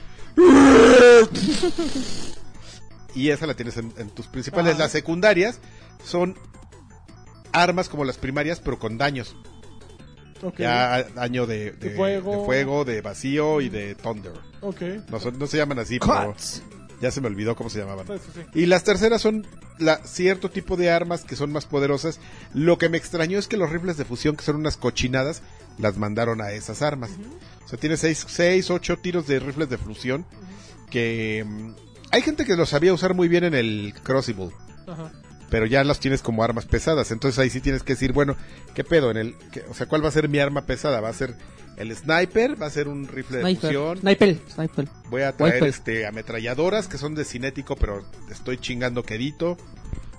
[SPEAKER 5] y esa la tienes en, en tus principales.
[SPEAKER 2] Ajá.
[SPEAKER 5] Las secundarias son armas como las primarias, pero con daños.
[SPEAKER 2] Ok,
[SPEAKER 5] Ya daño de, de-
[SPEAKER 2] De fuego.
[SPEAKER 5] de fuego, de vacío y de thunder.
[SPEAKER 2] ok.
[SPEAKER 5] No, son- no se llaman así, pero
[SPEAKER 3] Cuts.
[SPEAKER 5] ya se me olvidó cómo se llamaban.
[SPEAKER 2] Pues, Sí, sí, sí.
[SPEAKER 5] Y las terceras son la, cierto tipo de armas que son más poderosas. Lo que me extrañó es que los rifles de fusión, que son unas cochinadas, las mandaron a esas armas. O sea, tiene 6, seis, 8 tiros de rifles de fusión que... mm, hay gente que los sabía usar muy bien en el Crucible,
[SPEAKER 2] Ajá.
[SPEAKER 5] pero ya las tienes como armas pesadas. Entonces ahí sí tienes que decir, bueno, ¿qué pedo? En el, qué- o sea, ¿cuál va a ser mi arma pesada? ¿Va a ser el sniper? ¿Va a ser un rifle de
[SPEAKER 4] Sniper.
[SPEAKER 5] fusión?
[SPEAKER 3] Sniper.
[SPEAKER 4] Sniper.
[SPEAKER 5] Voy a
[SPEAKER 3] Pues,
[SPEAKER 5] traer
[SPEAKER 4] Wiper.
[SPEAKER 5] este ametralladoras que son de cinético, pero estoy chingando quedito.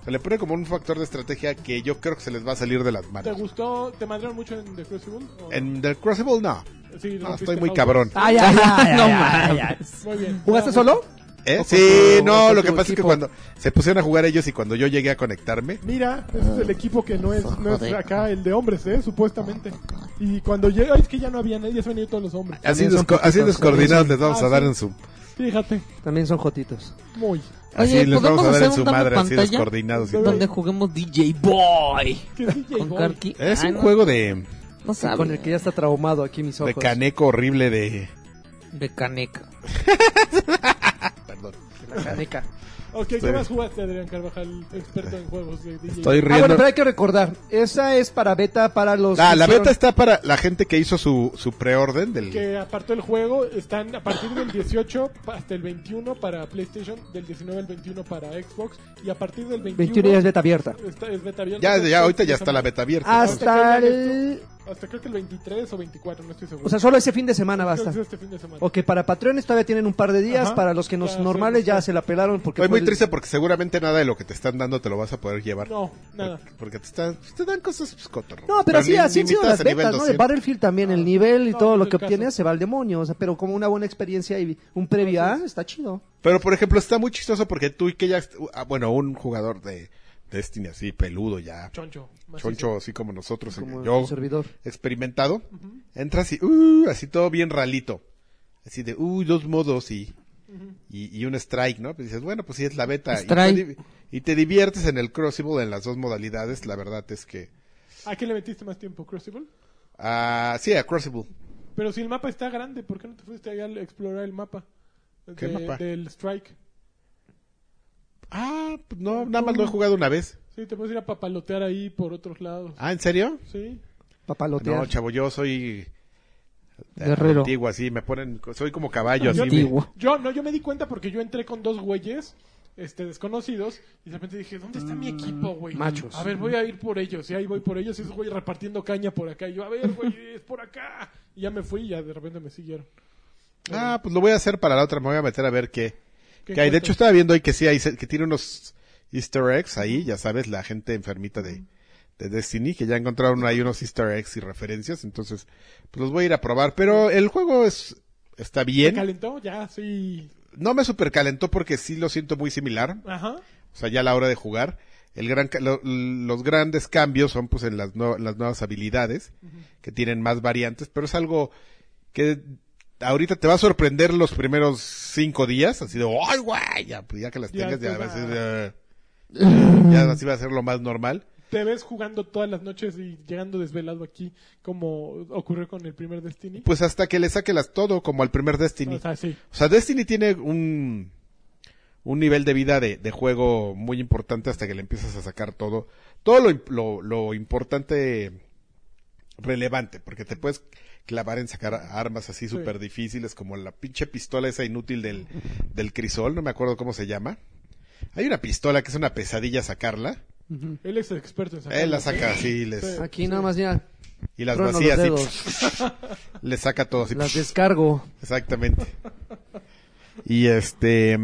[SPEAKER 5] Se le pone como un factor de estrategia que yo creo que se les va a salir de las
[SPEAKER 2] ¿Te
[SPEAKER 5] manos.
[SPEAKER 2] gustó? ¿Te madrearon mucho en The Crucible? ¿O no?
[SPEAKER 5] En The Crucible no.
[SPEAKER 2] Sí,
[SPEAKER 5] No,
[SPEAKER 2] rompiste
[SPEAKER 5] estoy muy
[SPEAKER 2] pautas.
[SPEAKER 5] cabrón.
[SPEAKER 3] Ay, ay, ay,
[SPEAKER 4] No
[SPEAKER 3] ay, ay, ay.
[SPEAKER 4] mames.
[SPEAKER 2] Muy bien.
[SPEAKER 3] ¿Jugaste
[SPEAKER 2] Bravo.
[SPEAKER 3] solo?
[SPEAKER 5] ¿Eh?
[SPEAKER 3] O
[SPEAKER 5] Sí,
[SPEAKER 3] con tu- o
[SPEAKER 5] no,
[SPEAKER 3] con
[SPEAKER 5] lo que
[SPEAKER 3] tu
[SPEAKER 5] pasa es que
[SPEAKER 3] equipo.
[SPEAKER 5] cuando se pusieron a jugar ellos y cuando yo llegué a conectarme,
[SPEAKER 2] Mira, ese es el equipo que no Ah, es, no es acá el de hombres, ¿eh? Supuestamente. Y cuando llega, es que ya no había nadie, ya se venían todos los hombres.
[SPEAKER 5] así,
[SPEAKER 3] También son
[SPEAKER 5] desco- así
[SPEAKER 3] poquitos,
[SPEAKER 5] descoordinados
[SPEAKER 3] sí.
[SPEAKER 5] les vamos
[SPEAKER 2] Ah,
[SPEAKER 5] a dar
[SPEAKER 2] sí.
[SPEAKER 5] en su...
[SPEAKER 2] Fíjate,
[SPEAKER 3] También son jotitos.
[SPEAKER 2] muy.
[SPEAKER 5] Así
[SPEAKER 4] Oye,
[SPEAKER 5] les vamos
[SPEAKER 4] ¿podemos
[SPEAKER 5] a dar en
[SPEAKER 4] hacer
[SPEAKER 5] su
[SPEAKER 4] un dame
[SPEAKER 5] madre, así
[SPEAKER 4] pantalla?
[SPEAKER 5] descoordinados. y
[SPEAKER 2] Pero-
[SPEAKER 5] todo.
[SPEAKER 4] Donde juguemos DJ Boy.
[SPEAKER 2] ¿Qué es DJ
[SPEAKER 4] Con
[SPEAKER 2] Boy?
[SPEAKER 4] Karki.
[SPEAKER 5] Es
[SPEAKER 4] Ay,
[SPEAKER 5] un
[SPEAKER 4] Ah, no-
[SPEAKER 5] juego de,
[SPEAKER 4] No sabe.
[SPEAKER 3] Con el que ya está traumado aquí mis
[SPEAKER 5] Ah, de
[SPEAKER 3] ojos.
[SPEAKER 5] caneco horrible de...
[SPEAKER 4] De caneca.
[SPEAKER 5] Perdón.
[SPEAKER 4] La caneca.
[SPEAKER 3] Ah,
[SPEAKER 2] Ok,
[SPEAKER 5] Estoy-
[SPEAKER 2] ¿qué más jugaste, Adrián Carvajal, experto en juegos de DJ?
[SPEAKER 5] Estoy
[SPEAKER 3] Ah, bueno,
[SPEAKER 5] riendo.
[SPEAKER 3] pero hay que recordar. Esa es para beta para los.
[SPEAKER 5] Ah,
[SPEAKER 3] que
[SPEAKER 5] la
[SPEAKER 3] hicieron-
[SPEAKER 5] beta está para la gente que hizo su, su preorden del...
[SPEAKER 2] que apartó el juego, están a partir del 18 hasta el 21 para PlayStation, del 19 al 21 para Xbox y a partir del 21,
[SPEAKER 3] 21 días beta abierta.
[SPEAKER 2] está- es beta abierta.
[SPEAKER 5] Ya, ya, ahorita ya
[SPEAKER 2] Entonces,
[SPEAKER 5] está la beta abierta.
[SPEAKER 2] Hasta que
[SPEAKER 3] Hasta
[SPEAKER 2] vean
[SPEAKER 3] el.
[SPEAKER 2] Hasta creo que el 23 o 24, no estoy seguro.
[SPEAKER 3] O sea, solo ese fin de semana
[SPEAKER 2] Creo que
[SPEAKER 3] basta.
[SPEAKER 2] es este fin de semana.
[SPEAKER 3] Ok, para Patreones todavía tienen un par de días.
[SPEAKER 2] Ajá.
[SPEAKER 3] Para los que nos
[SPEAKER 2] Ya,
[SPEAKER 3] normales
[SPEAKER 2] sí,
[SPEAKER 3] ya
[SPEAKER 2] sí.
[SPEAKER 3] se la pelaron porque.
[SPEAKER 5] Estoy
[SPEAKER 3] fue
[SPEAKER 5] muy
[SPEAKER 3] el-
[SPEAKER 5] triste porque seguramente nada de lo que te están dando te lo vas a poder llevar.
[SPEAKER 2] No, nada.
[SPEAKER 5] Porque- Porque te, están- te dan cosas pues, cotorro.
[SPEAKER 3] No, pero así,
[SPEAKER 5] ni-
[SPEAKER 3] así
[SPEAKER 5] ni
[SPEAKER 3] han sido
[SPEAKER 5] limitadas
[SPEAKER 3] las
[SPEAKER 5] a nivel
[SPEAKER 3] betas, ¿no? De
[SPEAKER 5] 200.
[SPEAKER 3] Battlefield también, el nivel y
[SPEAKER 2] No,
[SPEAKER 3] todo
[SPEAKER 2] no
[SPEAKER 3] lo
[SPEAKER 2] es
[SPEAKER 3] que
[SPEAKER 2] el
[SPEAKER 3] obtienes
[SPEAKER 2] caso.
[SPEAKER 3] se va al demonio, o sea, pero como una buena experiencia y un previo, ah, está chido.
[SPEAKER 5] Pero por ejemplo, está muy chistoso porque tú y que ya. ah, Bueno, un jugador de Destiny así, peludo ya.
[SPEAKER 2] Choncho. macizo.
[SPEAKER 5] Choncho, así como nosotros, el que
[SPEAKER 3] Como
[SPEAKER 5] yo,
[SPEAKER 3] tu servidor.
[SPEAKER 5] experimentado, entra así, uh, así todo bien ralito, así de, uy, dos modos y, y, y un strike, ¿no? Pues dices, bueno, pues sí es la beta. Y te,
[SPEAKER 4] Strike.
[SPEAKER 5] di- y te diviertes en el Crucible en las dos modalidades, la verdad es que,
[SPEAKER 2] ¿A qué le metiste más tiempo, Crucible?
[SPEAKER 5] ah, sí, a Crucible.
[SPEAKER 2] Pero si el mapa está grande, ¿por qué no te fuiste allá a explorar el mapa?
[SPEAKER 5] ¿Qué
[SPEAKER 2] De-
[SPEAKER 5] mapa?
[SPEAKER 2] Del Strike.
[SPEAKER 5] Ah, pues no, nada más lo he jugado una vez.
[SPEAKER 2] Sí, te puedes ir a papalotear ahí por otros lados.
[SPEAKER 5] Ah, ¿en serio? Ah,
[SPEAKER 2] Sí.
[SPEAKER 3] Papalotear.
[SPEAKER 5] No, chavo, yo soy
[SPEAKER 4] Guerrero.
[SPEAKER 5] antiguo así, me ponen, soy como caballo así.
[SPEAKER 2] Yo-
[SPEAKER 5] me-
[SPEAKER 4] Antiguo.
[SPEAKER 2] Yo no, yo me di cuenta porque yo entré con dos güeyes este, desconocidos y de repente dije, ¿dónde está
[SPEAKER 5] Mm,
[SPEAKER 2] mi equipo, güey?
[SPEAKER 3] Machos.
[SPEAKER 2] A ver, voy a ir por ellos. Y ahí voy por ellos y esos güeyes repartiendo caña por acá. Y yo, a ver, güey, es por acá. Y ya me fui y ya de repente me siguieron.
[SPEAKER 5] Ah, pues lo voy a hacer para la otra, me voy a meter a ver qué.
[SPEAKER 2] ¿Qué
[SPEAKER 5] Que hay, de
[SPEAKER 2] encuentras?
[SPEAKER 5] hecho estaba viendo hoy que sí hay, se- que tiene unos easter eggs ahí, ya sabes, la gente enfermita de, de Destiny, que ya encontraron ahí unos easter eggs y referencias, entonces pues los voy a ir a probar, pero el juego es está
[SPEAKER 2] ¿Se
[SPEAKER 5] bien.
[SPEAKER 2] calentó? Ya, sí.
[SPEAKER 5] No me supercalentó porque sí lo siento muy similar,
[SPEAKER 2] Ajá.
[SPEAKER 5] o sea, ya a la hora de jugar. El gran, ca- lo- los grandes cambios son pues en las, nue- las nuevas habilidades, que tienen más variantes, pero es algo que ahorita te va a sorprender los primeros cinco días, así de, ¡ay, güey! Ya, pues, ya que las
[SPEAKER 2] Ya
[SPEAKER 5] tengas, ya,
[SPEAKER 2] te
[SPEAKER 5] vas a
[SPEAKER 2] va.
[SPEAKER 5] ser, eh, ya así va a ser lo más normal.
[SPEAKER 2] ¿Te ves jugando todas las noches y llegando desvelado aquí, como ocurrió con el primer Destiny?
[SPEAKER 5] Pues hasta que le saque las todo, como al primer Destiny.
[SPEAKER 2] O sea, sí.
[SPEAKER 5] O sea, Destiny tiene un, un nivel de vida de, de juego muy importante hasta que le empiezas a sacar todo. Todo lo, imp- lo, lo importante relevante, porque te puedes clavar en sacar armas así súper difíciles, como la pinche pistola esa inútil del, del crisol, no me acuerdo cómo se llama. Hay una pistola que es una pesadilla sacarla.
[SPEAKER 2] Él es experto en sacar.
[SPEAKER 5] Él la saca así les,
[SPEAKER 2] Sí.
[SPEAKER 3] Aquí nada más ya
[SPEAKER 5] y las
[SPEAKER 3] trono
[SPEAKER 5] vacías
[SPEAKER 3] los
[SPEAKER 5] así.
[SPEAKER 3] dedos,
[SPEAKER 5] Le saca todo así.
[SPEAKER 3] las descargo.
[SPEAKER 5] Exactamente. Y este.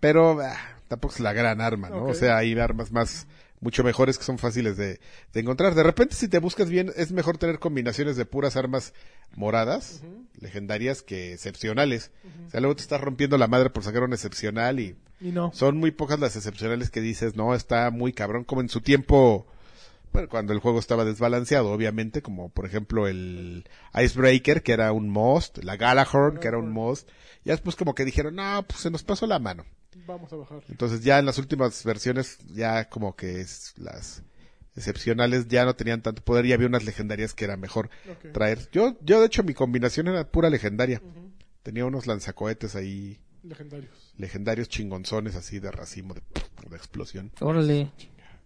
[SPEAKER 5] Pero ah, tampoco es la gran arma, ¿no?
[SPEAKER 2] Ok.
[SPEAKER 5] O sea, hay armas más. Mucho mejores que son fáciles de, de encontrar. De repente, si te buscas bien, es mejor tener combinaciones de puras armas moradas, legendarias, que excepcionales. O sea, luego te estás rompiendo la madre por sacar un excepcional y
[SPEAKER 2] Y no.
[SPEAKER 5] son muy pocas las excepcionales que dices, no, está muy cabrón, como en su tiempo, bueno, cuando el juego estaba desbalanceado, obviamente, como por ejemplo el Icebreaker, que era un most, la Galahorn, que era un most, ya después como que dijeron, no, pues se nos pasó la mano.
[SPEAKER 2] Vamos a bajar.
[SPEAKER 5] Entonces ya en las últimas versiones, ya como que es- las excepcionales ya no tenían tanto poder y había unas legendarias que era mejor
[SPEAKER 2] Ok.
[SPEAKER 5] traer. Yo, yo de hecho mi combinación era pura legendaria. Tenía unos lanzacohetes ahí
[SPEAKER 2] Legendarios.
[SPEAKER 5] legendarios chingonzones así de racimo de, de explosión.
[SPEAKER 4] Órale.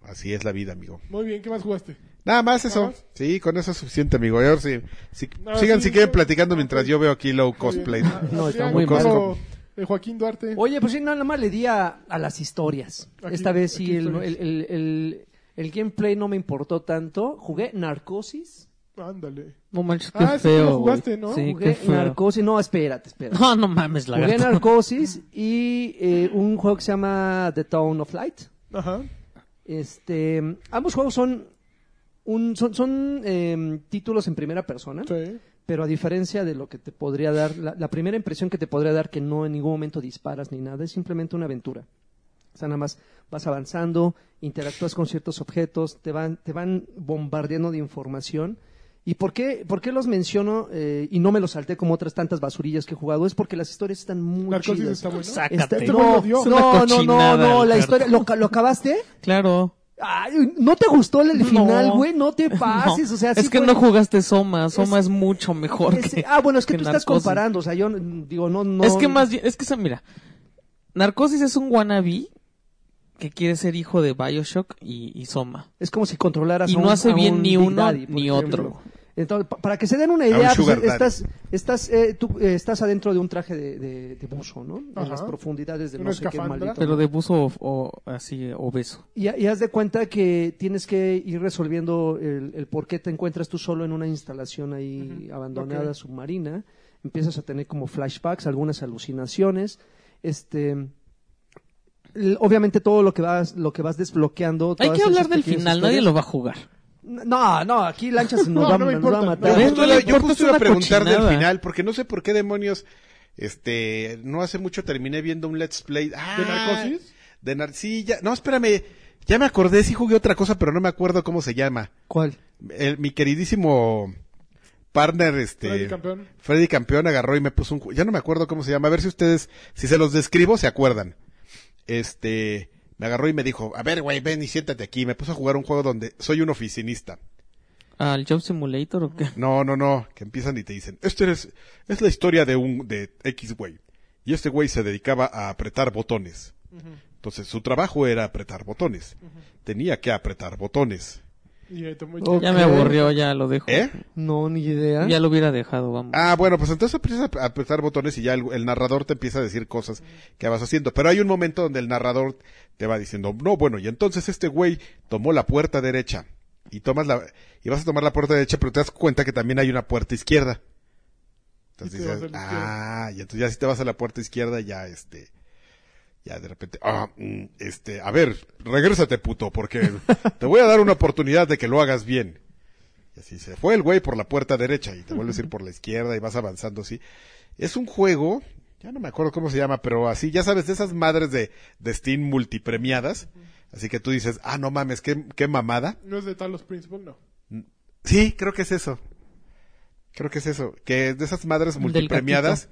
[SPEAKER 5] Así es la vida, amigo.
[SPEAKER 2] Muy bien, ¿qué más jugaste?
[SPEAKER 5] Nada más eso.
[SPEAKER 2] Nada más.
[SPEAKER 5] Sí, con eso es suficiente, amigo. Y ahora sí, sí-
[SPEAKER 2] No,
[SPEAKER 5] sigan
[SPEAKER 2] sí,
[SPEAKER 5] si quieren
[SPEAKER 2] sí.
[SPEAKER 5] platicando mientras yo veo aquí low cosplay.
[SPEAKER 3] No, está
[SPEAKER 2] Adrián,
[SPEAKER 3] muy
[SPEAKER 5] mal.
[SPEAKER 2] Ah, pero, eh, Joaquín Duarte.
[SPEAKER 3] Oye, pues sí, no, nada más le di a, a las historias.
[SPEAKER 2] Aquí-
[SPEAKER 3] Esta vez sí,
[SPEAKER 2] aquí
[SPEAKER 3] el,
[SPEAKER 2] historias.
[SPEAKER 3] el- el- el- el gameplay no me importó tanto. Jugué Narcosis.
[SPEAKER 2] Ándale.
[SPEAKER 4] No manches, qué
[SPEAKER 2] Ah, sí,
[SPEAKER 4] feo.
[SPEAKER 2] lo
[SPEAKER 4] güey.
[SPEAKER 2] jugaste, ¿no?
[SPEAKER 4] Sí, qué
[SPEAKER 3] Jugué
[SPEAKER 4] feo.
[SPEAKER 3] Narcosis. No, espérate, espérate.
[SPEAKER 4] No, no mames, la
[SPEAKER 3] Jugué Narcosis y eh, un juego que se llama The Town of Light.
[SPEAKER 2] Ajá.
[SPEAKER 3] Este, ambos juegos son un, son, son eh, títulos en primera persona,
[SPEAKER 2] Sí.
[SPEAKER 3] pero a diferencia de lo que te podría dar, la, la primera impresión que te podría dar que no en ningún momento disparas ni nada, es simplemente una aventura. O sea, nada más vas avanzando, interactúas con ciertos objetos, te van, te van bombardeando de información. ¿Y por qué, por qué los menciono eh, y no me los salté como otras tantas basurillas que he jugado? Es porque las historias están muy
[SPEAKER 2] Narcosis
[SPEAKER 3] chidas.
[SPEAKER 2] está bueno.
[SPEAKER 4] Exacto.
[SPEAKER 3] Está-
[SPEAKER 4] Este
[SPEAKER 2] güey
[SPEAKER 3] no,
[SPEAKER 2] lo dio.
[SPEAKER 4] Es una
[SPEAKER 3] no, no, no, no,
[SPEAKER 4] cochinada,
[SPEAKER 3] la
[SPEAKER 4] Alberto.
[SPEAKER 3] historia, ¿lo, ca- lo acabaste?
[SPEAKER 4] Claro.
[SPEAKER 3] Ay, ¿no te gustó el
[SPEAKER 4] No.
[SPEAKER 3] final, güey? No te pases,
[SPEAKER 4] No.
[SPEAKER 3] o sea, sí
[SPEAKER 4] es que
[SPEAKER 3] fue-
[SPEAKER 4] no jugaste Soma. Soma
[SPEAKER 3] Es-
[SPEAKER 4] es, mucho mejor.
[SPEAKER 3] es-
[SPEAKER 4] que,
[SPEAKER 3] ah, bueno, es que, tú estás
[SPEAKER 4] Narcosis.
[SPEAKER 3] comparando, o sea, yo mm, digo, no, no.
[SPEAKER 4] Es que más bien, es que se- mira, Narcosis es un wannabe que quiere ser hijo de Bioshock y, y Soma.
[SPEAKER 3] Es como si controlaras
[SPEAKER 4] Y
[SPEAKER 3] a un-
[SPEAKER 4] no hace
[SPEAKER 3] a
[SPEAKER 4] bien
[SPEAKER 3] un
[SPEAKER 4] ni
[SPEAKER 3] Big
[SPEAKER 4] uno
[SPEAKER 3] Daddy, por
[SPEAKER 4] ni
[SPEAKER 3] ejemplo.
[SPEAKER 4] otro.
[SPEAKER 3] Entonces, pa- para que se den una
[SPEAKER 5] un
[SPEAKER 3] idea, pues,
[SPEAKER 5] sugar daddy.
[SPEAKER 3] estás, estás, eh, tú, eh, estás adentro de un traje de, de- de buzo, ¿no?
[SPEAKER 2] Ajá.
[SPEAKER 3] En las profundidades de
[SPEAKER 2] Una
[SPEAKER 3] no sé qué
[SPEAKER 2] escafandra.
[SPEAKER 3] maldito.
[SPEAKER 4] Pero de buzo o, o así obeso.
[SPEAKER 3] Y, y haz de cuenta que tienes que ir resolviendo el, el por qué te encuentras tú solo en una instalación ahí abandonada
[SPEAKER 2] ok.
[SPEAKER 3] submarina. Empiezas a tener como flashbacks, algunas alucinaciones. Este, l- obviamente todo lo que vas, lo que vas desbloqueando.
[SPEAKER 4] Hay
[SPEAKER 3] todas
[SPEAKER 4] que
[SPEAKER 3] esas
[SPEAKER 4] hablar del
[SPEAKER 3] pequeñas
[SPEAKER 4] final,
[SPEAKER 3] historias-
[SPEAKER 4] nadie lo va a jugar.
[SPEAKER 3] No, no, aquí lanchas nos,
[SPEAKER 2] No,
[SPEAKER 3] va,
[SPEAKER 2] no me
[SPEAKER 3] nos va a
[SPEAKER 2] importa,
[SPEAKER 3] matar.
[SPEAKER 4] no.
[SPEAKER 5] Yo
[SPEAKER 4] Ves,
[SPEAKER 5] justo
[SPEAKER 4] le
[SPEAKER 5] le- yo
[SPEAKER 4] importa, es
[SPEAKER 5] justo
[SPEAKER 4] una
[SPEAKER 5] iba a preguntar del
[SPEAKER 4] cochinada.
[SPEAKER 5] final, porque no sé por qué demonios, este, no hace mucho terminé viendo un Let's Play. Ah,
[SPEAKER 2] ¿De Narcosis?
[SPEAKER 5] De Nar- sí, ya- no, espérame, ya me acordé, sí jugué otra cosa, pero no me acuerdo cómo se llama.
[SPEAKER 3] ¿Cuál?
[SPEAKER 5] El- mi queridísimo partner, este.
[SPEAKER 2] Freddy Campeón.
[SPEAKER 5] Freddy Campeón agarró y me puso un... ju- Ya no me acuerdo cómo se llama. A ver si ustedes, si se los describo, se acuerdan. Este, me agarró y me dijo, a ver, güey, ven y siéntate aquí. Me puso a jugar un juego donde soy un oficinista.
[SPEAKER 4] ¿Al Job Simulator o qué?
[SPEAKER 5] No, no, no, que empiezan y te dicen, este es, es la historia de un, de X güey. Y este güey se dedicaba a apretar botones. Entonces, su trabajo era apretar botones. Tenía que apretar botones.
[SPEAKER 2] Y, eh, tomó-
[SPEAKER 3] Ok.
[SPEAKER 4] Ya me aburrió, ya lo dejo.
[SPEAKER 5] ¿Eh?
[SPEAKER 3] No, ni idea.
[SPEAKER 4] Ya lo hubiera dejado, vamos.
[SPEAKER 5] Ah, bueno, pues entonces empiezas a apretar botones y ya el, el narrador te empieza a decir cosas que vas haciendo. Pero hay un momento donde el narrador te va diciendo, no, bueno, y entonces este güey tomó la puerta derecha. Y tomas la, y vas a tomar la puerta derecha, pero te das cuenta que también hay una puerta izquierda. Entonces
[SPEAKER 2] Y te vas
[SPEAKER 5] dices,
[SPEAKER 2] a la izquierda.
[SPEAKER 5] ah, y entonces ya si te vas a la puerta izquierda, ya este, Ya de repente, ah, mm, este, a ver, regrésate puto, porque te voy a dar una oportunidad de que lo hagas bien. Y así se fue el güey por la puerta derecha y te vuelves a ir por la izquierda y vas avanzando así. Es un juego, ya no me acuerdo cómo se llama, pero así, ya sabes, de esas madres de, de Steam multipremiadas. Así que tú dices, ah, no mames, qué, qué mamada.
[SPEAKER 2] No es de Talos Principle, no.
[SPEAKER 5] Sí, creo que es eso. Creo que es eso. Que es de esas madres
[SPEAKER 4] Del
[SPEAKER 5] multipremiadas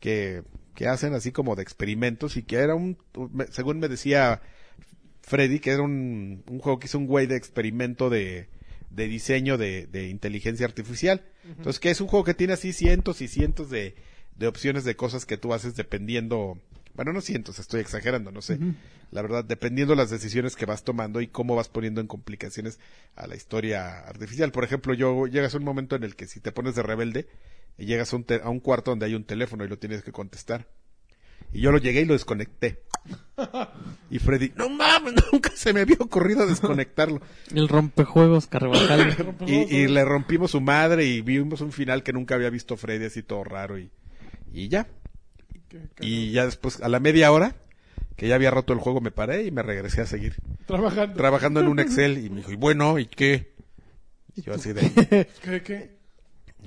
[SPEAKER 5] que, que hacen así como de experimentos y que era un, me- según me decía Freddy, que era un, un juego que hizo un güey de experimento de, de diseño de, de inteligencia artificial. Entonces, que es un juego que tiene así cientos y cientos de, de opciones de cosas que tú haces dependiendo, bueno, no cientos, estoy exagerando, no sé. La verdad, dependiendo las decisiones que vas tomando y cómo vas poniendo en complicaciones a la historia artificial. Por ejemplo, yo llegas a un momento en el que si te pones de rebelde, y llegas a un, te- a un cuarto donde hay un teléfono y lo tienes que contestar. Y yo lo llegué y lo desconecté. Y Freddy, no mames, nunca se me había ocurrido desconectarlo.
[SPEAKER 4] El rompejuegos Carvajal.
[SPEAKER 5] Y, y le rompimos su madre y vimos un final que nunca había visto Freddy así todo raro y, y ya.
[SPEAKER 2] Qué ca-
[SPEAKER 5] Y ya después, a la media hora, que ya había roto el juego, me paré y me regresé a seguir
[SPEAKER 2] Trabajando.
[SPEAKER 5] trabajando en un Excel y me dijo, y bueno, ¿y qué? Y yo así de,
[SPEAKER 2] ¿Qué, qué?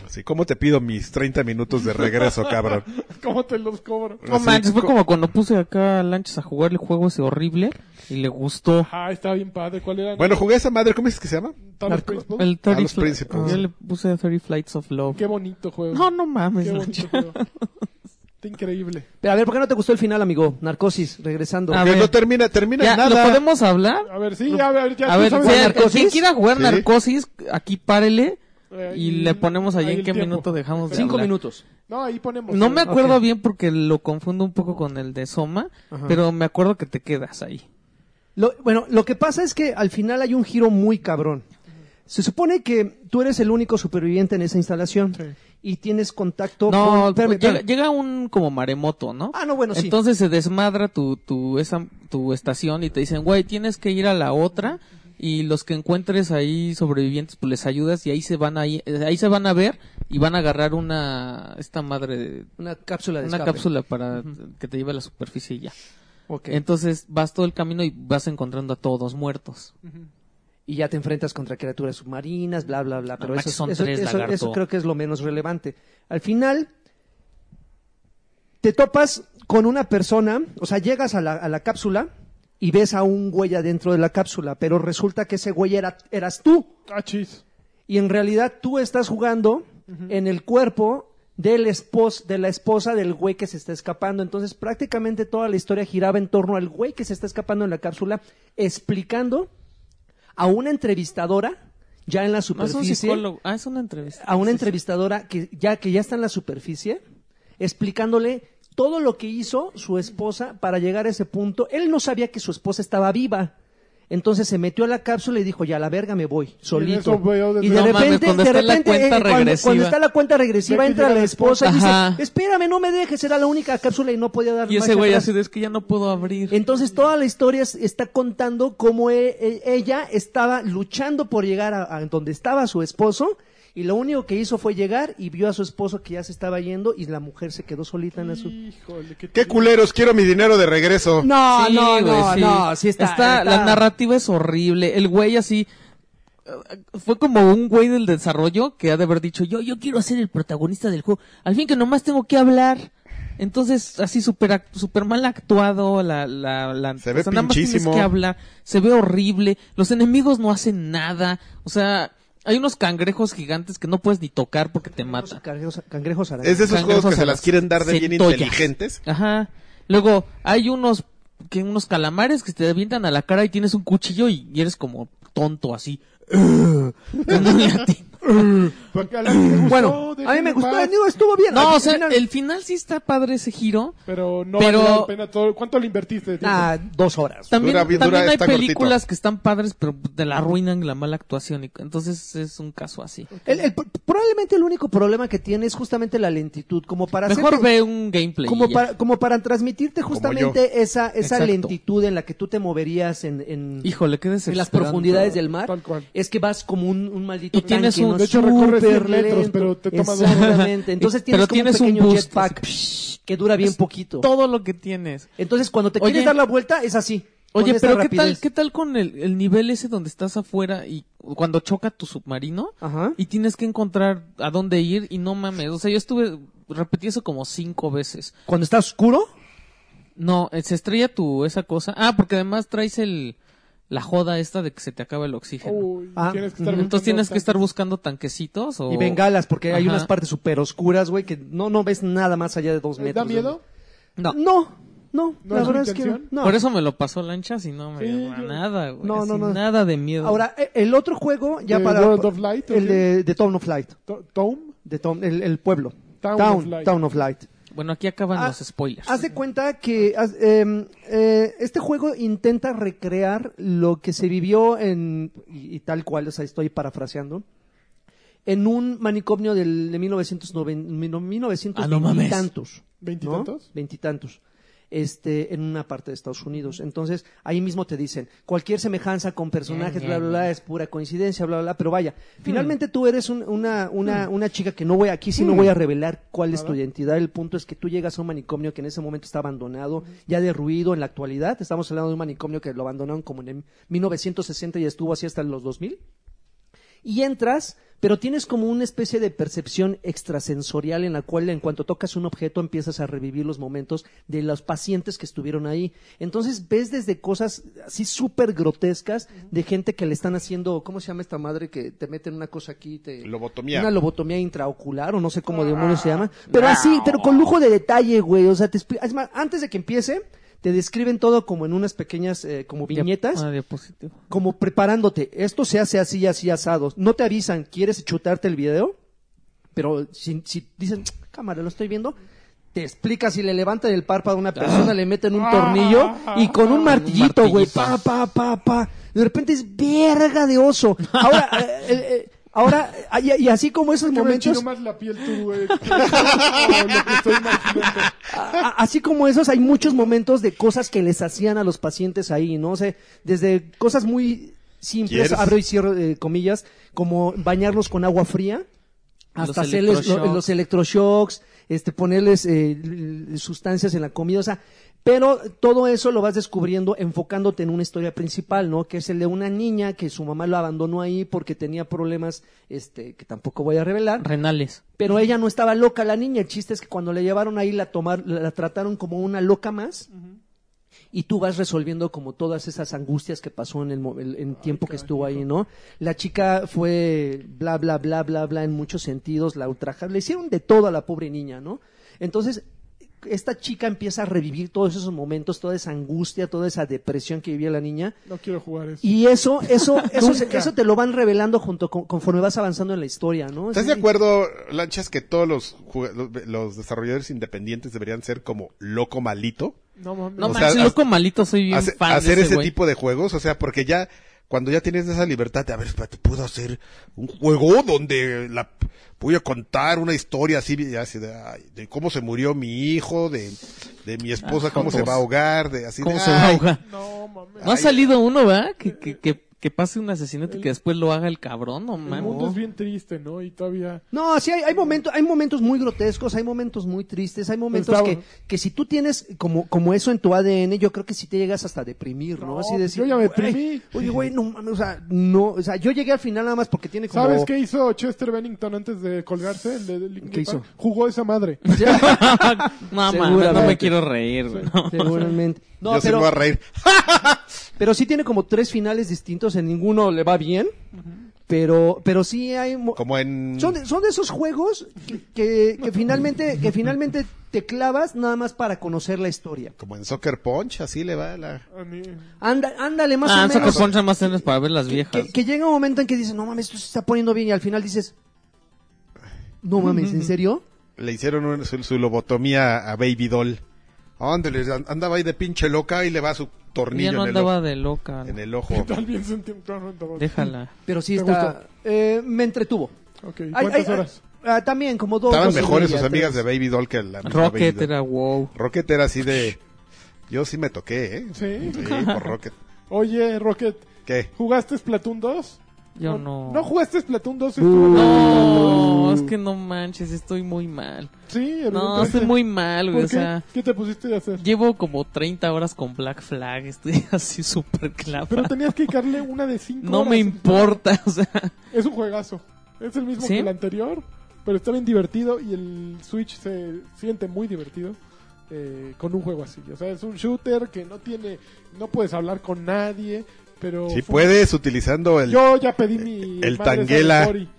[SPEAKER 5] así, ¿cómo te pido mis 30 minutos de regreso, cabrón?
[SPEAKER 2] ¿Cómo te los cobro?
[SPEAKER 4] No
[SPEAKER 5] Así,
[SPEAKER 4] manches, fue
[SPEAKER 5] co-
[SPEAKER 4] como cuando puse acá a Lanchas a jugar el juego ese horrible y le gustó.
[SPEAKER 2] Ah, está bien padre. ¿Cuál era?
[SPEAKER 5] Bueno, jugué a esa madre, ¿cómo es que se llama?
[SPEAKER 2] Talos Principle.
[SPEAKER 4] El 30
[SPEAKER 5] A los
[SPEAKER 4] Fli-
[SPEAKER 5] Principles.
[SPEAKER 4] Yo le puse 30 Flights of Love.
[SPEAKER 2] Qué bonito juego.
[SPEAKER 4] No, no mames,
[SPEAKER 2] Qué
[SPEAKER 4] Lanchas.
[SPEAKER 2] bonito juego. Está increíble.
[SPEAKER 3] Pero a ver, ¿por qué no te gustó el final, amigo? Narcosis, regresando.
[SPEAKER 4] A
[SPEAKER 5] Que
[SPEAKER 4] ver.
[SPEAKER 5] no termina, termina
[SPEAKER 4] Ya,
[SPEAKER 5] en nada.
[SPEAKER 4] ¿Lo podemos hablar?
[SPEAKER 2] A ver, sí, ya, a ver, ya.
[SPEAKER 4] A
[SPEAKER 2] tú
[SPEAKER 4] ver,
[SPEAKER 2] sabes
[SPEAKER 4] si-
[SPEAKER 2] la-
[SPEAKER 3] Narcosis?
[SPEAKER 4] quien quiera jugar
[SPEAKER 5] Sí.
[SPEAKER 4] Narcosis, aquí párele
[SPEAKER 2] Eh,
[SPEAKER 4] y le ponemos allí
[SPEAKER 2] ahí
[SPEAKER 4] en
[SPEAKER 2] el
[SPEAKER 4] qué
[SPEAKER 2] tiempo.
[SPEAKER 4] minuto dejamos de
[SPEAKER 3] Cinco
[SPEAKER 4] hablar.
[SPEAKER 3] minutos.
[SPEAKER 2] No, ahí ponemos.
[SPEAKER 4] No me
[SPEAKER 2] Eh,
[SPEAKER 4] acuerdo
[SPEAKER 3] Ok.
[SPEAKER 4] bien porque lo confundo un poco con el de Soma,
[SPEAKER 3] Ajá.
[SPEAKER 4] pero me acuerdo que te quedas ahí.
[SPEAKER 3] Lo- bueno, lo que pasa es que al final hay un giro muy cabrón. Se supone que tú eres el único superviviente en esa instalación
[SPEAKER 2] Sí.
[SPEAKER 3] y tienes contacto
[SPEAKER 4] No, pues,
[SPEAKER 3] con... espérame,
[SPEAKER 4] llega,
[SPEAKER 3] espérame.
[SPEAKER 4] llega un como maremoto, ¿no?
[SPEAKER 3] Ah, no, bueno, sí.
[SPEAKER 4] Entonces se desmadra tu, tu, esa, tu estación y te dicen, güey, tienes que ir a la otra y los que encuentres ahí sobrevivientes, pues les ayudas y ahí se van ahí, eh, ahí se van a ver y van a agarrar una, esta madre, de-
[SPEAKER 3] Una cápsula de
[SPEAKER 4] una
[SPEAKER 3] escape.
[SPEAKER 4] cápsula para que te lleve a la superficie y ya.
[SPEAKER 3] Ok.
[SPEAKER 4] Entonces vas todo el camino y vas encontrando a todos muertos.
[SPEAKER 3] y ya te enfrentas contra criaturas submarinas, bla, bla, bla. Pero eso,
[SPEAKER 4] manches, son
[SPEAKER 3] eso-
[SPEAKER 4] tres,
[SPEAKER 3] eso-
[SPEAKER 4] lagarto.
[SPEAKER 3] eso creo que es lo menos relevante. Al final, te topas con una persona, o sea, llegas a la, a la cápsula y ves a un güey adentro de la cápsula, pero resulta que ese güey era, eras tú.
[SPEAKER 2] Ah, chis.
[SPEAKER 3] Y en realidad tú estás jugando en el cuerpo del espos, de la esposa del güey que se está escapando. Entonces prácticamente toda la historia giraba en torno al güey que se está escapando en la cápsula, explicando a una entrevistadora ya en la
[SPEAKER 4] No es
[SPEAKER 3] superficie
[SPEAKER 4] un psicólogo. Ah, es una entrevista.
[SPEAKER 3] a una entrevistadora que ya que ya está en la superficie explicándole todo lo que hizo su esposa para llegar a ese punto. Él no sabía que su esposa estaba viva. Entonces se metió a la cápsula y dijo, ya la verga me voy, solito.
[SPEAKER 2] eso veo desde-
[SPEAKER 3] Y de
[SPEAKER 2] No
[SPEAKER 4] mames,
[SPEAKER 3] repente,
[SPEAKER 4] cuando
[SPEAKER 3] de
[SPEAKER 4] está la
[SPEAKER 3] repente,
[SPEAKER 4] cuenta
[SPEAKER 3] eh, cuando,
[SPEAKER 4] regresiva.
[SPEAKER 3] cuando está la cuenta regresiva,
[SPEAKER 2] Ve que
[SPEAKER 3] entra
[SPEAKER 2] llega
[SPEAKER 3] la
[SPEAKER 2] la
[SPEAKER 3] esposa y
[SPEAKER 4] Ajá.
[SPEAKER 3] dice, espérame, no me dejes, era la única cápsula y no podía dar
[SPEAKER 4] Y ese
[SPEAKER 3] marcha
[SPEAKER 4] güey
[SPEAKER 3] atrás".
[SPEAKER 4] así de, es que ya no puedo abrir.
[SPEAKER 3] Entonces toda la historia es- está contando cómo e- e- ella estaba luchando por llegar a, a donde estaba su esposo y lo único que hizo fue llegar y vio a su esposo que ya se estaba yendo y la mujer se quedó solita en la su...
[SPEAKER 2] Híjole, qué,
[SPEAKER 5] Qué culeros, quiero mi dinero de regreso.
[SPEAKER 3] No,
[SPEAKER 4] Sí,
[SPEAKER 3] no,
[SPEAKER 4] güey,
[SPEAKER 3] no,
[SPEAKER 4] sí.
[SPEAKER 3] no, sí está, está-
[SPEAKER 4] La narrativa es horrible. El güey así. eh, Fue como un güey del desarrollo que ha de haber dicho: Yo, yo quiero ser el protagonista del juego. Al fin que nomás tengo que hablar. Entonces, así súper act- súper mal actuado. La, la, la,
[SPEAKER 5] Se ve
[SPEAKER 4] nada más tienes
[SPEAKER 5] pinchísimo.
[SPEAKER 4] que hablar. Se ve horrible. Los enemigos no hacen nada. O sea, hay unos cangrejos gigantes que no puedes ni tocar porque te matan.
[SPEAKER 3] Cangrejos, cangrejos arañas.
[SPEAKER 5] Es de esos
[SPEAKER 4] Cangrejos
[SPEAKER 5] juegos que
[SPEAKER 4] a
[SPEAKER 5] se las quieren dar de bien
[SPEAKER 4] centollas.
[SPEAKER 5] inteligentes.
[SPEAKER 4] Ajá. Luego hay unos que unos calamares que te avientan a la cara y tienes un cuchillo y, y eres como tonto así. Cuando le atinas.
[SPEAKER 2] Porque a la que le gustó,
[SPEAKER 3] Bueno, a mí
[SPEAKER 2] déjenme
[SPEAKER 3] me
[SPEAKER 2] en
[SPEAKER 3] gustó,
[SPEAKER 2] paz.
[SPEAKER 3] digo, estuvo bien.
[SPEAKER 4] no,
[SPEAKER 3] Al
[SPEAKER 4] o sea,
[SPEAKER 3] final-
[SPEAKER 4] el final sí está padre ese giro.
[SPEAKER 2] Pero no
[SPEAKER 4] Pero-
[SPEAKER 2] valió la pena todo. ¿Cuánto le invertiste? de tiempo?
[SPEAKER 3] Ah, dos horas.
[SPEAKER 4] También,
[SPEAKER 5] Dura- dura,
[SPEAKER 4] también hay
[SPEAKER 5] está cortito.
[SPEAKER 4] películas que están padres, pero te la arruinan la mala actuación. y- entonces es un caso así.
[SPEAKER 3] El- el- probablemente el único problema que tiene es justamente la lentitud, como para
[SPEAKER 4] Mejor
[SPEAKER 3] hacerte-
[SPEAKER 4] ve un gameplay.
[SPEAKER 3] como
[SPEAKER 4] y ya.
[SPEAKER 3] para, como para transmitirte justamente esa, esa
[SPEAKER 4] Exacto.
[SPEAKER 3] lentitud en la que tú te moverías en, en,
[SPEAKER 4] Híjole, qué
[SPEAKER 3] en las
[SPEAKER 4] desesperante.
[SPEAKER 3] profundidades del mar.
[SPEAKER 2] Tal cual.
[SPEAKER 3] Es que vas como un, un maldito
[SPEAKER 4] Y tienes
[SPEAKER 3] tanque,
[SPEAKER 4] un-
[SPEAKER 3] ¿no?
[SPEAKER 4] de
[SPEAKER 2] hecho, recorres
[SPEAKER 3] Súper
[SPEAKER 2] 100 metros,
[SPEAKER 3] lento.
[SPEAKER 2] pero te toma dos horas.
[SPEAKER 3] Exactamente. Entonces tienes
[SPEAKER 4] Pero
[SPEAKER 3] como
[SPEAKER 4] tienes
[SPEAKER 3] un
[SPEAKER 4] un
[SPEAKER 3] pequeño
[SPEAKER 4] boost,
[SPEAKER 3] jetpack.
[SPEAKER 4] así,
[SPEAKER 3] que dura bien
[SPEAKER 4] Es
[SPEAKER 3] poquito.
[SPEAKER 4] Todo lo que tienes.
[SPEAKER 3] Entonces, cuando te
[SPEAKER 4] Oye.
[SPEAKER 3] quieres dar la vuelta, es así. con
[SPEAKER 4] Oye,
[SPEAKER 3] esta
[SPEAKER 4] pero ¿qué tal,
[SPEAKER 3] rapidez.
[SPEAKER 4] ¿qué tal con el, el nivel ese donde estás afuera y cuando choca tu submarino
[SPEAKER 3] Ajá.
[SPEAKER 4] y tienes que encontrar a dónde ir y no mames? O sea, yo estuve, repetí eso como cinco veces.
[SPEAKER 3] Cuando está oscuro,
[SPEAKER 4] No, eh, se estrella tu esa cosa. Ah, porque además traes el la joda esta de que se te acaba el oxígeno.
[SPEAKER 2] Uy,
[SPEAKER 3] Ah,
[SPEAKER 2] tienes que estar
[SPEAKER 4] Entonces
[SPEAKER 2] buscando
[SPEAKER 4] tienes
[SPEAKER 2] Uh,
[SPEAKER 4] que
[SPEAKER 2] tanques.
[SPEAKER 4] estar buscando tanquecitos o
[SPEAKER 3] y bengalas, porque hay
[SPEAKER 4] Ajá.
[SPEAKER 3] unas partes súper oscuras, güey, que no, no ves nada más allá de dos
[SPEAKER 2] ¿Eh,
[SPEAKER 3] metros.
[SPEAKER 2] ¿Da
[SPEAKER 3] güey.
[SPEAKER 2] miedo?
[SPEAKER 4] No.
[SPEAKER 3] No, no,
[SPEAKER 2] ¿No
[SPEAKER 3] la
[SPEAKER 2] es su
[SPEAKER 3] verdad es que
[SPEAKER 2] intención?
[SPEAKER 3] no.
[SPEAKER 4] Por eso me lo pasó lancha si no me
[SPEAKER 2] Sí,
[SPEAKER 4] da
[SPEAKER 2] yo-
[SPEAKER 4] nada, güey.
[SPEAKER 3] No, no,
[SPEAKER 4] así,
[SPEAKER 3] no.
[SPEAKER 4] Nada de miedo.
[SPEAKER 3] Ahora, eh, el otro juego, ya
[SPEAKER 2] ¿De
[SPEAKER 3] para.
[SPEAKER 2] World of Light, o
[SPEAKER 3] El
[SPEAKER 2] qué?
[SPEAKER 3] de, de Town of Light.
[SPEAKER 2] To- ¿Tom?
[SPEAKER 3] De Town- el, el pueblo.
[SPEAKER 2] Town
[SPEAKER 3] Town,
[SPEAKER 2] of Light.
[SPEAKER 3] Town of Light.
[SPEAKER 4] bueno, aquí acaban
[SPEAKER 3] Ah,
[SPEAKER 4] los spoilers.
[SPEAKER 3] Haz de cuenta que haz- em, eh, este juego intenta recrear lo que se vivió en, y, y tal cual, o sea, estoy parafraseando, en un manicomio del, de 1990,
[SPEAKER 4] Ah, no mames.
[SPEAKER 3] tantos.
[SPEAKER 2] ¿Veintitantos?
[SPEAKER 3] ¿no? Veintitantos. Este, en una parte de Estados Unidos. Entonces, ahí mismo te dicen, cualquier semejanza con personajes, bla, bla, bla, es pura coincidencia, bla, bla, bla, pero vaya, finalmente tú eres un- una, una, una chica que no voy, aquí sí no voy a revelar cuál es tu identidad, el punto es que tú llegas a un manicomio que en ese momento está abandonado, ya derruido en la actualidad, estamos hablando de un manicomio que lo abandonaron como en el 1960 y estuvo así hasta los 2000, y entras, pero tienes como una especie de percepción extrasensorial en la cual en cuanto tocas un objeto empiezas a revivir los momentos de los pacientes que estuvieron ahí. Entonces ves desde cosas así súper grotescas de gente que le están haciendo, ¿cómo se llama esta madre que te meten una cosa aquí? y Te,
[SPEAKER 5] Lobotomía.
[SPEAKER 3] Una lobotomía intraocular o no sé cómo demonios se llama. Pero así, pero con lujo de detalle, güey. O sea, te expli- es más, antes de que empiece, te describen todo como en unas pequeñas, eh, como
[SPEAKER 4] Diap-
[SPEAKER 3] viñetas
[SPEAKER 4] una diapositiva.
[SPEAKER 3] como preparándote. Esto se hace así, así, asado. No te avisan, quieres chutarte el video, pero si, si dicen, cámara, lo estoy viendo, te explica si le levantan el párpado a una persona, le meten un tornillo y con un martillito, güey, pa, pa, pa, pa. De repente es verga de oso. Ahora, eh, eh, eh, ahora, eh, y, y así como esos
[SPEAKER 2] ¿Por qué me enchino más
[SPEAKER 3] momentos.
[SPEAKER 2] la piel tú, güey? O lo que estoy imaginando.
[SPEAKER 3] A- a- así como esos, hay muchos momentos de cosas que les hacían a los pacientes ahí, ¿no? O sea, desde cosas muy simples,
[SPEAKER 5] ¿Quieres?
[SPEAKER 3] abro y cierro eh, comillas, como bañarlos con agua fría, hasta
[SPEAKER 4] Los
[SPEAKER 3] hacerles lo- eh,
[SPEAKER 4] electroshocks.
[SPEAKER 3] los electroshocks, este, ponerles eh, l- l- sustancias en la comida, o sea, pero todo eso lo vas descubriendo enfocándote en una historia principal, ¿no? Que es el de una niña que su mamá lo abandonó ahí porque tenía problemas, este, que tampoco voy a revelar.
[SPEAKER 4] Renales.
[SPEAKER 3] Pero ella no estaba loca, la niña. El chiste es que cuando la llevaron ahí la, tomar, la, la trataron como una loca más. Y tú vas resolviendo como todas esas angustias que pasó en el, mo- el- en tiempo que estuvo ahí, ¿no? La chica fue bla, bla, bla, bla, bla en muchos sentidos, la ultrajaron, le hicieron de todo a la pobre niña, ¿no? Entonces, esta chica empieza a revivir todos esos momentos, toda esa angustia, toda esa depresión que vivía la niña.
[SPEAKER 2] No quiero jugar eso.
[SPEAKER 3] Y eso, eso, eso, se- eso te lo van revelando junto con- conforme vas avanzando en la historia, ¿no?
[SPEAKER 5] ¿Estás
[SPEAKER 3] Sí.
[SPEAKER 5] de acuerdo, Lanchas, que todos los, jue- los, los desarrolladores independientes deberían ser como loco malito?
[SPEAKER 2] No mames.
[SPEAKER 4] No
[SPEAKER 5] O sea,
[SPEAKER 4] manches,
[SPEAKER 5] ha-
[SPEAKER 4] loco malito, soy bien
[SPEAKER 5] Hace-
[SPEAKER 4] fan de
[SPEAKER 5] hacer ese
[SPEAKER 4] ese güey.
[SPEAKER 5] tipo de juegos, o sea, porque ya cuando ya tienes esa libertad de, a ver, espérate, puedo hacer un juego donde la voy a contar una historia así, ya así de, ay, de cómo se murió mi hijo, de, de mi esposa,
[SPEAKER 4] Ah,
[SPEAKER 5] cómo se
[SPEAKER 4] fotos.
[SPEAKER 5] va a ahogar, de así de,
[SPEAKER 4] ¿Cómo se va a
[SPEAKER 5] ay,
[SPEAKER 4] ahogar?
[SPEAKER 2] No mames.
[SPEAKER 4] No ha salido uno, ¿verdad? Que, que, que, que pase un asesinato y que después lo haga el cabrón, no
[SPEAKER 2] El
[SPEAKER 4] mames.
[SPEAKER 2] mundo es bien triste, ¿no? Y todavía...
[SPEAKER 3] No, sí, hay, hay, momentos, hay momentos muy grotescos, hay momentos muy tristes, hay momentos
[SPEAKER 2] Está
[SPEAKER 3] que,
[SPEAKER 2] bueno.
[SPEAKER 3] que si tú tienes como, como eso en tu ADN, yo creo que si te llegas hasta a deprimir, ¿no?
[SPEAKER 2] No,
[SPEAKER 3] Así decir,
[SPEAKER 2] yo ya me
[SPEAKER 3] "Güey,
[SPEAKER 2] deprimí".
[SPEAKER 3] Oye, güey, no mames, o sea, no, o sea, yo llegué al final nada más porque tiene como...
[SPEAKER 2] ¿Sabes qué hizo Chester Bennington antes de colgarse? El de Linkin
[SPEAKER 3] ¿Qué hizo?
[SPEAKER 2] Park? Jugó esa madre.
[SPEAKER 4] no mames, no me
[SPEAKER 3] Seguramente.
[SPEAKER 4] quiero reír, güey. no.
[SPEAKER 3] Seguramente. No,
[SPEAKER 5] yo sí me
[SPEAKER 3] pero,
[SPEAKER 5] voy a reír.
[SPEAKER 3] pero sí tiene como tres finales distintos, en ninguno le va bien, pero, pero sí hay... mo-
[SPEAKER 5] Como en...
[SPEAKER 3] Son de, son de esos juegos que, que, que finalmente, que finalmente te clavas nada más para conocer la historia.
[SPEAKER 5] Como en Soccer Punch, así le va la...
[SPEAKER 2] A mí-
[SPEAKER 3] Anda, ándale más
[SPEAKER 4] Ah,
[SPEAKER 3] o
[SPEAKER 4] eso
[SPEAKER 3] menos.
[SPEAKER 4] que ponen más cenas para ver las
[SPEAKER 3] que,
[SPEAKER 4] viejas.
[SPEAKER 3] que- que llega un momento en que dices, no mames, esto se está poniendo bien y al final dices, no mames, ¿en serio?
[SPEAKER 5] Le hicieron un- su, su lobotomía a Baby Doll. Ándale, an- andaba ahí de pinche loca y le va su
[SPEAKER 4] Ella
[SPEAKER 5] tornillo
[SPEAKER 4] no
[SPEAKER 5] en, el
[SPEAKER 4] andaba
[SPEAKER 5] ojo,
[SPEAKER 4] de loca.
[SPEAKER 5] en
[SPEAKER 4] ¿no?
[SPEAKER 5] el ojo.
[SPEAKER 2] También sentí un tono en todo.
[SPEAKER 4] Déjala.
[SPEAKER 3] Pero sí
[SPEAKER 2] ¿Te
[SPEAKER 3] está...
[SPEAKER 2] gustó?
[SPEAKER 3] eh, me entretuvo.
[SPEAKER 2] Ok, ¿y
[SPEAKER 3] Ay,
[SPEAKER 2] ¿cuántas
[SPEAKER 3] ay, ay,
[SPEAKER 2] horas?
[SPEAKER 3] ah, también, como dos.
[SPEAKER 5] Estaban
[SPEAKER 3] dos y
[SPEAKER 5] mejores
[SPEAKER 3] media,
[SPEAKER 5] sus amigas de
[SPEAKER 3] tres.
[SPEAKER 5] Baby Doll que la misma Baby
[SPEAKER 4] Rocket
[SPEAKER 5] Doll.
[SPEAKER 4] era wow.
[SPEAKER 5] Rocket era así de. Yo sí me toqué, ¿eh?
[SPEAKER 2] Sí.
[SPEAKER 5] por Rocket.
[SPEAKER 2] Oye, Rocket,
[SPEAKER 5] ¿Qué?
[SPEAKER 2] ¿jugaste Splatoon 2?
[SPEAKER 4] Yo no. Uh.
[SPEAKER 2] ¿No jugaste Splatoon 2?
[SPEAKER 4] No, es que no manches, estoy muy mal.
[SPEAKER 2] Sí,
[SPEAKER 4] No, estoy muy mal, güey. O sea,
[SPEAKER 2] ¿Qué te pusiste a hacer?
[SPEAKER 4] llevo como 30 horas con Black Flag, estoy así súper
[SPEAKER 2] Pero
[SPEAKER 4] clava.
[SPEAKER 2] tenías que cargarle una de 5
[SPEAKER 4] No me importa, o sea.
[SPEAKER 2] Es un juegazo. Es el mismo
[SPEAKER 4] ¿Sí?
[SPEAKER 2] que el anterior, pero está bien divertido y el Switch se siente muy divertido eh, con un juego así. O sea, es un shooter que no tiene, no puedes hablar con nadie, pero...
[SPEAKER 5] Si
[SPEAKER 2] fun-
[SPEAKER 5] puedes, utilizando el...
[SPEAKER 2] Yo ya pedí mi...
[SPEAKER 5] el
[SPEAKER 2] madre
[SPEAKER 5] Tanguela.
[SPEAKER 2] Satori.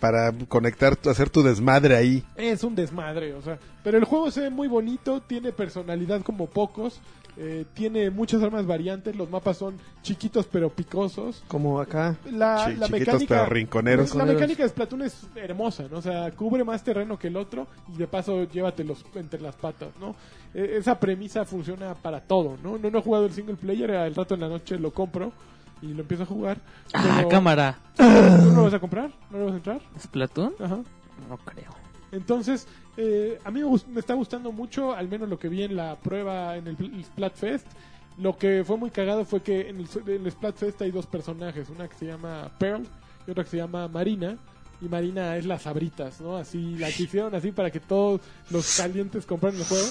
[SPEAKER 5] Para conectar, hacer tu desmadre ahí.
[SPEAKER 2] Es un desmadre, o sea. Pero el juego se ve muy bonito, tiene personalidad como pocos, eh, tiene muchas armas variantes, los mapas son chiquitos pero picosos.
[SPEAKER 3] Como acá.
[SPEAKER 2] la,
[SPEAKER 5] Chi-
[SPEAKER 2] la
[SPEAKER 5] chiquitos,
[SPEAKER 2] mecánica,
[SPEAKER 5] pero rinconeros.
[SPEAKER 2] La mecánica de Splatoon es hermosa, ¿no? O sea, cubre más terreno que el otro y de paso llévatelos entre las patas, ¿no? Eh, esa premisa funciona para todo, ¿no? No, no he jugado el single player, al rato en la noche lo compro y lo empiezo a jugar.
[SPEAKER 4] Ah,
[SPEAKER 2] pero-
[SPEAKER 4] cámara.
[SPEAKER 2] ¿No lo vas a comprar? ¿No lo vas a entrar?
[SPEAKER 4] ¿Splatoon?
[SPEAKER 2] Ajá.
[SPEAKER 4] No creo.
[SPEAKER 2] Entonces, eh, a mí me, gus- me está gustando mucho, al menos lo que vi en la prueba en el, Pl- el Splatfest. Lo que fue muy cagado fue que en el, su- en el Splatfest hay dos personajes, una que se llama Pearl y otra que se llama Marina. Y Marina es las sabritas, ¿no? Así, la que hicieron así para que todos los calientes compraran el juego.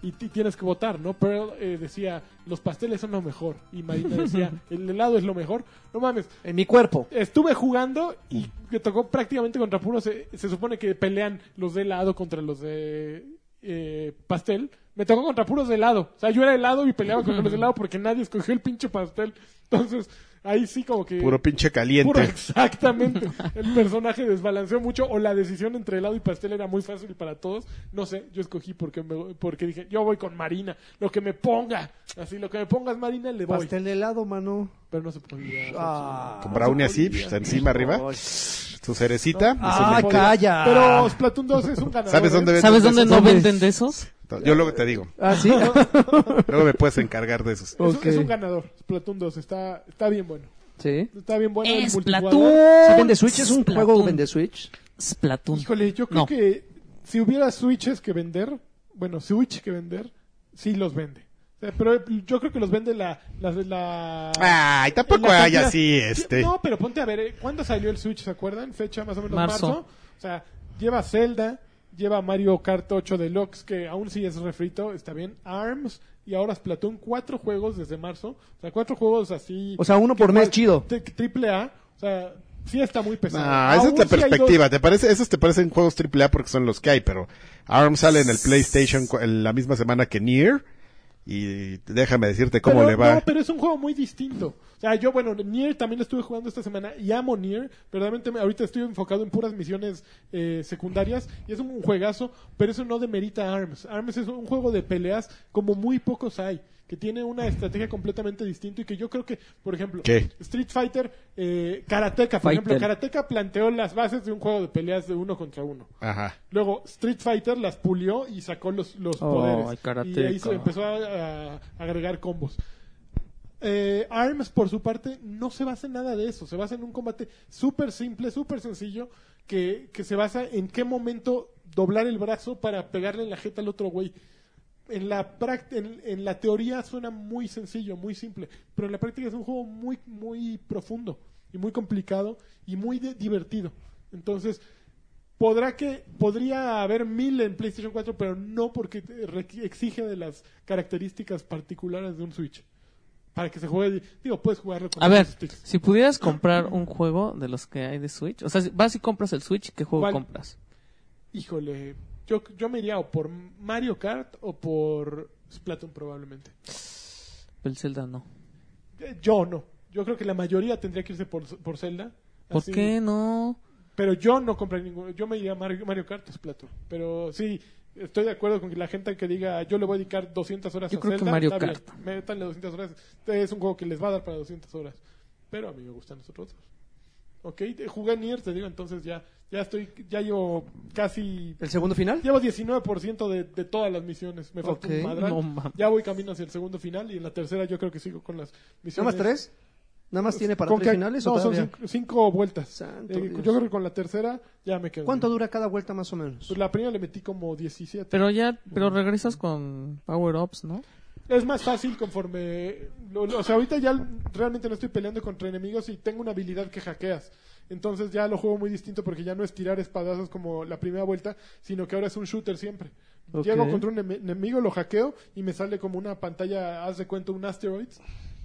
[SPEAKER 2] Y, ti- tienes que votar, ¿no? Pearl eh, decía, los pasteles son lo mejor. Y Marina decía, el helado es lo mejor. No mames,
[SPEAKER 3] En mi cuerpo.
[SPEAKER 2] Estuve jugando y me tocó prácticamente contra puros. Se, se supone que pelean los de helado contra los de eh, pastel. Me tocó contra puros de helado. O sea, yo era helado y peleaba contra los de helado porque nadie escogió el pinche pastel. Entonces, ahí sí como que...
[SPEAKER 5] Puro pinche
[SPEAKER 2] Puro,
[SPEAKER 5] caliente.
[SPEAKER 2] exactamente. El personaje desbalanceó mucho o la decisión entre helado y pastel era muy fácil para todos. No sé, yo escogí porque me- porque dije, yo voy con Marina. Lo que me ponga. Así, lo que me pongas Marina le voy.
[SPEAKER 3] Pastel de helado, mano.
[SPEAKER 2] Pero no se podía.
[SPEAKER 3] Ah.
[SPEAKER 5] Con brownie así, psh, encima, arriba.
[SPEAKER 3] Ay.
[SPEAKER 5] Tu cerecita.
[SPEAKER 3] Ah,
[SPEAKER 5] Eso
[SPEAKER 2] Podía.
[SPEAKER 3] calla.
[SPEAKER 2] Pero Splatoon 2 es un ganador.
[SPEAKER 5] ¿Sabes dónde
[SPEAKER 2] ¿eh?
[SPEAKER 4] ¿Sabes
[SPEAKER 5] venden de
[SPEAKER 4] dónde
[SPEAKER 5] esos?
[SPEAKER 4] no
[SPEAKER 3] ¿Dónde?
[SPEAKER 4] venden de esos?
[SPEAKER 5] Yo luego te digo.
[SPEAKER 3] Ah, sí.
[SPEAKER 5] Luego me puedes encargar de esos.
[SPEAKER 2] Es, un-
[SPEAKER 3] Ok.
[SPEAKER 2] es un ganador. Splatoon 2 está, está bien bueno.
[SPEAKER 3] sí.
[SPEAKER 2] Está bien bueno. el
[SPEAKER 4] ¡Es
[SPEAKER 2] multijugador.
[SPEAKER 3] ¿Sí
[SPEAKER 4] Splatoon!
[SPEAKER 3] vende Switch? ¿Es un
[SPEAKER 4] Splatoon.
[SPEAKER 3] juego vende Switch?
[SPEAKER 4] Splatoon.
[SPEAKER 2] Híjole, yo creo
[SPEAKER 4] No.
[SPEAKER 2] que si hubiera Switches que vender, bueno, Switch que vender, sí los vende. O sea, Pero yo creo que los vende la... la, la
[SPEAKER 5] Ay, tampoco
[SPEAKER 2] la
[SPEAKER 5] hay
[SPEAKER 2] cantidad-
[SPEAKER 5] así, este.
[SPEAKER 2] No, pero ponte a ver, ¿eh? ¿cuándo salió el Switch? ¿Se acuerdan? Fecha más o menos marzo.
[SPEAKER 4] Marzo.
[SPEAKER 2] O sea, lleva Zelda, lleva Mario Kart 8 Deluxe, que aún sí es refrito, está bien, ARMS, y ahora Splatoon, cuatro juegos desde marzo. O sea, cuatro juegos así...
[SPEAKER 3] O sea, uno por
[SPEAKER 2] que
[SPEAKER 3] mes,
[SPEAKER 2] cual-
[SPEAKER 3] chido.
[SPEAKER 2] tri- Triple A, o sea, sí está muy pesado.
[SPEAKER 5] Ah, esa es
[SPEAKER 2] Pues, Aún
[SPEAKER 5] la
[SPEAKER 2] sí hay dos-
[SPEAKER 5] perspectiva. ¿Te parece? Esos te parecen juegos AAA porque son los que hay, pero ARM sale en el PlayStation cu- en la misma semana que Nier. Y déjame decirte cómo
[SPEAKER 2] Pero
[SPEAKER 5] le va.
[SPEAKER 2] No, pero es un juego muy distinto. O sea, yo, bueno, Nier también lo estuve jugando esta semana y amo Nier. Verdaderamente, me- ahorita estoy enfocado en puras misiones eh, secundarias y es un juegazo, pero eso no demerita ARMS. ARMS es un juego de peleas como muy pocos hay, que tiene una estrategia completamente distinta y que yo creo que, por ejemplo,
[SPEAKER 5] ¿Qué?
[SPEAKER 2] Street Fighter, eh, Karateka, por
[SPEAKER 4] Fighter.
[SPEAKER 2] ejemplo, Karateka planteó las bases de un juego de peleas de uno contra uno.
[SPEAKER 5] Ajá.
[SPEAKER 2] Luego Street Fighter las pulió y sacó los, los
[SPEAKER 4] Oh, ay,
[SPEAKER 2] poderes.
[SPEAKER 4] karateka.
[SPEAKER 2] Y ahí se empezó a, a agregar combos. Eh, ARMS, por su parte, no se basa en nada de eso. Se basa en un combate súper simple, súper sencillo, que, que se basa en qué momento doblar el brazo para pegarle en la jeta al otro güey. En la, práct- en, en la teoría suena muy sencillo, muy simple, pero en la práctica es un juego muy, muy profundo y muy complicado y muy de- divertido. Entonces, podrá que podría haber mil en PlayStation 4, pero no porque te requ- exige de las características particulares de un Switch. Para que se juegue, digo, puedes jugarlo con
[SPEAKER 4] A ver,
[SPEAKER 2] los sticks.
[SPEAKER 4] si pudieras comprar un juego de los que hay de Switch, o sea, si vas y compras el Switch, ¿qué juego
[SPEAKER 2] ¿Cuál?
[SPEAKER 4] compras?
[SPEAKER 2] Híjole, yo, yo me iría o por Mario Kart o por Splatoon probablemente.
[SPEAKER 4] El Zelda no.
[SPEAKER 2] Eh, Yo no. Yo creo que la mayoría tendría que irse por, por Zelda.
[SPEAKER 4] ¿Por
[SPEAKER 2] Así-
[SPEAKER 4] qué no?
[SPEAKER 2] Pero yo no compré ninguno. Yo me iría a Mario, Mario Kart o Splatoon. Pero sí, estoy de acuerdo con que la gente que diga yo le voy a dedicar 200 horas
[SPEAKER 4] Yo
[SPEAKER 2] a
[SPEAKER 4] creo que
[SPEAKER 2] Zelda",
[SPEAKER 4] Mario
[SPEAKER 2] está
[SPEAKER 4] Kart.
[SPEAKER 2] bien. Métanle 200 horas. Este Es un juego que les va a dar para 200 horas. Pero a mí me gustan los otros dos. Ok, te- jugué Nier, te digo, entonces ya, ya estoy, ya llevo casi...
[SPEAKER 3] ¿El segundo final?
[SPEAKER 2] Llevo 19% de, de todas las misiones. Me falta
[SPEAKER 3] Ok,
[SPEAKER 2] un madral.
[SPEAKER 4] no mames.
[SPEAKER 2] ya voy camino hacia el segundo final y en la tercera yo creo que sigo con las
[SPEAKER 3] ¿Nada
[SPEAKER 2] misiones.
[SPEAKER 3] más tres? ¿Nada más tiene para
[SPEAKER 2] ¿Con
[SPEAKER 3] tres
[SPEAKER 2] qué?
[SPEAKER 3] finales?
[SPEAKER 2] No,
[SPEAKER 3] o
[SPEAKER 2] son
[SPEAKER 3] todavía?
[SPEAKER 2] cinco, cinco vueltas.
[SPEAKER 3] Santo
[SPEAKER 2] Eh,
[SPEAKER 3] Dios.
[SPEAKER 2] yo creo que con la tercera ya me quedo.
[SPEAKER 3] ¿Cuánto dura cada vuelta más o menos?
[SPEAKER 2] Pues la primera le metí como 17.
[SPEAKER 4] Pero ya, pero regresas con Power Ups, ¿no?
[SPEAKER 2] Es más fácil conforme... lo- lo- o sea, ahorita ya realmente no estoy peleando contra enemigos y tengo una habilidad que hackeas. Entonces ya lo juego muy distinto porque ya no es tirar espadazos como la primera vuelta, sino que ahora es un shooter siempre.
[SPEAKER 3] Ok.
[SPEAKER 2] Llego contra un ene- enemigo, lo hackeo y me sale como una pantalla, haz de cuenta, un asteroids.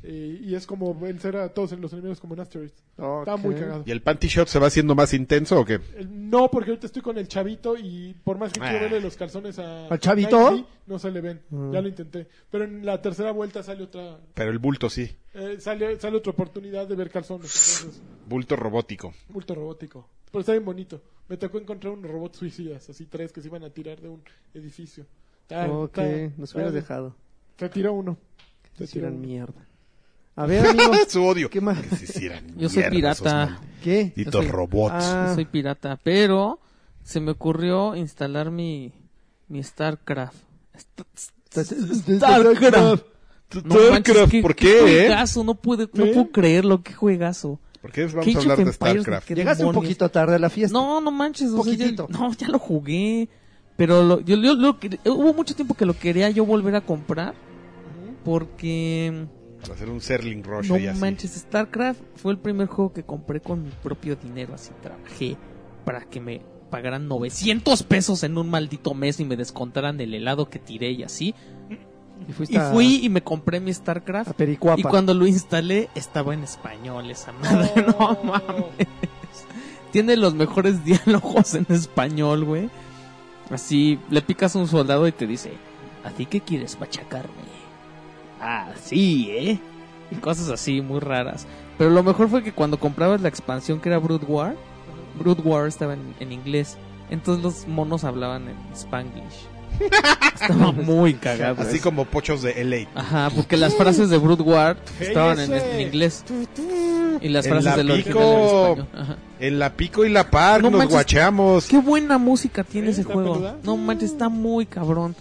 [SPEAKER 2] eh, y es como vencer a todos en los enemigos como un asteroids. Está muy
[SPEAKER 3] Ok.
[SPEAKER 2] cagado.
[SPEAKER 5] ¿Y el panty shot se va haciendo más intenso o qué?
[SPEAKER 2] Eh, No, porque ahorita estoy con el chavito y por más que
[SPEAKER 5] Ah.
[SPEAKER 2] quiero verle los calzones a...
[SPEAKER 3] ¿Al chavito? Ah.
[SPEAKER 2] Nike, no se le ven. Ya lo intenté. Pero en la tercera vuelta sale otra...
[SPEAKER 5] Pero el bulto sí.
[SPEAKER 2] eh, sale, sale otra oportunidad de ver calzones. Entonces,
[SPEAKER 5] Bulto robótico.
[SPEAKER 2] ultra robótico. Pero está bien bonito. Me tocó encontrar unos robots suicidas, así tres que se iban a tirar de un edificio. Ah,
[SPEAKER 3] Ok,
[SPEAKER 2] está-
[SPEAKER 3] nos
[SPEAKER 2] está-
[SPEAKER 3] hubieras dejado.
[SPEAKER 2] Se tiró uno. Se
[SPEAKER 3] Que se
[SPEAKER 2] tiró
[SPEAKER 3] hicieran
[SPEAKER 2] uno.
[SPEAKER 3] mierda. A ver, amigo.
[SPEAKER 5] Su odio.
[SPEAKER 3] ¿Qué más?
[SPEAKER 5] Que se hicieran
[SPEAKER 4] Yo soy
[SPEAKER 5] mierda esos
[SPEAKER 4] pirata.
[SPEAKER 3] ¿Qué?
[SPEAKER 5] malditos
[SPEAKER 4] Yo soy-
[SPEAKER 5] robots.
[SPEAKER 3] Ah.
[SPEAKER 4] Soy pirata. Pero se me ocurrió instalar mi, mi StarCraft. StarCraft. No manches, qué-
[SPEAKER 5] ¿por
[SPEAKER 4] qué
[SPEAKER 5] qué? eh?
[SPEAKER 4] juegazo, no, pude, no puedo creerlo, qué juegazo.
[SPEAKER 5] ¿Por qué vamos
[SPEAKER 4] Age
[SPEAKER 5] a
[SPEAKER 4] of
[SPEAKER 5] hablar de
[SPEAKER 4] Empires, ni
[SPEAKER 5] StarCraft?
[SPEAKER 4] qué
[SPEAKER 3] Llegaste un
[SPEAKER 4] demonios.
[SPEAKER 3] poquito tarde a la fiesta.
[SPEAKER 4] No, no manches. o sea, ya-
[SPEAKER 3] Poquitito.
[SPEAKER 4] no, ya lo jugué. Pero lo- yo, yo lo que- hubo mucho tiempo que lo quería yo volver a comprar. Porque.
[SPEAKER 5] Para hacer un Serling Rush
[SPEAKER 4] No
[SPEAKER 5] y así.
[SPEAKER 4] manches, StarCraft fue el primer juego que compré con mi propio dinero. Así trabajé para que me pagaran 900 pesos en un maldito mes y me descontaran el helado que tiré y así.
[SPEAKER 3] Y
[SPEAKER 4] Y
[SPEAKER 3] fuiste a-
[SPEAKER 4] fui y me compré mi
[SPEAKER 3] a
[SPEAKER 4] StarCraft.
[SPEAKER 3] Pericuapa.
[SPEAKER 4] Y cuando lo instalé, estaba en español esa madre. No mames. Tiene los mejores diálogos en español, güey. Así le picas a un soldado y te dice: ¿Así que quieres machacarme? Ah, sí, ¿eh? Y cosas así muy raras. Pero lo mejor fue que cuando comprabas la expansión que era Brood War, Brood War estaba en, en inglés. Entonces los monos hablaban en spanglish. Estaba muy cagado.
[SPEAKER 5] Así
[SPEAKER 4] eso.
[SPEAKER 5] como pochos de LA.
[SPEAKER 4] Ajá, porque las frases de Brood War estaban en, en inglés. Y las
[SPEAKER 5] El
[SPEAKER 4] frases del
[SPEAKER 5] lapico.
[SPEAKER 4] original en español. Ajá.
[SPEAKER 5] En la pico y la par
[SPEAKER 4] No
[SPEAKER 5] nos
[SPEAKER 4] manches.
[SPEAKER 5] guacheamos.
[SPEAKER 4] Qué buena música tiene
[SPEAKER 2] ¿Eh?
[SPEAKER 4] ese
[SPEAKER 2] ¿Está
[SPEAKER 4] juego.
[SPEAKER 2] peluda?
[SPEAKER 4] No manches, está muy cabrón.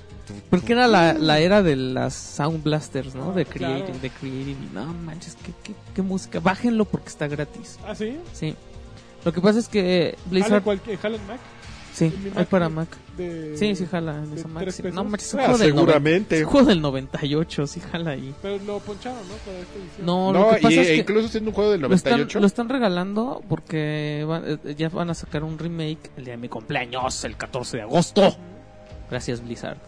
[SPEAKER 4] Porque era la, la era de las Sound Blasters, ¿no?
[SPEAKER 2] Ah,
[SPEAKER 4] de Creative,
[SPEAKER 2] claro.
[SPEAKER 4] de Creative. y No manches, qué, qué, qué música. Bájenlo porque está gratis.
[SPEAKER 2] Ah, ¿sí?
[SPEAKER 4] Sí. Lo que pasa es que
[SPEAKER 2] ¿Jala,
[SPEAKER 4] Blizzard.
[SPEAKER 2] cualquier- jala en Mac?
[SPEAKER 4] Sí,
[SPEAKER 2] en mi
[SPEAKER 4] hay
[SPEAKER 2] Mac,
[SPEAKER 4] para
[SPEAKER 2] ¿no?
[SPEAKER 4] Mac.
[SPEAKER 2] De-
[SPEAKER 4] Sí, sí, jala en
[SPEAKER 2] de
[SPEAKER 4] esa Mac.
[SPEAKER 2] tres
[SPEAKER 4] sí.
[SPEAKER 2] pesos.
[SPEAKER 4] No manches, es un
[SPEAKER 5] Ah,
[SPEAKER 4] juego del noven- es
[SPEAKER 5] seguramente.
[SPEAKER 4] un juego del 98. Sí, jala ahí.
[SPEAKER 2] Pero lo poncharon, ¿no? Para esta edición.
[SPEAKER 4] No, lo
[SPEAKER 5] No,
[SPEAKER 4] que pasa
[SPEAKER 5] y,
[SPEAKER 4] es que...
[SPEAKER 5] incluso siendo un juego del
[SPEAKER 4] Lo están,
[SPEAKER 5] 98.
[SPEAKER 4] lo están regalando porque va- eh, ya van a sacar un remake el día de mi cumpleaños, el 14 de agosto. Gracias, Blizzard.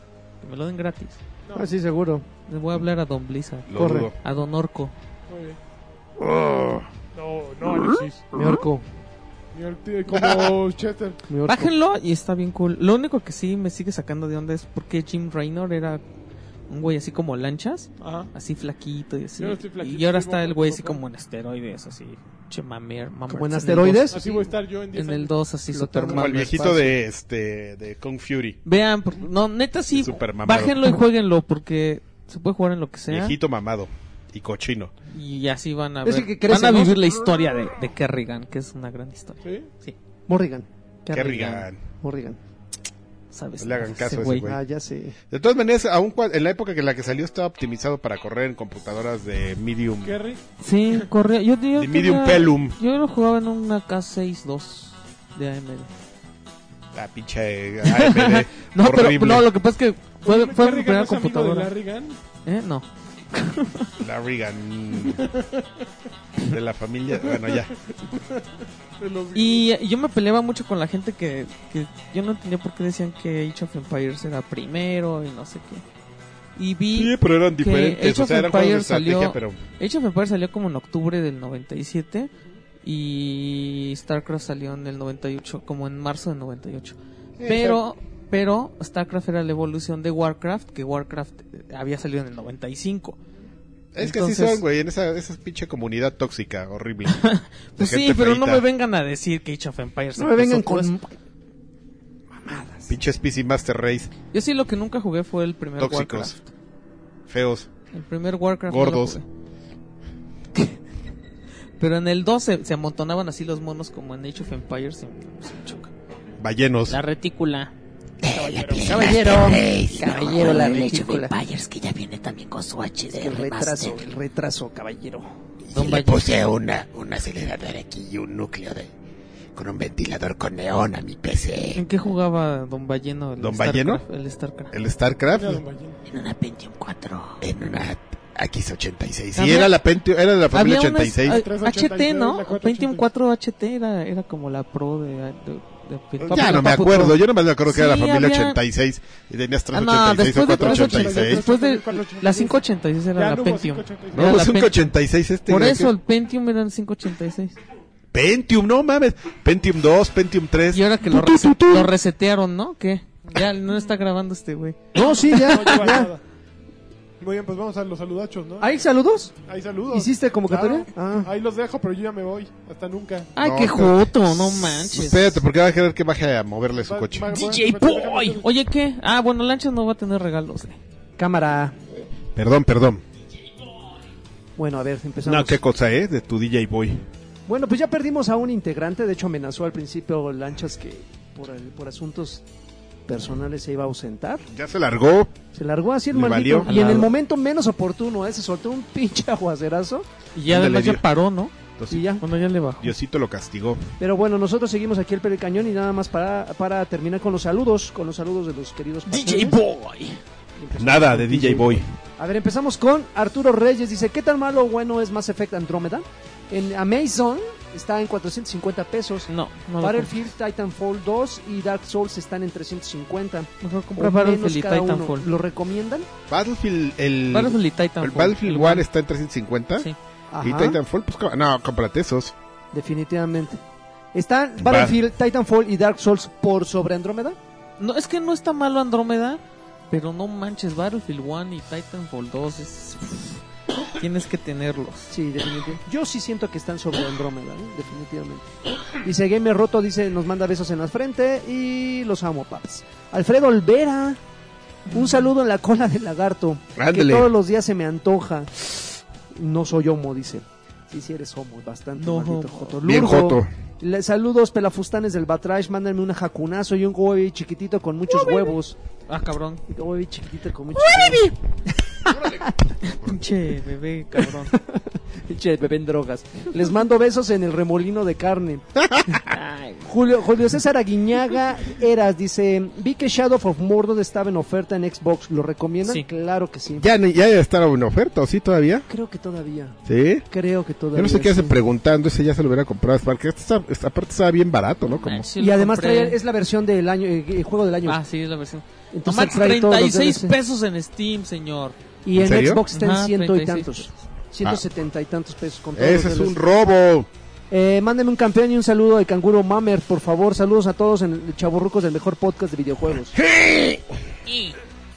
[SPEAKER 4] Que me lo den gratis.
[SPEAKER 3] Ah, sí, seguro.
[SPEAKER 4] Le voy a hablar a Don Blizzard,
[SPEAKER 5] Lo
[SPEAKER 3] corre.
[SPEAKER 5] dudo.
[SPEAKER 4] a Don Orco.
[SPEAKER 2] Muy bien.
[SPEAKER 5] Oh,
[SPEAKER 2] No, no, Alexis.
[SPEAKER 3] Mi orco.
[SPEAKER 2] Ni al- eh, Como Chester.
[SPEAKER 3] Mi orco.
[SPEAKER 4] Bájenlo y está bien cool. Lo único que sí me sigue sacando de onda es porque Jim Raynor era un güey así como lanchas,
[SPEAKER 2] Ajá.
[SPEAKER 4] así flaquito y así.
[SPEAKER 2] Yo no estoy flaquito,
[SPEAKER 4] y ahora
[SPEAKER 2] estoy
[SPEAKER 4] está el
[SPEAKER 2] gordo,
[SPEAKER 4] güey así
[SPEAKER 2] gordo.
[SPEAKER 4] como en esteroides, así. Che, mamer, mamer.
[SPEAKER 3] ¿Como en
[SPEAKER 4] el
[SPEAKER 3] asteroides?
[SPEAKER 4] dos-
[SPEAKER 2] Así voy a estar yo en 10
[SPEAKER 4] En el
[SPEAKER 2] años.
[SPEAKER 4] 2, así,
[SPEAKER 3] Flotando.
[SPEAKER 4] Superman.
[SPEAKER 5] como el
[SPEAKER 3] Mames,
[SPEAKER 5] viejito
[SPEAKER 3] fácil.
[SPEAKER 5] de este de Kung Fury.
[SPEAKER 4] Vean, por- no, neta sí,
[SPEAKER 5] Súper mamado.
[SPEAKER 4] bájenlo y jueguenlo porque se puede jugar en lo que sea
[SPEAKER 5] Viejito mamado y cochino.
[SPEAKER 4] y así van a
[SPEAKER 3] Es
[SPEAKER 4] ver,
[SPEAKER 3] que
[SPEAKER 4] van
[SPEAKER 3] crece,
[SPEAKER 4] a
[SPEAKER 3] ¿no?
[SPEAKER 4] vivir la historia de, de Kerrigan, que es una gran historia.
[SPEAKER 2] ¿Sí?
[SPEAKER 3] Morrigan.
[SPEAKER 5] Kerrigan.
[SPEAKER 3] Morrigan.
[SPEAKER 4] ¿sabes?
[SPEAKER 5] No le hagan caso a ese güey.
[SPEAKER 3] Ah, ya sé.
[SPEAKER 5] De todas maneras, aún cua- en la época que en la que salió estaba optimizado para correr en computadoras de medium, de
[SPEAKER 2] Kerry.
[SPEAKER 4] Sí, corría. Yo, yo
[SPEAKER 5] medium
[SPEAKER 4] tenía-
[SPEAKER 5] pelum.
[SPEAKER 4] Yo lo jugaba en una K62 de AMD.
[SPEAKER 5] La pinche eh, AMD.
[SPEAKER 4] No, pero
[SPEAKER 5] horrible.
[SPEAKER 4] no, lo que pasa es que fue,
[SPEAKER 2] Oye,
[SPEAKER 4] fue
[SPEAKER 2] Kerrigan
[SPEAKER 4] mi primera
[SPEAKER 2] es amigo de
[SPEAKER 4] computadora.
[SPEAKER 2] Larry Gunn.
[SPEAKER 4] ¿Eh? No.
[SPEAKER 5] La Reagan. De la familia. Bueno, ya.
[SPEAKER 2] de los-
[SPEAKER 4] Y, y yo me peleaba mucho con la gente que, que yo no entendía por qué decían que Age of Empires era primero y no sé qué. Y vi
[SPEAKER 5] Sí, pero eran
[SPEAKER 4] que
[SPEAKER 5] diferentes.
[SPEAKER 4] Age
[SPEAKER 5] O
[SPEAKER 4] of
[SPEAKER 5] sea, eran juegos de
[SPEAKER 4] Empires
[SPEAKER 5] estrategia,
[SPEAKER 4] salió-
[SPEAKER 5] pero
[SPEAKER 4] Age of Empires salió como en octubre del 97 y StarCraft salió en el 98, como en marzo del 98. Pero pero StarCraft era la evolución de Warcraft, que Warcraft eh, había salido en el 95.
[SPEAKER 5] Es que
[SPEAKER 4] Entonces-
[SPEAKER 5] sí son, güey, en esa, esa pinche comunidad tóxica, horrible. De
[SPEAKER 4] Pues sí,
[SPEAKER 5] gente
[SPEAKER 4] pero no
[SPEAKER 5] feíta.
[SPEAKER 4] me vengan a decir que Age of Empires
[SPEAKER 3] No me
[SPEAKER 4] Pues empezó
[SPEAKER 3] vengan
[SPEAKER 4] todo
[SPEAKER 3] con...
[SPEAKER 4] esto.
[SPEAKER 5] Pinches PC Master Race,
[SPEAKER 4] Yo sí lo que nunca jugué fue el primer
[SPEAKER 5] Tóxicos.
[SPEAKER 4] Warcraft.
[SPEAKER 5] feos.
[SPEAKER 4] El primer Warcraft
[SPEAKER 5] Gordos.
[SPEAKER 4] no lo jugué. Pero en el 12 se amontonaban así los monos como en Age of Empires. y- se me choca.
[SPEAKER 5] Ballenos.
[SPEAKER 4] La retícula.
[SPEAKER 3] Caballero. Caballero, la película.
[SPEAKER 6] Bayers que ya viene también con su HD
[SPEAKER 3] El retraso, el retraso, caballero.
[SPEAKER 6] le puse una, un acelerador aquí y un núcleo de
[SPEAKER 7] con un ventilador con neón a mi PC.
[SPEAKER 4] ¿En qué jugaba Don Balleno? El
[SPEAKER 5] ¿Don
[SPEAKER 4] Starcraft- El StarCraft.
[SPEAKER 5] El StarCraft.
[SPEAKER 2] Mira, don Ballín.
[SPEAKER 6] En una Pentium 4.
[SPEAKER 7] En una X86.
[SPEAKER 5] Sí, era la Penti- era de la familia 86.
[SPEAKER 4] unas- ah,
[SPEAKER 2] 386,
[SPEAKER 4] HT, ¿no?
[SPEAKER 2] la 486.
[SPEAKER 4] Pentium 4 HT era, era como la pro de... de- de- de-
[SPEAKER 5] Ya
[SPEAKER 4] Papu-
[SPEAKER 5] no me
[SPEAKER 4] Papu
[SPEAKER 5] acuerdo,
[SPEAKER 4] Pro.
[SPEAKER 5] yo no me acuerdo que era
[SPEAKER 4] Sí,
[SPEAKER 5] la familia
[SPEAKER 4] había-
[SPEAKER 5] 86 y tenías
[SPEAKER 4] Ah, no,
[SPEAKER 5] 386 o
[SPEAKER 4] después de
[SPEAKER 5] 486.
[SPEAKER 4] 386. Después de
[SPEAKER 2] 486.
[SPEAKER 4] la 586 era
[SPEAKER 2] Ya
[SPEAKER 4] la
[SPEAKER 2] no hubo
[SPEAKER 4] Pentium.
[SPEAKER 2] 586.
[SPEAKER 5] No,
[SPEAKER 4] pues, Era la
[SPEAKER 5] es un
[SPEAKER 4] Pen-
[SPEAKER 5] 86 este.
[SPEAKER 4] Por
[SPEAKER 5] güey,
[SPEAKER 4] eso
[SPEAKER 5] que-
[SPEAKER 4] el Pentium era el 586.
[SPEAKER 5] Pentium, no mames. Pentium 2, Pentium 3.
[SPEAKER 4] Y ahora que lo, rese- lo resetearon, ¿no? ¿Qué? Ya no está grabando este güey.
[SPEAKER 3] No, sí,
[SPEAKER 2] No
[SPEAKER 3] ya.
[SPEAKER 2] lleva
[SPEAKER 3] ya.
[SPEAKER 2] nada. Muy bien, pues vamos a los saludachos, ¿no?
[SPEAKER 3] ¿Hay saludos?
[SPEAKER 2] Ahí saludos.
[SPEAKER 3] ¿Hiciste convocatoria?
[SPEAKER 2] Claro.
[SPEAKER 3] Ah.
[SPEAKER 2] Ahí los dejo, pero yo ya me voy. Hasta nunca.
[SPEAKER 4] Ay,
[SPEAKER 5] No,
[SPEAKER 4] qué
[SPEAKER 5] pero- pues,
[SPEAKER 4] joto, no manches.
[SPEAKER 5] Espérate, porque va a querer que baje a moverle su coche.
[SPEAKER 2] DJ Boy.
[SPEAKER 4] Oye, ¿qué? Ah, bueno, Lancha no va a tener regalos. eh.
[SPEAKER 3] Cámara.
[SPEAKER 5] Perdón, perdón.
[SPEAKER 3] Bueno, a ver, empezamos.
[SPEAKER 5] No, qué cosa, ¿eh? De tu DJ Boy.
[SPEAKER 3] Bueno, pues ya perdimos a un integrante. De hecho, amenazó al principio Lanchas que por, el- por asuntos personales se iba a ausentar.
[SPEAKER 5] Ya se largó.
[SPEAKER 3] Se largó así el
[SPEAKER 5] Le
[SPEAKER 3] maldito.
[SPEAKER 5] valió.
[SPEAKER 3] Y en el
[SPEAKER 4] Claro.
[SPEAKER 3] momento menos oportuno, ¿eh? se soltó un pinche aguacerazo.
[SPEAKER 4] Y ya
[SPEAKER 5] Ándale,
[SPEAKER 4] además ya
[SPEAKER 5] Dio.
[SPEAKER 4] paró, ¿no?
[SPEAKER 5] Entonces,
[SPEAKER 3] Y ya.
[SPEAKER 4] Bueno, ya le bajó.
[SPEAKER 5] Diosito lo castigó.
[SPEAKER 3] Pero bueno, nosotros seguimos aquí el Pericañón y nada más para, para terminar con los saludos, con los saludos de los queridos
[SPEAKER 4] DJ
[SPEAKER 3] patrones.
[SPEAKER 4] Boy.
[SPEAKER 5] Nada de DJ Boy.
[SPEAKER 3] A ver, empezamos con Arturo Reyes. Dice, ¿qué tan malo o bueno es Mass Effect Andrómeda? En Amazon está en 450 pesos.
[SPEAKER 4] No, no. lo
[SPEAKER 3] Battlefield, Titanfall 2 y Dark Souls están en 350.
[SPEAKER 4] compro. Mejor compra
[SPEAKER 3] Comprar
[SPEAKER 4] Battlefield y Titanfall.
[SPEAKER 3] ¿Lo recomiendan?
[SPEAKER 5] Battlefield, el.
[SPEAKER 4] Battlefield y
[SPEAKER 5] el
[SPEAKER 4] Titanfall.
[SPEAKER 5] Battlefield
[SPEAKER 4] El
[SPEAKER 5] One
[SPEAKER 4] One.
[SPEAKER 5] está en 350.
[SPEAKER 4] Sí.
[SPEAKER 5] Y
[SPEAKER 3] Ajá,
[SPEAKER 5] Titanfall, pues. co- No, cómprate esos.
[SPEAKER 3] definitivamente. ¿Están Battlefield, Titanfall y Dark Souls por sobre Andrómeda?
[SPEAKER 4] No, es que no está malo Andrómeda, pero no manches, Battlefield 1 y Titanfall 2 es- Tienes que tenerlos.
[SPEAKER 3] Sí, definitivamente. Yo sí siento que están sobre Andrómeda, ¿eh? definitivamente. Dice Gamer Roto, dice, nos manda besos en la frente y los amo, paps. Alfredo Olvera, un saludo en la cola del lagarto.
[SPEAKER 5] Ándale.
[SPEAKER 3] Que todos los días se me antoja. No soy homo, dice. Sí, sí eres homo, bastante.
[SPEAKER 4] No
[SPEAKER 3] maldito
[SPEAKER 4] homo.
[SPEAKER 3] joto.
[SPEAKER 5] Bien
[SPEAKER 3] Lurgo,
[SPEAKER 5] joto.
[SPEAKER 3] le- saludos pelafustanes del Batrash, mándenme una jacunazo y un gobi chiquitito con muchos huevos.
[SPEAKER 4] Ah, cabrón.
[SPEAKER 3] Gobi chiquitito con muchos huevos.
[SPEAKER 4] Pinche bebé, cabrón.
[SPEAKER 3] Che, beben drogas. Les mando besos en el remolino de carne. Julio, Julio César Aguiñaga Eras dice, vi que Shadow of Mordor estaba en oferta en Xbox, ¿lo recomiendan?
[SPEAKER 4] Sí.
[SPEAKER 3] Claro que sí.
[SPEAKER 5] Ya, ni- ya está en oferta, ¿o sí todavía?
[SPEAKER 3] Creo que todavía,
[SPEAKER 5] Sí.
[SPEAKER 3] creo que todavía.
[SPEAKER 5] Yo no sé qué
[SPEAKER 3] sí.
[SPEAKER 5] hacen preguntando, ese ya se lo hubiera comprado. Porque este está- esta parte estaba bien barato, ¿no? Como
[SPEAKER 4] Ah, Sí,
[SPEAKER 3] Y
[SPEAKER 4] lo
[SPEAKER 3] además
[SPEAKER 4] compré.
[SPEAKER 3] trae, es la versión del año, eh, el juego del año.
[SPEAKER 4] Ah, sí, es la versión.
[SPEAKER 3] Entonces
[SPEAKER 4] Nomás
[SPEAKER 3] trae todos los
[SPEAKER 4] 36
[SPEAKER 3] DLC.
[SPEAKER 4] pesos en Steam, señor.
[SPEAKER 3] Y
[SPEAKER 5] ¿En
[SPEAKER 3] en,
[SPEAKER 5] serio?
[SPEAKER 3] Xbox está en
[SPEAKER 4] Ajá,
[SPEAKER 3] ciento y
[SPEAKER 4] 36
[SPEAKER 3] tantos.
[SPEAKER 4] pesos.
[SPEAKER 3] 170 y tantos pesos con todos
[SPEAKER 5] Ese
[SPEAKER 3] los
[SPEAKER 5] es un
[SPEAKER 3] DLC.
[SPEAKER 5] robo.
[SPEAKER 3] Eh, mándeme un campeón y un saludo de Canguro Mamer, por favor. Saludos a todos en el Chaburrucos del mejor podcast de videojuegos.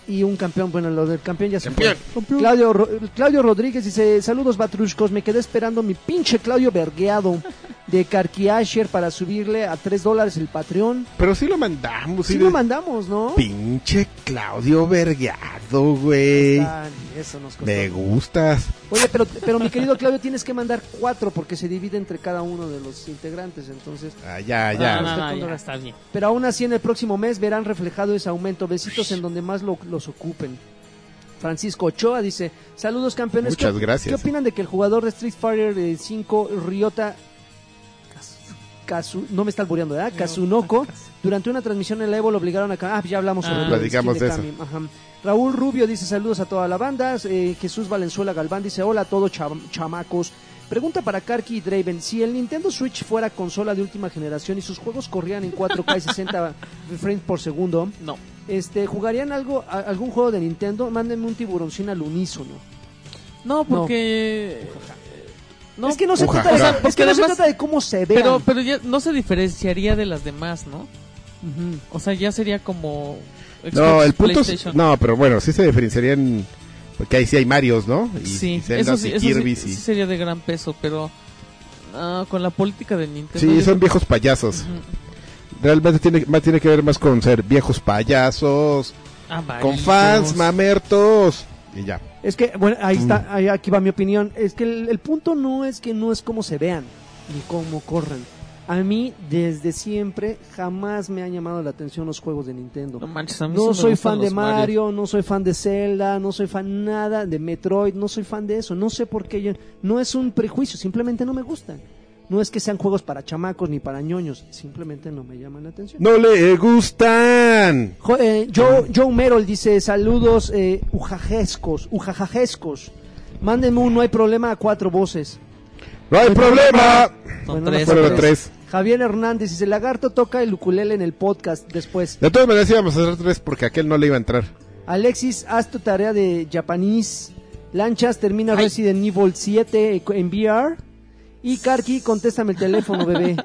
[SPEAKER 3] Y un campeón, bueno, lo del campeón ya se fue. Claudio, Ro- Claudio Rodríguez dice, saludos Batrushcos, me quedé esperando mi pinche Claudio Bergueado de Carquiasher para subirle a 3 dólares el Patreon.
[SPEAKER 5] Pero sí lo mandamos.
[SPEAKER 3] Sí,
[SPEAKER 5] sí
[SPEAKER 3] lo
[SPEAKER 5] de-
[SPEAKER 3] mandamos, ¿no?
[SPEAKER 5] Pinche Claudio Vergado, güey.
[SPEAKER 3] Ah, eso nos costó.
[SPEAKER 5] Me gustas.
[SPEAKER 3] Oye, pero, pero mi querido Claudio, tienes que mandar 4 porque se divide entre cada uno de los integrantes, entonces...
[SPEAKER 5] Ah, ya,
[SPEAKER 4] Ya,
[SPEAKER 5] ya.
[SPEAKER 4] no, no,
[SPEAKER 3] usted
[SPEAKER 4] no,
[SPEAKER 3] cuando-
[SPEAKER 4] ya está bien.
[SPEAKER 3] Pero aún así en el próximo mes verán reflejado ese aumento. Besitos en donde más lo- los ocupen. Francisco Ochoa dice, saludos campeones.
[SPEAKER 5] Muchas
[SPEAKER 3] ¿Qué-
[SPEAKER 5] gracias. eh.
[SPEAKER 3] ¿Qué opinan de que el jugador de Street Fighter eh, 5, Ryota... Kazu- no me está albureando, ¿verdad? Kazunoko, durante una transmisión en la Evo lo obligaron a... ca- Ah, ya hablamos sobre
[SPEAKER 4] Ah.
[SPEAKER 3] el
[SPEAKER 5] Platicamos
[SPEAKER 3] skin
[SPEAKER 5] de eso.
[SPEAKER 3] Kami. Ajá. Raúl Rubio dice saludos a toda la banda. Eh, Jesús Valenzuela Galván dice hola a todos cham- chamacos. Pregunta para Karki y Draven. Si el Nintendo Switch fuera consola de última generación y sus juegos corrían en 4K y 60 frames por segundo,
[SPEAKER 4] No.
[SPEAKER 3] este, ¿jugarían algo, a- algún juego de Nintendo? Mándenme un tiburoncín al unísono.
[SPEAKER 4] No, porque. eh, No,
[SPEAKER 3] es que no se
[SPEAKER 5] Ujaja.
[SPEAKER 3] trata de,
[SPEAKER 5] O sea,
[SPEAKER 3] es
[SPEAKER 4] porque
[SPEAKER 3] que no se
[SPEAKER 4] además-
[SPEAKER 3] trata de cómo se ve.
[SPEAKER 4] pero, pero ya no se diferenciaría de las demás, ¿no? O sea, ya sería como.
[SPEAKER 5] No,
[SPEAKER 4] Xbox,
[SPEAKER 5] el punto es.
[SPEAKER 4] PlayStation.
[SPEAKER 5] No, pero bueno, sí se diferenciarían. Porque ahí sí hay Marios, ¿no? Y, y
[SPEAKER 4] Sí,
[SPEAKER 5] Zeldas
[SPEAKER 4] eso sí,
[SPEAKER 5] y
[SPEAKER 4] eso sí-
[SPEAKER 5] Kirby.
[SPEAKER 4] sí
[SPEAKER 5] y-
[SPEAKER 4] sería de gran peso, pero. no, con la política de Nintendo.
[SPEAKER 5] Sí,
[SPEAKER 4] yo
[SPEAKER 5] son
[SPEAKER 4] creo-
[SPEAKER 5] viejos payasos.
[SPEAKER 4] Ujú.
[SPEAKER 5] Realmente tiene, más tiene que ver más con ser viejos payasos,
[SPEAKER 4] "Ah,
[SPEAKER 5] con
[SPEAKER 4] Amarillos.
[SPEAKER 5] fans, mamertos. Y ya.
[SPEAKER 3] Es que, bueno, ahí
[SPEAKER 4] Mm.
[SPEAKER 3] está, ahí- aquí va mi opinión. Es que el, el punto no es que no es cómo se vean, ni cómo corran. A mí, desde siempre, jamás me han llamado la atención los juegos de Nintendo.
[SPEAKER 4] No manches, a mí sí
[SPEAKER 3] No
[SPEAKER 4] me
[SPEAKER 3] soy
[SPEAKER 4] gustan
[SPEAKER 3] fan de
[SPEAKER 4] los
[SPEAKER 3] Mario, no soy fan de Zelda, no soy fan nada de Metroid, no soy fan de eso. No sé por qué yo. No es un prejuicio, simplemente no me gustan. No es que sean juegos para chamacos ni para ñoños, simplemente no me llaman la atención.
[SPEAKER 5] No le gustan.
[SPEAKER 3] Jo- eh, Joe, Joe Merrill dice, saludos eh, ujajescos, ujajajescos. Mándenme un, no hay problema, a cuatro voces.
[SPEAKER 5] No hay problema.
[SPEAKER 4] Son
[SPEAKER 3] Bueno,
[SPEAKER 4] tres.
[SPEAKER 5] fueron
[SPEAKER 4] son tres.
[SPEAKER 5] tres.
[SPEAKER 3] Javier Hernández dice, lagarto toca el ukulele en el podcast después.
[SPEAKER 5] De todas maneras íbamos a hacer tres porque aquel no le iba a entrar.
[SPEAKER 3] Alexis, haz tu tarea de japonés. Lanchas termina Resident Evil 7 en VR. Y Karki, contéstame el teléfono, bebé.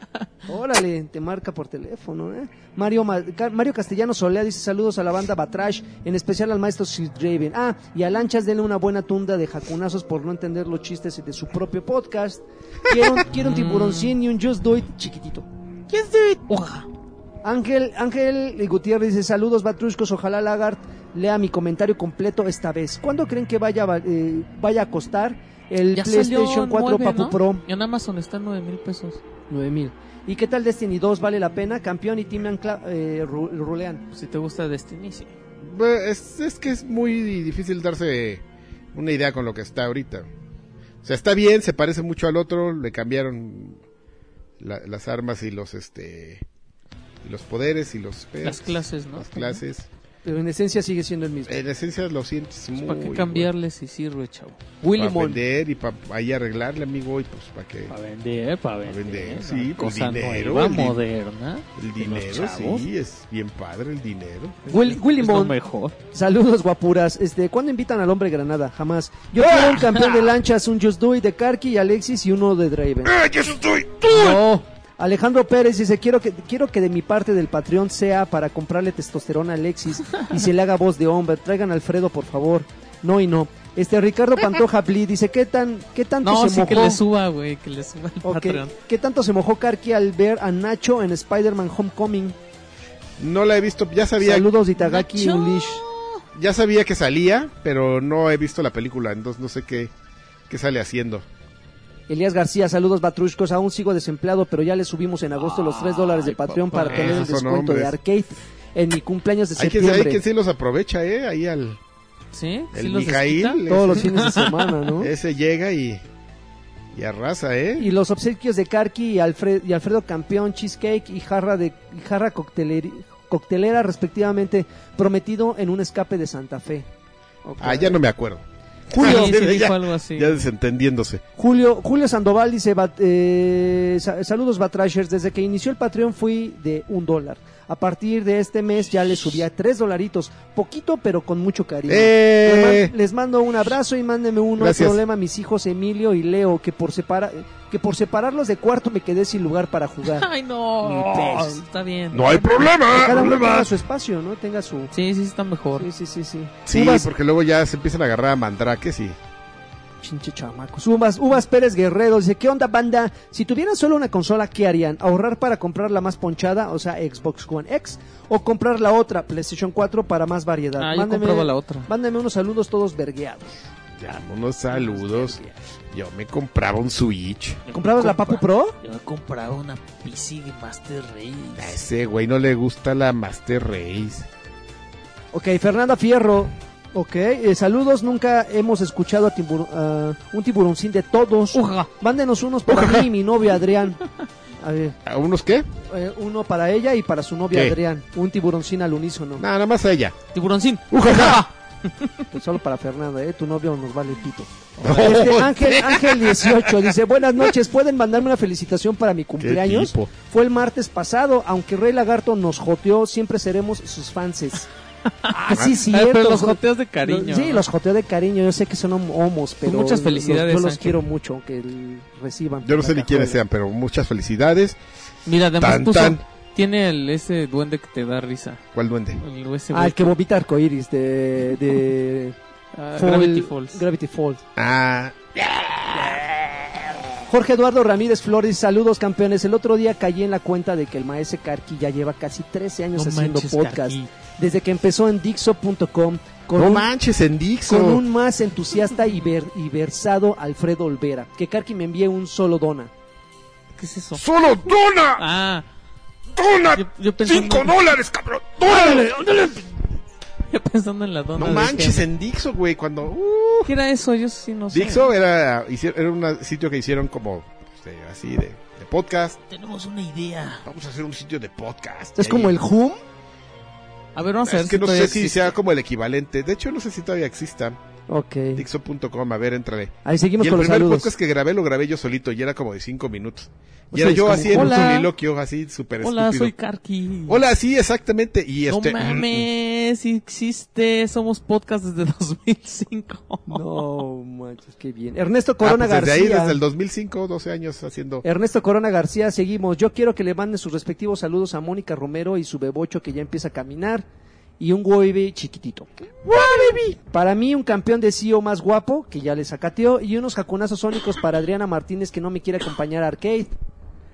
[SPEAKER 3] Órale, te marca por teléfono, ¿eh? Mario, Ma- Ca- Mario Castellano Solea dice saludos a la banda Batrash, en especial al maestro Sir Draven. Ah, y a Lanchas denle una buena tunda de jacunazos por no entender los chistes de su propio podcast. Quiero, un- quiero un tiburoncín y un Just Do It chiquitito.
[SPEAKER 4] Ujaja.
[SPEAKER 3] Ángel, Ángel Gutiérrez dice saludos batruscos, ojalá Lagart lea mi comentario completo esta vez. ¿Cuándo creen que vaya, va- eh, vaya a costar el
[SPEAKER 4] Ya
[SPEAKER 3] PlayStation
[SPEAKER 4] salió
[SPEAKER 3] 4
[SPEAKER 4] nueve,
[SPEAKER 3] Papu
[SPEAKER 4] ¿no?
[SPEAKER 3] Pro
[SPEAKER 4] Y en Amazon está en 9 mil pesos.
[SPEAKER 3] 9000? ¿Y qué tal Destiny 2? ¿Vale la pena? Campeón y Team Ancla- eh, ru- rulean.
[SPEAKER 4] Si te gusta Destiny, sí.
[SPEAKER 5] Bue- Es, es que es muy difícil darse una idea con lo que está ahorita. O sea, está bien, se parece mucho al otro, le cambiaron la- las armas y los este y los poderes y los perks,
[SPEAKER 4] Las clases, ¿no?
[SPEAKER 5] Las clases.
[SPEAKER 3] Pero en esencia sigue siendo el mismo.
[SPEAKER 5] En esencia lo sientes muy
[SPEAKER 4] Pues, ¿Para qué cambiarle si sirve, chavo? Willy
[SPEAKER 5] Para
[SPEAKER 4] Mon.
[SPEAKER 5] vender y para ahí arreglarle, amigo, y pues para que
[SPEAKER 8] Para
[SPEAKER 3] eh,
[SPEAKER 8] vender, para vender.
[SPEAKER 5] vender,
[SPEAKER 8] ¿no?
[SPEAKER 5] sí, pues,
[SPEAKER 8] Cosa
[SPEAKER 5] dinero,
[SPEAKER 8] nueva,
[SPEAKER 5] el di-
[SPEAKER 8] moderna.
[SPEAKER 5] el
[SPEAKER 8] de los
[SPEAKER 5] dinero
[SPEAKER 8] chavos.
[SPEAKER 5] sí es bien padre el dinero.
[SPEAKER 3] Will-
[SPEAKER 8] Es lo
[SPEAKER 3] Willimon,
[SPEAKER 8] mejor.
[SPEAKER 3] saludos guapuras. Este, ¿Cuándo invitan al hombre Granada? Jamás. Yo quiero un campeón de lanchas, un Just Do It de Karki y Alexis y uno de Draven. No. Alejandro Pérez dice, quiero que, quiero que de mi parte del Patreon sea para comprarle testosterona a Alexis y se le haga voz de hombre. Traigan a Alfredo, por favor. No y no. Este Ricardo Pantoja Bli dice, ¿qué, tan, qué tanto
[SPEAKER 4] No,
[SPEAKER 3] se
[SPEAKER 4] sí
[SPEAKER 3] mojó?
[SPEAKER 4] que le suba, güey. Que le suba el
[SPEAKER 3] Ok,
[SPEAKER 4] Patreon.
[SPEAKER 3] ¿Qué tanto se mojó Karki al ver a Nacho en Spider-Man Homecoming?
[SPEAKER 5] No la he visto, ya sabía
[SPEAKER 3] Saludos de Itagaki y
[SPEAKER 4] Nacho.
[SPEAKER 3] Ulish.
[SPEAKER 5] Ya sabía que salía, pero no he visto la película, entonces no sé qué, qué sale haciendo.
[SPEAKER 3] Elías García, saludos Batruscos, aún sigo desempleado, pero ya le subimos en agosto los 3 dólares de Patreon para
[SPEAKER 5] papá.
[SPEAKER 3] tener el
[SPEAKER 5] Esos son
[SPEAKER 3] descuento de
[SPEAKER 5] hombres.
[SPEAKER 3] arcade en mi cumpleaños de
[SPEAKER 5] Hay quien, hay
[SPEAKER 3] septiembre.
[SPEAKER 5] quien sí los aprovecha, ¿eh? Ahí al
[SPEAKER 4] ¿Sí? ¿Sí
[SPEAKER 5] el
[SPEAKER 4] los desquita?
[SPEAKER 5] Mijail.
[SPEAKER 3] Todos los
[SPEAKER 5] ese,
[SPEAKER 3] fines de semana, ¿no?
[SPEAKER 5] ese llega y, y arrasa, ¿eh?
[SPEAKER 3] Y los obsequios de Karki y, Alfred- y Alfredo Campeón, Cheesecake y jarra, de, y jarra cocteleri- coctelera, respectivamente, prometido en un escape de Santa Fe. Ok.
[SPEAKER 5] Ah, ya no me acuerdo.
[SPEAKER 4] Julio. Sí, sí
[SPEAKER 5] Ya-
[SPEAKER 4] dijo algo así.
[SPEAKER 5] Ya desentendiéndose.
[SPEAKER 3] Julio, Julio Sandoval dice, bat- eh, sa- saludos Batrashers, desde que inició el Patreon fui de un dólar. A partir de este mes ya le subí a tres dolaritos, poquito pero con mucho cariño.
[SPEAKER 5] ¡Eh!
[SPEAKER 3] Les man- Les mando un abrazo y mándenme uno. No hay
[SPEAKER 5] Gracias.
[SPEAKER 3] problema, mis hijos Emilio y Leo, que por, separa, que por separarlos de cuarto me quedé sin lugar para jugar.
[SPEAKER 4] Ay, no.
[SPEAKER 3] pesos.
[SPEAKER 4] Está bien.
[SPEAKER 5] No hay
[SPEAKER 3] Que
[SPEAKER 5] problema.
[SPEAKER 3] cada uno tenga
[SPEAKER 5] problemas.
[SPEAKER 3] su espacio, ¿no? Tenga su...
[SPEAKER 4] Sí, sí, está mejor.
[SPEAKER 3] Sí, sí, sí, sí.
[SPEAKER 5] Sí,
[SPEAKER 3] Uvas-
[SPEAKER 5] porque luego ya se empiezan a agarrar a mandrakes y
[SPEAKER 3] Chinche chamacos. Uvas, Uvas Pérez Guerrero dice, ¿qué onda banda? Si tuvieran solo una consola, ¿qué harían? ¿Ahorrar para comprar la más ponchada, o sea, Xbox One X? ¿O comprar la otra, PlayStation 4, para más variedad?
[SPEAKER 4] Ah, yo compraba la otra.
[SPEAKER 3] Mándenme unos saludos todos vergueados.
[SPEAKER 5] ya, unos saludos. Yo me compraba un Switch.
[SPEAKER 3] ¿Comprabas la Papu Pro?
[SPEAKER 4] Yo he comprado una PC de Master
[SPEAKER 5] A
[SPEAKER 4] Race.
[SPEAKER 5] ese güey no le gusta la Master Race.
[SPEAKER 3] Ok, Fernanda Fierro. Ok, eh, saludos. Nunca hemos escuchado a timbur- a un tiburoncín de todos.
[SPEAKER 4] Uja.
[SPEAKER 3] Mándenos unos para mí y mi novia Adrián. A ver,
[SPEAKER 5] ¿A unos qué?
[SPEAKER 3] eh, uno para ella y para su novia
[SPEAKER 5] ¿Qué? Ah,
[SPEAKER 3] Adrián. Un tiburoncín al unísono.
[SPEAKER 5] Nada más a ella.
[SPEAKER 4] Tiburoncín.
[SPEAKER 5] ¡Ujaja!
[SPEAKER 3] Pues Solo para Fernanda, ¿eh? Tu novio nos vale pito. Este, Ángel, Ángel 18 dice, buenas noches, ¿pueden mandarme una felicitación para mi cumpleaños?
[SPEAKER 5] tipo?
[SPEAKER 3] Fue el martes pasado, aunque Rey Lagarto nos joteó, siempre seremos sus fanses. Así sí,
[SPEAKER 4] Ay,
[SPEAKER 3] cierto,
[SPEAKER 4] pero los
[SPEAKER 3] güey.
[SPEAKER 4] joteos de cariño.
[SPEAKER 3] Sí,
[SPEAKER 4] ¿no?
[SPEAKER 3] los joteo de cariño. Yo sé que son homos, pero.
[SPEAKER 4] muchas
[SPEAKER 3] los-
[SPEAKER 4] felicidades,
[SPEAKER 3] yo los
[SPEAKER 4] Ángel.
[SPEAKER 3] quiero mucho, aunque el- reciban.
[SPEAKER 5] Yo no sé
[SPEAKER 3] la
[SPEAKER 5] ni quiénes
[SPEAKER 3] cajuela.
[SPEAKER 5] sean, pero muchas felicidades.
[SPEAKER 4] Mira, además
[SPEAKER 5] Tan,
[SPEAKER 4] puso-
[SPEAKER 5] tan.
[SPEAKER 4] tiene el, ese duende que te da risa.
[SPEAKER 5] ¿Cuál duende?
[SPEAKER 4] El ese
[SPEAKER 3] Ah,
[SPEAKER 4] güey
[SPEAKER 3] el que vomita arcoiris de. de
[SPEAKER 4] Ah,
[SPEAKER 3] Fall-
[SPEAKER 4] Gravity Falls.
[SPEAKER 3] Gravity Falls.
[SPEAKER 5] Ah,
[SPEAKER 3] Jorge Eduardo Ramírez Flores, saludos campeones. El otro día caí en la cuenta de que el maese Karki ya lleva casi 13 años
[SPEAKER 4] No
[SPEAKER 3] haciendo
[SPEAKER 4] manches,
[SPEAKER 3] podcast.
[SPEAKER 4] Karki.
[SPEAKER 3] Desde que empezó en Dixo.com con
[SPEAKER 5] no
[SPEAKER 3] un
[SPEAKER 5] manches, en Dixo.
[SPEAKER 3] con un más entusiasta y, ver- y versado Alfredo Olvera. Que Karki me envíe un solo dona.
[SPEAKER 4] ¿Qué es eso?
[SPEAKER 5] ¡Solo dona!
[SPEAKER 4] Ah,
[SPEAKER 5] ¡Dona!
[SPEAKER 4] yo, yo pensando,
[SPEAKER 5] ¡Cinco dólares, cabrón! ¡Dónale! ¡Dónale!
[SPEAKER 4] yo pensando en la dona.
[SPEAKER 5] No
[SPEAKER 4] de
[SPEAKER 5] manches,
[SPEAKER 4] Gema.
[SPEAKER 5] en Dixo, güey, cuando... uh,
[SPEAKER 4] ¿Qué era eso? Yo sí no sé.
[SPEAKER 5] Dixo era, hici- era un sitio que hicieron como... pues, de- así de... de podcast.
[SPEAKER 6] Tenemos una idea.
[SPEAKER 5] Vamos a hacer un sitio de podcast.
[SPEAKER 3] Es como el Hum.
[SPEAKER 4] A ver, vamos a ver.
[SPEAKER 5] Es que no
[SPEAKER 4] todavía
[SPEAKER 5] sé si
[SPEAKER 4] existe.
[SPEAKER 5] sea como el equivalente. De hecho, no sé si todavía existan.
[SPEAKER 3] Ok.
[SPEAKER 5] Dixo.com, a ver, éntrale.
[SPEAKER 3] Ahí seguimos
[SPEAKER 5] y el
[SPEAKER 3] con los
[SPEAKER 5] primer
[SPEAKER 3] saludos.
[SPEAKER 5] podcast que grabé lo grabé yo solito y era como de cinco minutos.
[SPEAKER 3] O
[SPEAKER 5] Y
[SPEAKER 3] sea,
[SPEAKER 5] era
[SPEAKER 3] es
[SPEAKER 5] yo
[SPEAKER 3] como,
[SPEAKER 5] así en
[SPEAKER 4] "Hola".
[SPEAKER 5] un soliloquio, así súper
[SPEAKER 4] Hola,
[SPEAKER 5] estúpido.
[SPEAKER 4] soy Karki.
[SPEAKER 5] Hola, sí, exactamente. Y
[SPEAKER 4] No
[SPEAKER 5] este.
[SPEAKER 4] mames, sí existe. Somos podcast desde 2005.
[SPEAKER 3] No, manches, qué bien. Ernesto
[SPEAKER 5] Ah,
[SPEAKER 3] Corona
[SPEAKER 5] pues desde
[SPEAKER 3] García. Eh,
[SPEAKER 5] ahí, desde el 2005, 12 años haciendo.
[SPEAKER 3] Ernesto Corona García, seguimos. Yo quiero que le manden sus respectivos saludos a Mónica Romero y su bebocho que ya empieza a caminar. Y un Wobby chiquitito. Para mí, un campeón de CEO más guapo, que ya le sacateó. Y unos jacunazos sónicos para Adriana Martínez, que no me quiere acompañar a Arcade.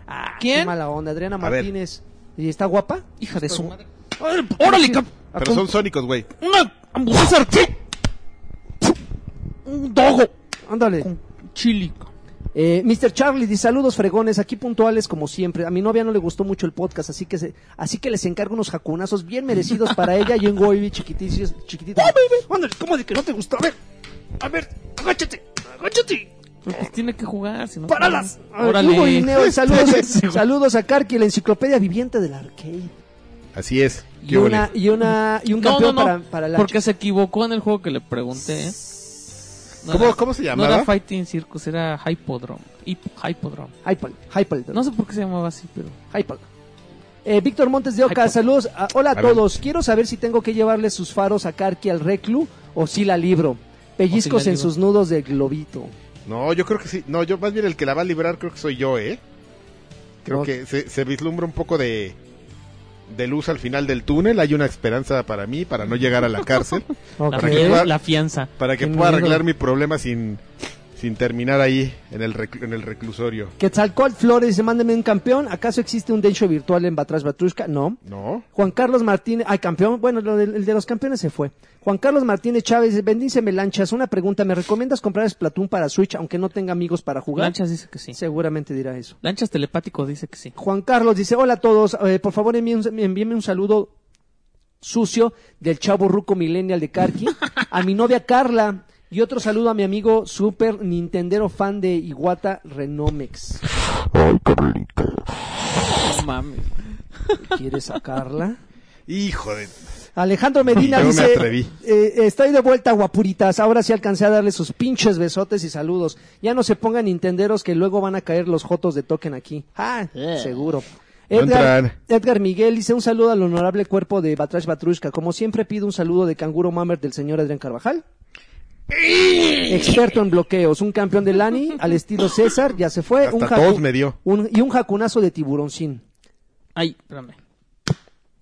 [SPEAKER 3] Ah, Qué
[SPEAKER 4] ¿Quién?
[SPEAKER 3] mala onda, Adriana
[SPEAKER 5] ver.
[SPEAKER 3] Martínez. ¿Y está guapa?
[SPEAKER 4] Hija de su madre. ¡Órale, cap!
[SPEAKER 5] Pero son sónicos, güey.
[SPEAKER 4] ¡Una hamburguesa archi- ¡Un dogo!
[SPEAKER 3] Ándale.
[SPEAKER 4] Con chili.
[SPEAKER 3] Eh, Mr. Charlie, dice saludos fregones, aquí puntuales como siempre. A mi novia no le gustó mucho el podcast, así que se- así que les encargo unos jacunazos bien merecidos para ella y un goibi chiquitito. chiquitito. Ándale, ¿cómo de que no te gustó? A ver, a ver, agáchate, agáchate.
[SPEAKER 4] Pero pues tiene que jugar, si no.
[SPEAKER 3] ¡Páralas! A ver, Hugo
[SPEAKER 4] ¡Órale!
[SPEAKER 3] Guineo, saludos, saludos a Karki, la enciclopedia viviente del arcade.
[SPEAKER 5] Así es.
[SPEAKER 3] Y,
[SPEAKER 5] Qué huele.
[SPEAKER 3] una, y, una, y un
[SPEAKER 4] No, no,
[SPEAKER 3] campeón
[SPEAKER 4] no.
[SPEAKER 3] para, para la
[SPEAKER 4] porque se equivocó en el juego que le pregunté. ¿eh? No
[SPEAKER 5] ¿Cómo,
[SPEAKER 4] era-
[SPEAKER 5] ¿Cómo se
[SPEAKER 4] No
[SPEAKER 5] llamaba?
[SPEAKER 4] era Fighting Circus, era Hypodrome. Hip- Hypodrome.
[SPEAKER 3] Hypal, Hypal,
[SPEAKER 4] No sé por qué se llamaba así, pero.
[SPEAKER 3] Hypal. Eh, Víctor Montes de Oca,
[SPEAKER 4] Hypal.
[SPEAKER 3] saludos. Ah, hola a
[SPEAKER 5] A ver.
[SPEAKER 3] todos. Quiero saber si tengo que llevarle sus faros a Karki al reclu o si la libro.
[SPEAKER 4] O
[SPEAKER 3] Pellizcos
[SPEAKER 4] si la
[SPEAKER 3] en
[SPEAKER 4] libro.
[SPEAKER 3] sus nudos de globito.
[SPEAKER 5] No, yo creo que sí. No, yo más bien el que la va a librar creo que soy yo, ¿eh? Creo
[SPEAKER 3] No.
[SPEAKER 5] que se, se vislumbra un poco de, de luz al final del túnel. Hay una esperanza para mí, para no llegar a la cárcel,
[SPEAKER 4] La,
[SPEAKER 5] Para que
[SPEAKER 4] fie-
[SPEAKER 5] pueda-
[SPEAKER 4] la fianza.
[SPEAKER 5] para que
[SPEAKER 3] Qué
[SPEAKER 5] pueda
[SPEAKER 3] miedo.
[SPEAKER 5] arreglar mi problema sin, sin terminar ahí en el, reclu- en el reclusorio.
[SPEAKER 3] Quetzalcoatl Flores dice, mándeme un campeón. ¿Acaso existe un dencho virtual en Batrash Batrushka? No.
[SPEAKER 5] ¿No?
[SPEAKER 3] Juan Carlos Martínez, ay campeón, bueno, lo del- el de los campeones se fue. Juan Carlos Martínez Chávez, bendíceme lanchas, una pregunta, ¿me recomiendas comprar Splatoon para Switch aunque no tenga amigos para jugar?
[SPEAKER 4] Lanchas dice que sí.
[SPEAKER 3] Seguramente dirá eso.
[SPEAKER 4] Lanchas telepático dice que sí.
[SPEAKER 3] Juan Carlos dice, hola a todos, eh, por favor envíen- envíenme un saludo sucio del chavo ruco millennial de Karki, a mi novia Carla y otro saludo a mi amigo super nintendero fan de Iguata Renomex.
[SPEAKER 4] No mames.
[SPEAKER 3] ¿Quieres sacarla?
[SPEAKER 5] Hijo de...
[SPEAKER 3] Alejandro Medina
[SPEAKER 5] Yo me
[SPEAKER 3] dice,
[SPEAKER 5] atreví.
[SPEAKER 3] eh, estoy de vuelta guapuritas, ahora sí alcancé a darle sus pinches besotes y saludos. Ya no se pongan nintenderos que luego van a caer los jotos de token aquí. Ah, seguro.
[SPEAKER 5] No
[SPEAKER 3] Edgar,
[SPEAKER 5] entran.
[SPEAKER 3] Edgar Miguel dice un saludo al honorable cuerpo de Batrash Batrushka. Como siempre pido un saludo de Canguro Mammer del señor Adrián Carvajal. Experto en bloqueos, un campeón de Lani al estilo César, ya se fue.
[SPEAKER 5] Hasta
[SPEAKER 3] un
[SPEAKER 5] tos me dio.
[SPEAKER 3] un- y un jacunazo de tiburoncín.
[SPEAKER 4] Ay, espérame.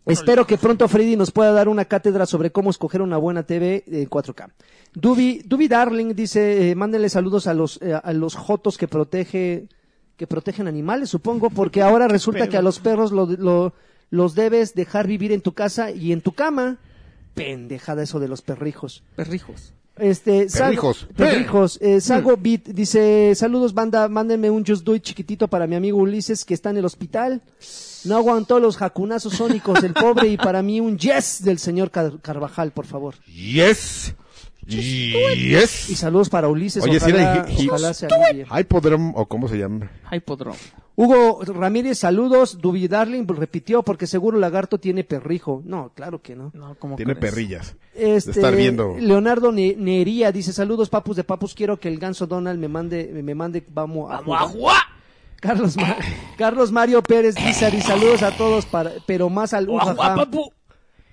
[SPEAKER 3] Espero que pronto Freddy nos pueda dar una cátedra sobre cómo escoger una buena TV en 4K. Dubi, Dubi Darling dice, eh, mándenle saludos a los, eh, a los jotos que protege, que protegen animales, supongo, porque ahora resulta que a los perros lo- lo- los debes dejar vivir en tu casa y en tu cama. Pendejada eso de los perrijos.
[SPEAKER 4] Perrijos.
[SPEAKER 3] Este, Sago-
[SPEAKER 5] Perrijos. Mm.
[SPEAKER 3] Perrijos. Eh, Sago Beat dice, saludos banda, mándenme un Just Do It chiquitito para mi amigo Ulises que está en el hospital. No aguantó los jacunazos sónicos del pobre y para mí un yes del señor Car- Carvajal, por favor.
[SPEAKER 5] Yes.
[SPEAKER 3] Y
[SPEAKER 5] Yes.
[SPEAKER 3] saludos para Ulises.
[SPEAKER 5] Oye, si
[SPEAKER 3] ojalá,
[SPEAKER 5] era hi- hi-
[SPEAKER 3] ojalá se alivie.
[SPEAKER 5] Hypodrome, o cómo se llama.
[SPEAKER 4] Hypodrome.
[SPEAKER 3] Hugo Ramírez, saludos. Dubi Darling repitió porque seguro Lagarto tiene perrijo. No, claro que no.
[SPEAKER 4] No, como
[SPEAKER 5] Tiene
[SPEAKER 4] crees?
[SPEAKER 5] perrillas.
[SPEAKER 3] Este,
[SPEAKER 5] estar viendo.
[SPEAKER 3] Leonardo Ne- Nería dice, saludos papus de papus, quiero que el ganso Donald me mande, me mande, vamos a jugar". Carlos, Ma- Carlos Mario Pérez Guizar, saludos a todos, para, pero más al ujaja.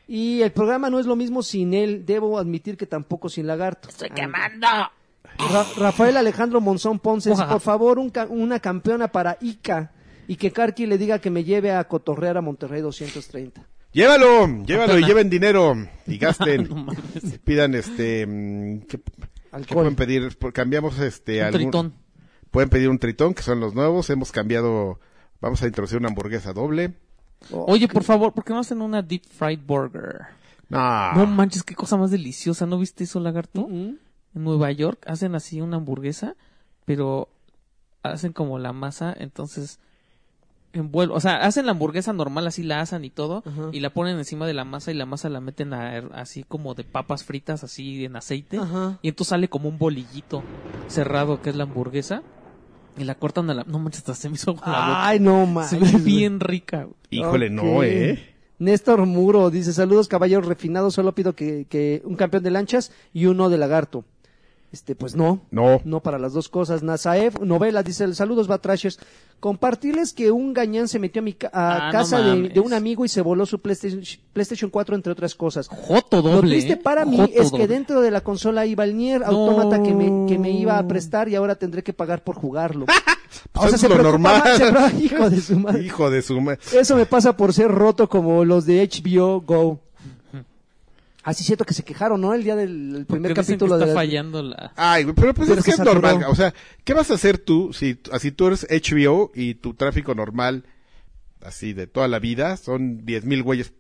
[SPEAKER 3] Y el programa no es lo mismo sin él, debo admitir que tampoco sin Lagarto.
[SPEAKER 6] Estoy
[SPEAKER 3] Ah,
[SPEAKER 6] quemando.
[SPEAKER 3] Ra- Rafael Alejandro Monzón Ponce, dice,
[SPEAKER 4] Ujaja.
[SPEAKER 3] por favor, un ca- una campeona para Ica y que Karki le diga que me lleve a cotorrear a Monterrey 230.
[SPEAKER 5] Llévalo, llévalo y lleven dinero y gasten.
[SPEAKER 4] No mames.
[SPEAKER 5] Y Pidan este mm, ¿qué, qué
[SPEAKER 3] Alcohol.
[SPEAKER 5] pueden pedir? Por- Cambiamos este
[SPEAKER 4] Un
[SPEAKER 5] algún-
[SPEAKER 4] tritón.
[SPEAKER 5] Pueden pedir un tritón que son los nuevos. Hemos cambiado vamos a introducir una hamburguesa doble.
[SPEAKER 3] Oh,
[SPEAKER 4] Oye, por favor, ¿por qué no hacen una deep fried burger?
[SPEAKER 5] No.
[SPEAKER 4] No manches, qué cosa más deliciosa. ¿No viste eso, lagarto?
[SPEAKER 3] mm,
[SPEAKER 4] En Nueva York hacen así una hamburguesa, pero hacen como la masa, entonces envuelvo, o sea, hacen la hamburguesa normal, así la asan y todo,
[SPEAKER 3] Ajá.
[SPEAKER 4] y la ponen encima de la masa y la masa la meten a her- así como de papas fritas, así en aceite,
[SPEAKER 3] Ajá.
[SPEAKER 4] y entonces sale como un bolillito cerrado que es la hamburguesa, Y la cortan a la. No manches, hasta se me hizo agua la boca.
[SPEAKER 3] Ay, no más.
[SPEAKER 4] se ve bien rica. güey.
[SPEAKER 5] Híjole, no,
[SPEAKER 3] Ok.
[SPEAKER 5] ¿eh?
[SPEAKER 3] Néstor Muro dice, saludos caballeros refinados, solo pido que, que un campeón de lanchas y uno de lagarto. Este, pues no.
[SPEAKER 5] No.
[SPEAKER 3] No para las dos cosas. Nazaev, novela, dice, saludos Batrashers. Compartirles que un gañán se metió a mi ca- a
[SPEAKER 4] Ah,
[SPEAKER 3] casa
[SPEAKER 4] no
[SPEAKER 3] de,
[SPEAKER 4] mames.
[SPEAKER 3] de un amigo y se voló su PlayStation, PlayStation 4, entre otras cosas.
[SPEAKER 4] Joto doble.
[SPEAKER 3] Lo triste
[SPEAKER 4] ¿eh?
[SPEAKER 3] para mí
[SPEAKER 4] Joto
[SPEAKER 3] es que
[SPEAKER 4] doble.
[SPEAKER 3] dentro de la consola iba el Nier Automata que me, que me iba a prestar y ahora tendré que pagar por jugarlo. o
[SPEAKER 5] Eso
[SPEAKER 3] sea,
[SPEAKER 5] es
[SPEAKER 3] se
[SPEAKER 5] lo
[SPEAKER 3] preocupaba-
[SPEAKER 5] normal.
[SPEAKER 3] se preocupaba, hijo de su madre.
[SPEAKER 5] Hijo de su madre.
[SPEAKER 3] Eso me pasa por ser roto como los de HBO Go. Así siento que se quejaron, ¿no? El día del el
[SPEAKER 4] Porque
[SPEAKER 3] primer
[SPEAKER 4] dicen que
[SPEAKER 3] capítulo
[SPEAKER 4] está
[SPEAKER 3] de
[SPEAKER 4] fallando la.
[SPEAKER 5] Ay, güey, pero pues
[SPEAKER 3] Pero
[SPEAKER 5] es que
[SPEAKER 3] se
[SPEAKER 5] es
[SPEAKER 3] saturó.
[SPEAKER 5] normal. O sea, ¿qué vas a hacer tú si t- así tú eres HBO y tu tráfico normal, así de toda la vida, son 10.000 güeyes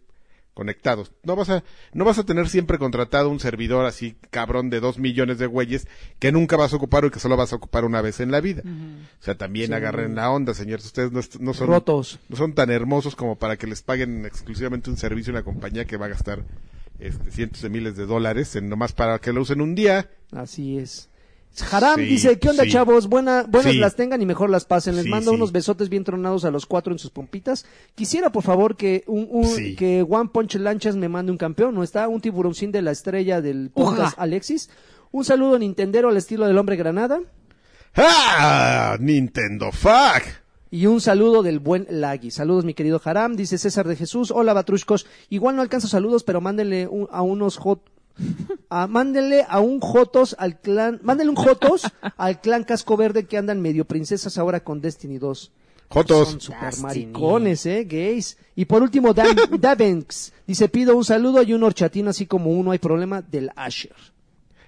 [SPEAKER 5] conectados? No vas a no vas a tener siempre contratado un servidor así cabrón de 2 millones de güeyes que nunca vas a ocupar o que solo vas a ocupar una vez en la vida. O sea, también agarren la onda, señores. Ustedes no, est- no son
[SPEAKER 3] rotos.
[SPEAKER 5] no son tan hermosos como para que les paguen exclusivamente un servicio a una compañía que va a gastar este, cientos de miles de dólares en nomás para que lo usen un día.
[SPEAKER 3] Así es. Haram
[SPEAKER 5] Sí,
[SPEAKER 3] dice, ¿qué onda
[SPEAKER 5] sí.
[SPEAKER 3] chavos? Buena, buenas
[SPEAKER 5] Sí.
[SPEAKER 3] las tengan y mejor las pasen. Les
[SPEAKER 5] Sí,
[SPEAKER 3] mando
[SPEAKER 5] sí.
[SPEAKER 3] unos besotes bien tronados a los cuatro en sus pompitas. Quisiera, por favor, que un, un-
[SPEAKER 5] Sí.
[SPEAKER 3] que One Punch Lanchas me mande un campeón. ¿No está? Un tiburoncín de la estrella del podcast Alexis. Un saludo nintendero al estilo del hombre granada.
[SPEAKER 5] ¡Ah! Nintendo Fuck.
[SPEAKER 3] Y un saludo del buen Lagui. Saludos, mi querido Haram. Dice César de Jesús. Hola, Batrushcos. Igual no alcanzo saludos, pero mándenle un- a unos Jotos. mándenle a un Jotos al clan. Mándenle un Jotos al clan Casco Verde que andan medio princesas ahora con Destiny 2.
[SPEAKER 5] Jotos.
[SPEAKER 3] Son super maricones, eh, gays. Y por último, Dan, Davenks. Dice: pido un saludo y un horchatín, así como uno. Hay problema del Asher.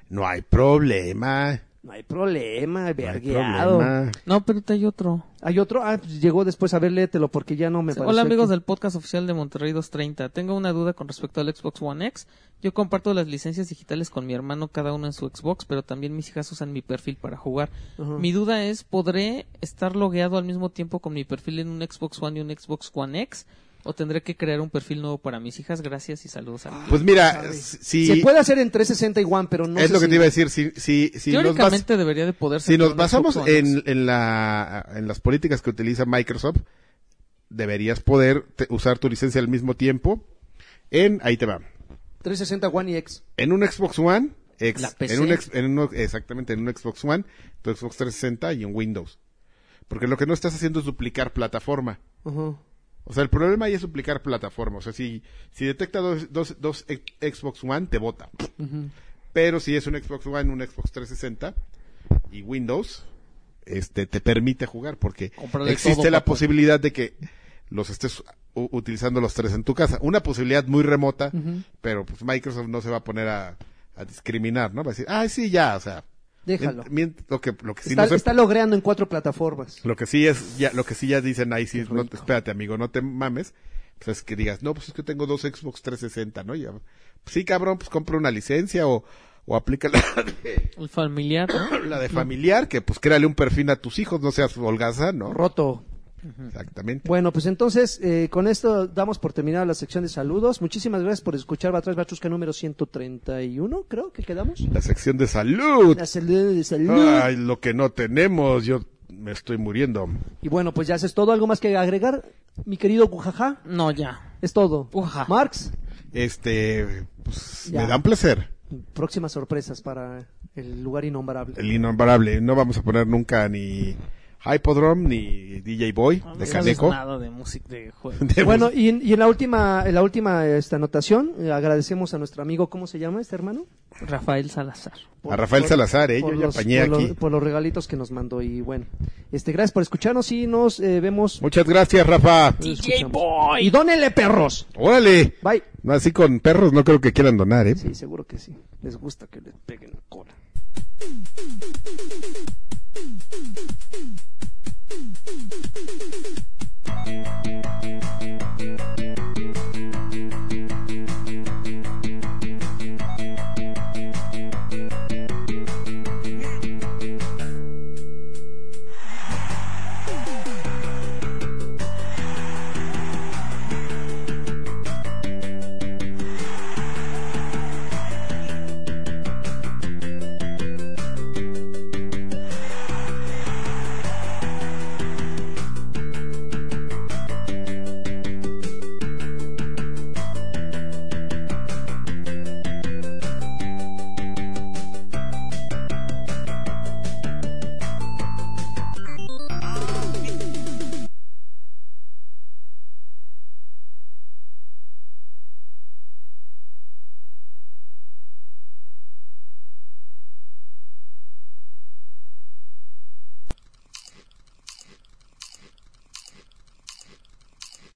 [SPEAKER 5] No hay problema.
[SPEAKER 3] No hay problema,
[SPEAKER 5] No hay
[SPEAKER 3] vergueado.
[SPEAKER 5] problema.
[SPEAKER 4] No, pero ahorita hay otro.
[SPEAKER 3] hay otro. Ah, pues, llegó después a ver, léetelo porque ya no me parece.
[SPEAKER 4] Hola amigos
[SPEAKER 3] que-
[SPEAKER 4] del podcast oficial de Monterrey 230. Tengo una duda con respecto al Xbox One X. Yo comparto las licencias digitales con mi hermano, cada uno en su Xbox, pero también mis hijas usan mi perfil para jugar.
[SPEAKER 3] Ajá.
[SPEAKER 4] Mi duda es, ¿podré estar logueado al mismo tiempo con mi perfil en un Xbox One y un Xbox One X? ¿O tendré que crear un perfil nuevo para mis hijas? Gracias y saludos a
[SPEAKER 5] Pues mira, si
[SPEAKER 3] Ah, Se puede hacer en 360 y One, pero no
[SPEAKER 5] es
[SPEAKER 3] sé
[SPEAKER 5] lo que
[SPEAKER 3] si-
[SPEAKER 5] te iba a decir, si si si nos, bas-
[SPEAKER 4] Teóricamente debería de poder
[SPEAKER 5] si
[SPEAKER 4] ser
[SPEAKER 5] nos
[SPEAKER 4] un
[SPEAKER 5] basamos
[SPEAKER 4] Xbox One X.
[SPEAKER 5] en en la en las políticas que utiliza Microsoft, deberías poder te- usar tu licencia al mismo tiempo. En ahí te va.
[SPEAKER 3] 360 One y X.
[SPEAKER 5] en un Xbox One, ex-
[SPEAKER 4] La PC.
[SPEAKER 5] en un ex- en un- exactamente en un Xbox One, tu Xbox 360 y en Windows. Porque lo que no estás haciendo es duplicar plataforma. O sea, el problema ahí es duplicar plataforma. O sea, si, si detecta dos, dos- dos ex- Xbox One, te bota. Pero si es un Xbox One, un Xbox 360 y Windows, este te permite jugar porque
[SPEAKER 4] Comprarle
[SPEAKER 5] existe
[SPEAKER 4] todo,
[SPEAKER 5] la
[SPEAKER 4] papá.
[SPEAKER 5] posibilidad de que los estés u- utilizando los tres en tu casa. Una posibilidad muy remota, pero pues Microsoft no se va a poner a, a discriminar, ¿no? Va a decir, ah, sí, ya, o sea.
[SPEAKER 3] Déjalo.
[SPEAKER 5] mien- mien- lo que, lo que sí
[SPEAKER 3] está,
[SPEAKER 5] no se-
[SPEAKER 3] está logreando en cuatro plataformas.
[SPEAKER 5] lo que sí es, ya, lo que sí ya dicen ahí, sí, no, espérate amigo, no te mames, pues es que digas, no, pues es que tengo dos Xbox 360, ¿no? Ya, pues sí, cabrón, pues compra una licencia o, o aplica la de,
[SPEAKER 4] El familiar, ¿no?
[SPEAKER 5] la de familiar, que pues créale un perfil a tus hijos, no seas holgaza, ¿no?
[SPEAKER 3] Roto.
[SPEAKER 5] Exactamente.
[SPEAKER 3] Bueno, pues entonces, eh, con esto damos por terminada la sección de saludos. Muchísimas gracias por escuchar Batrás Batrusca número 131, creo que quedamos.
[SPEAKER 5] La sección de salud.
[SPEAKER 3] La salud, de salud.
[SPEAKER 5] Ay, lo que no tenemos, yo me estoy muriendo.
[SPEAKER 3] Y bueno, pues ya eso es todo. ¿Algo más que agregar? Mi querido Gujaja,
[SPEAKER 4] No, ya.
[SPEAKER 3] es todo.
[SPEAKER 4] Gujaja.
[SPEAKER 3] Marx,
[SPEAKER 5] Este, pues,
[SPEAKER 3] Ya.
[SPEAKER 5] me dan placer.
[SPEAKER 3] próximas sorpresas para el lugar innombrable.
[SPEAKER 5] El innombrable, no vamos a poner nunca ni Hypodrome ni DJ Boy
[SPEAKER 4] No
[SPEAKER 5] de
[SPEAKER 4] sabes
[SPEAKER 5] Caneco.
[SPEAKER 4] nada de música de juego.
[SPEAKER 5] De-
[SPEAKER 3] Bueno, y, en- y en la última, en la última esta anotación, eh, agradecemos a nuestro amigo, ¿cómo se llama este hermano?
[SPEAKER 4] Rafael Salazar.
[SPEAKER 5] A Rafael Salazar, eh,
[SPEAKER 3] por
[SPEAKER 5] yo ya apañé
[SPEAKER 3] por los-
[SPEAKER 5] aquí.
[SPEAKER 3] por los regalitos que nos mandó y bueno, este, gracias por escucharnos y nos eh, vemos.
[SPEAKER 5] Muchas gracias, Rafa.
[SPEAKER 3] escuchamos. Y dónenle perros.
[SPEAKER 5] Órale.
[SPEAKER 3] Bye.
[SPEAKER 5] No, Así con perros no creo que quieran donar, ¿eh?
[SPEAKER 3] Sí, seguro que sí. Les gusta que les peguen.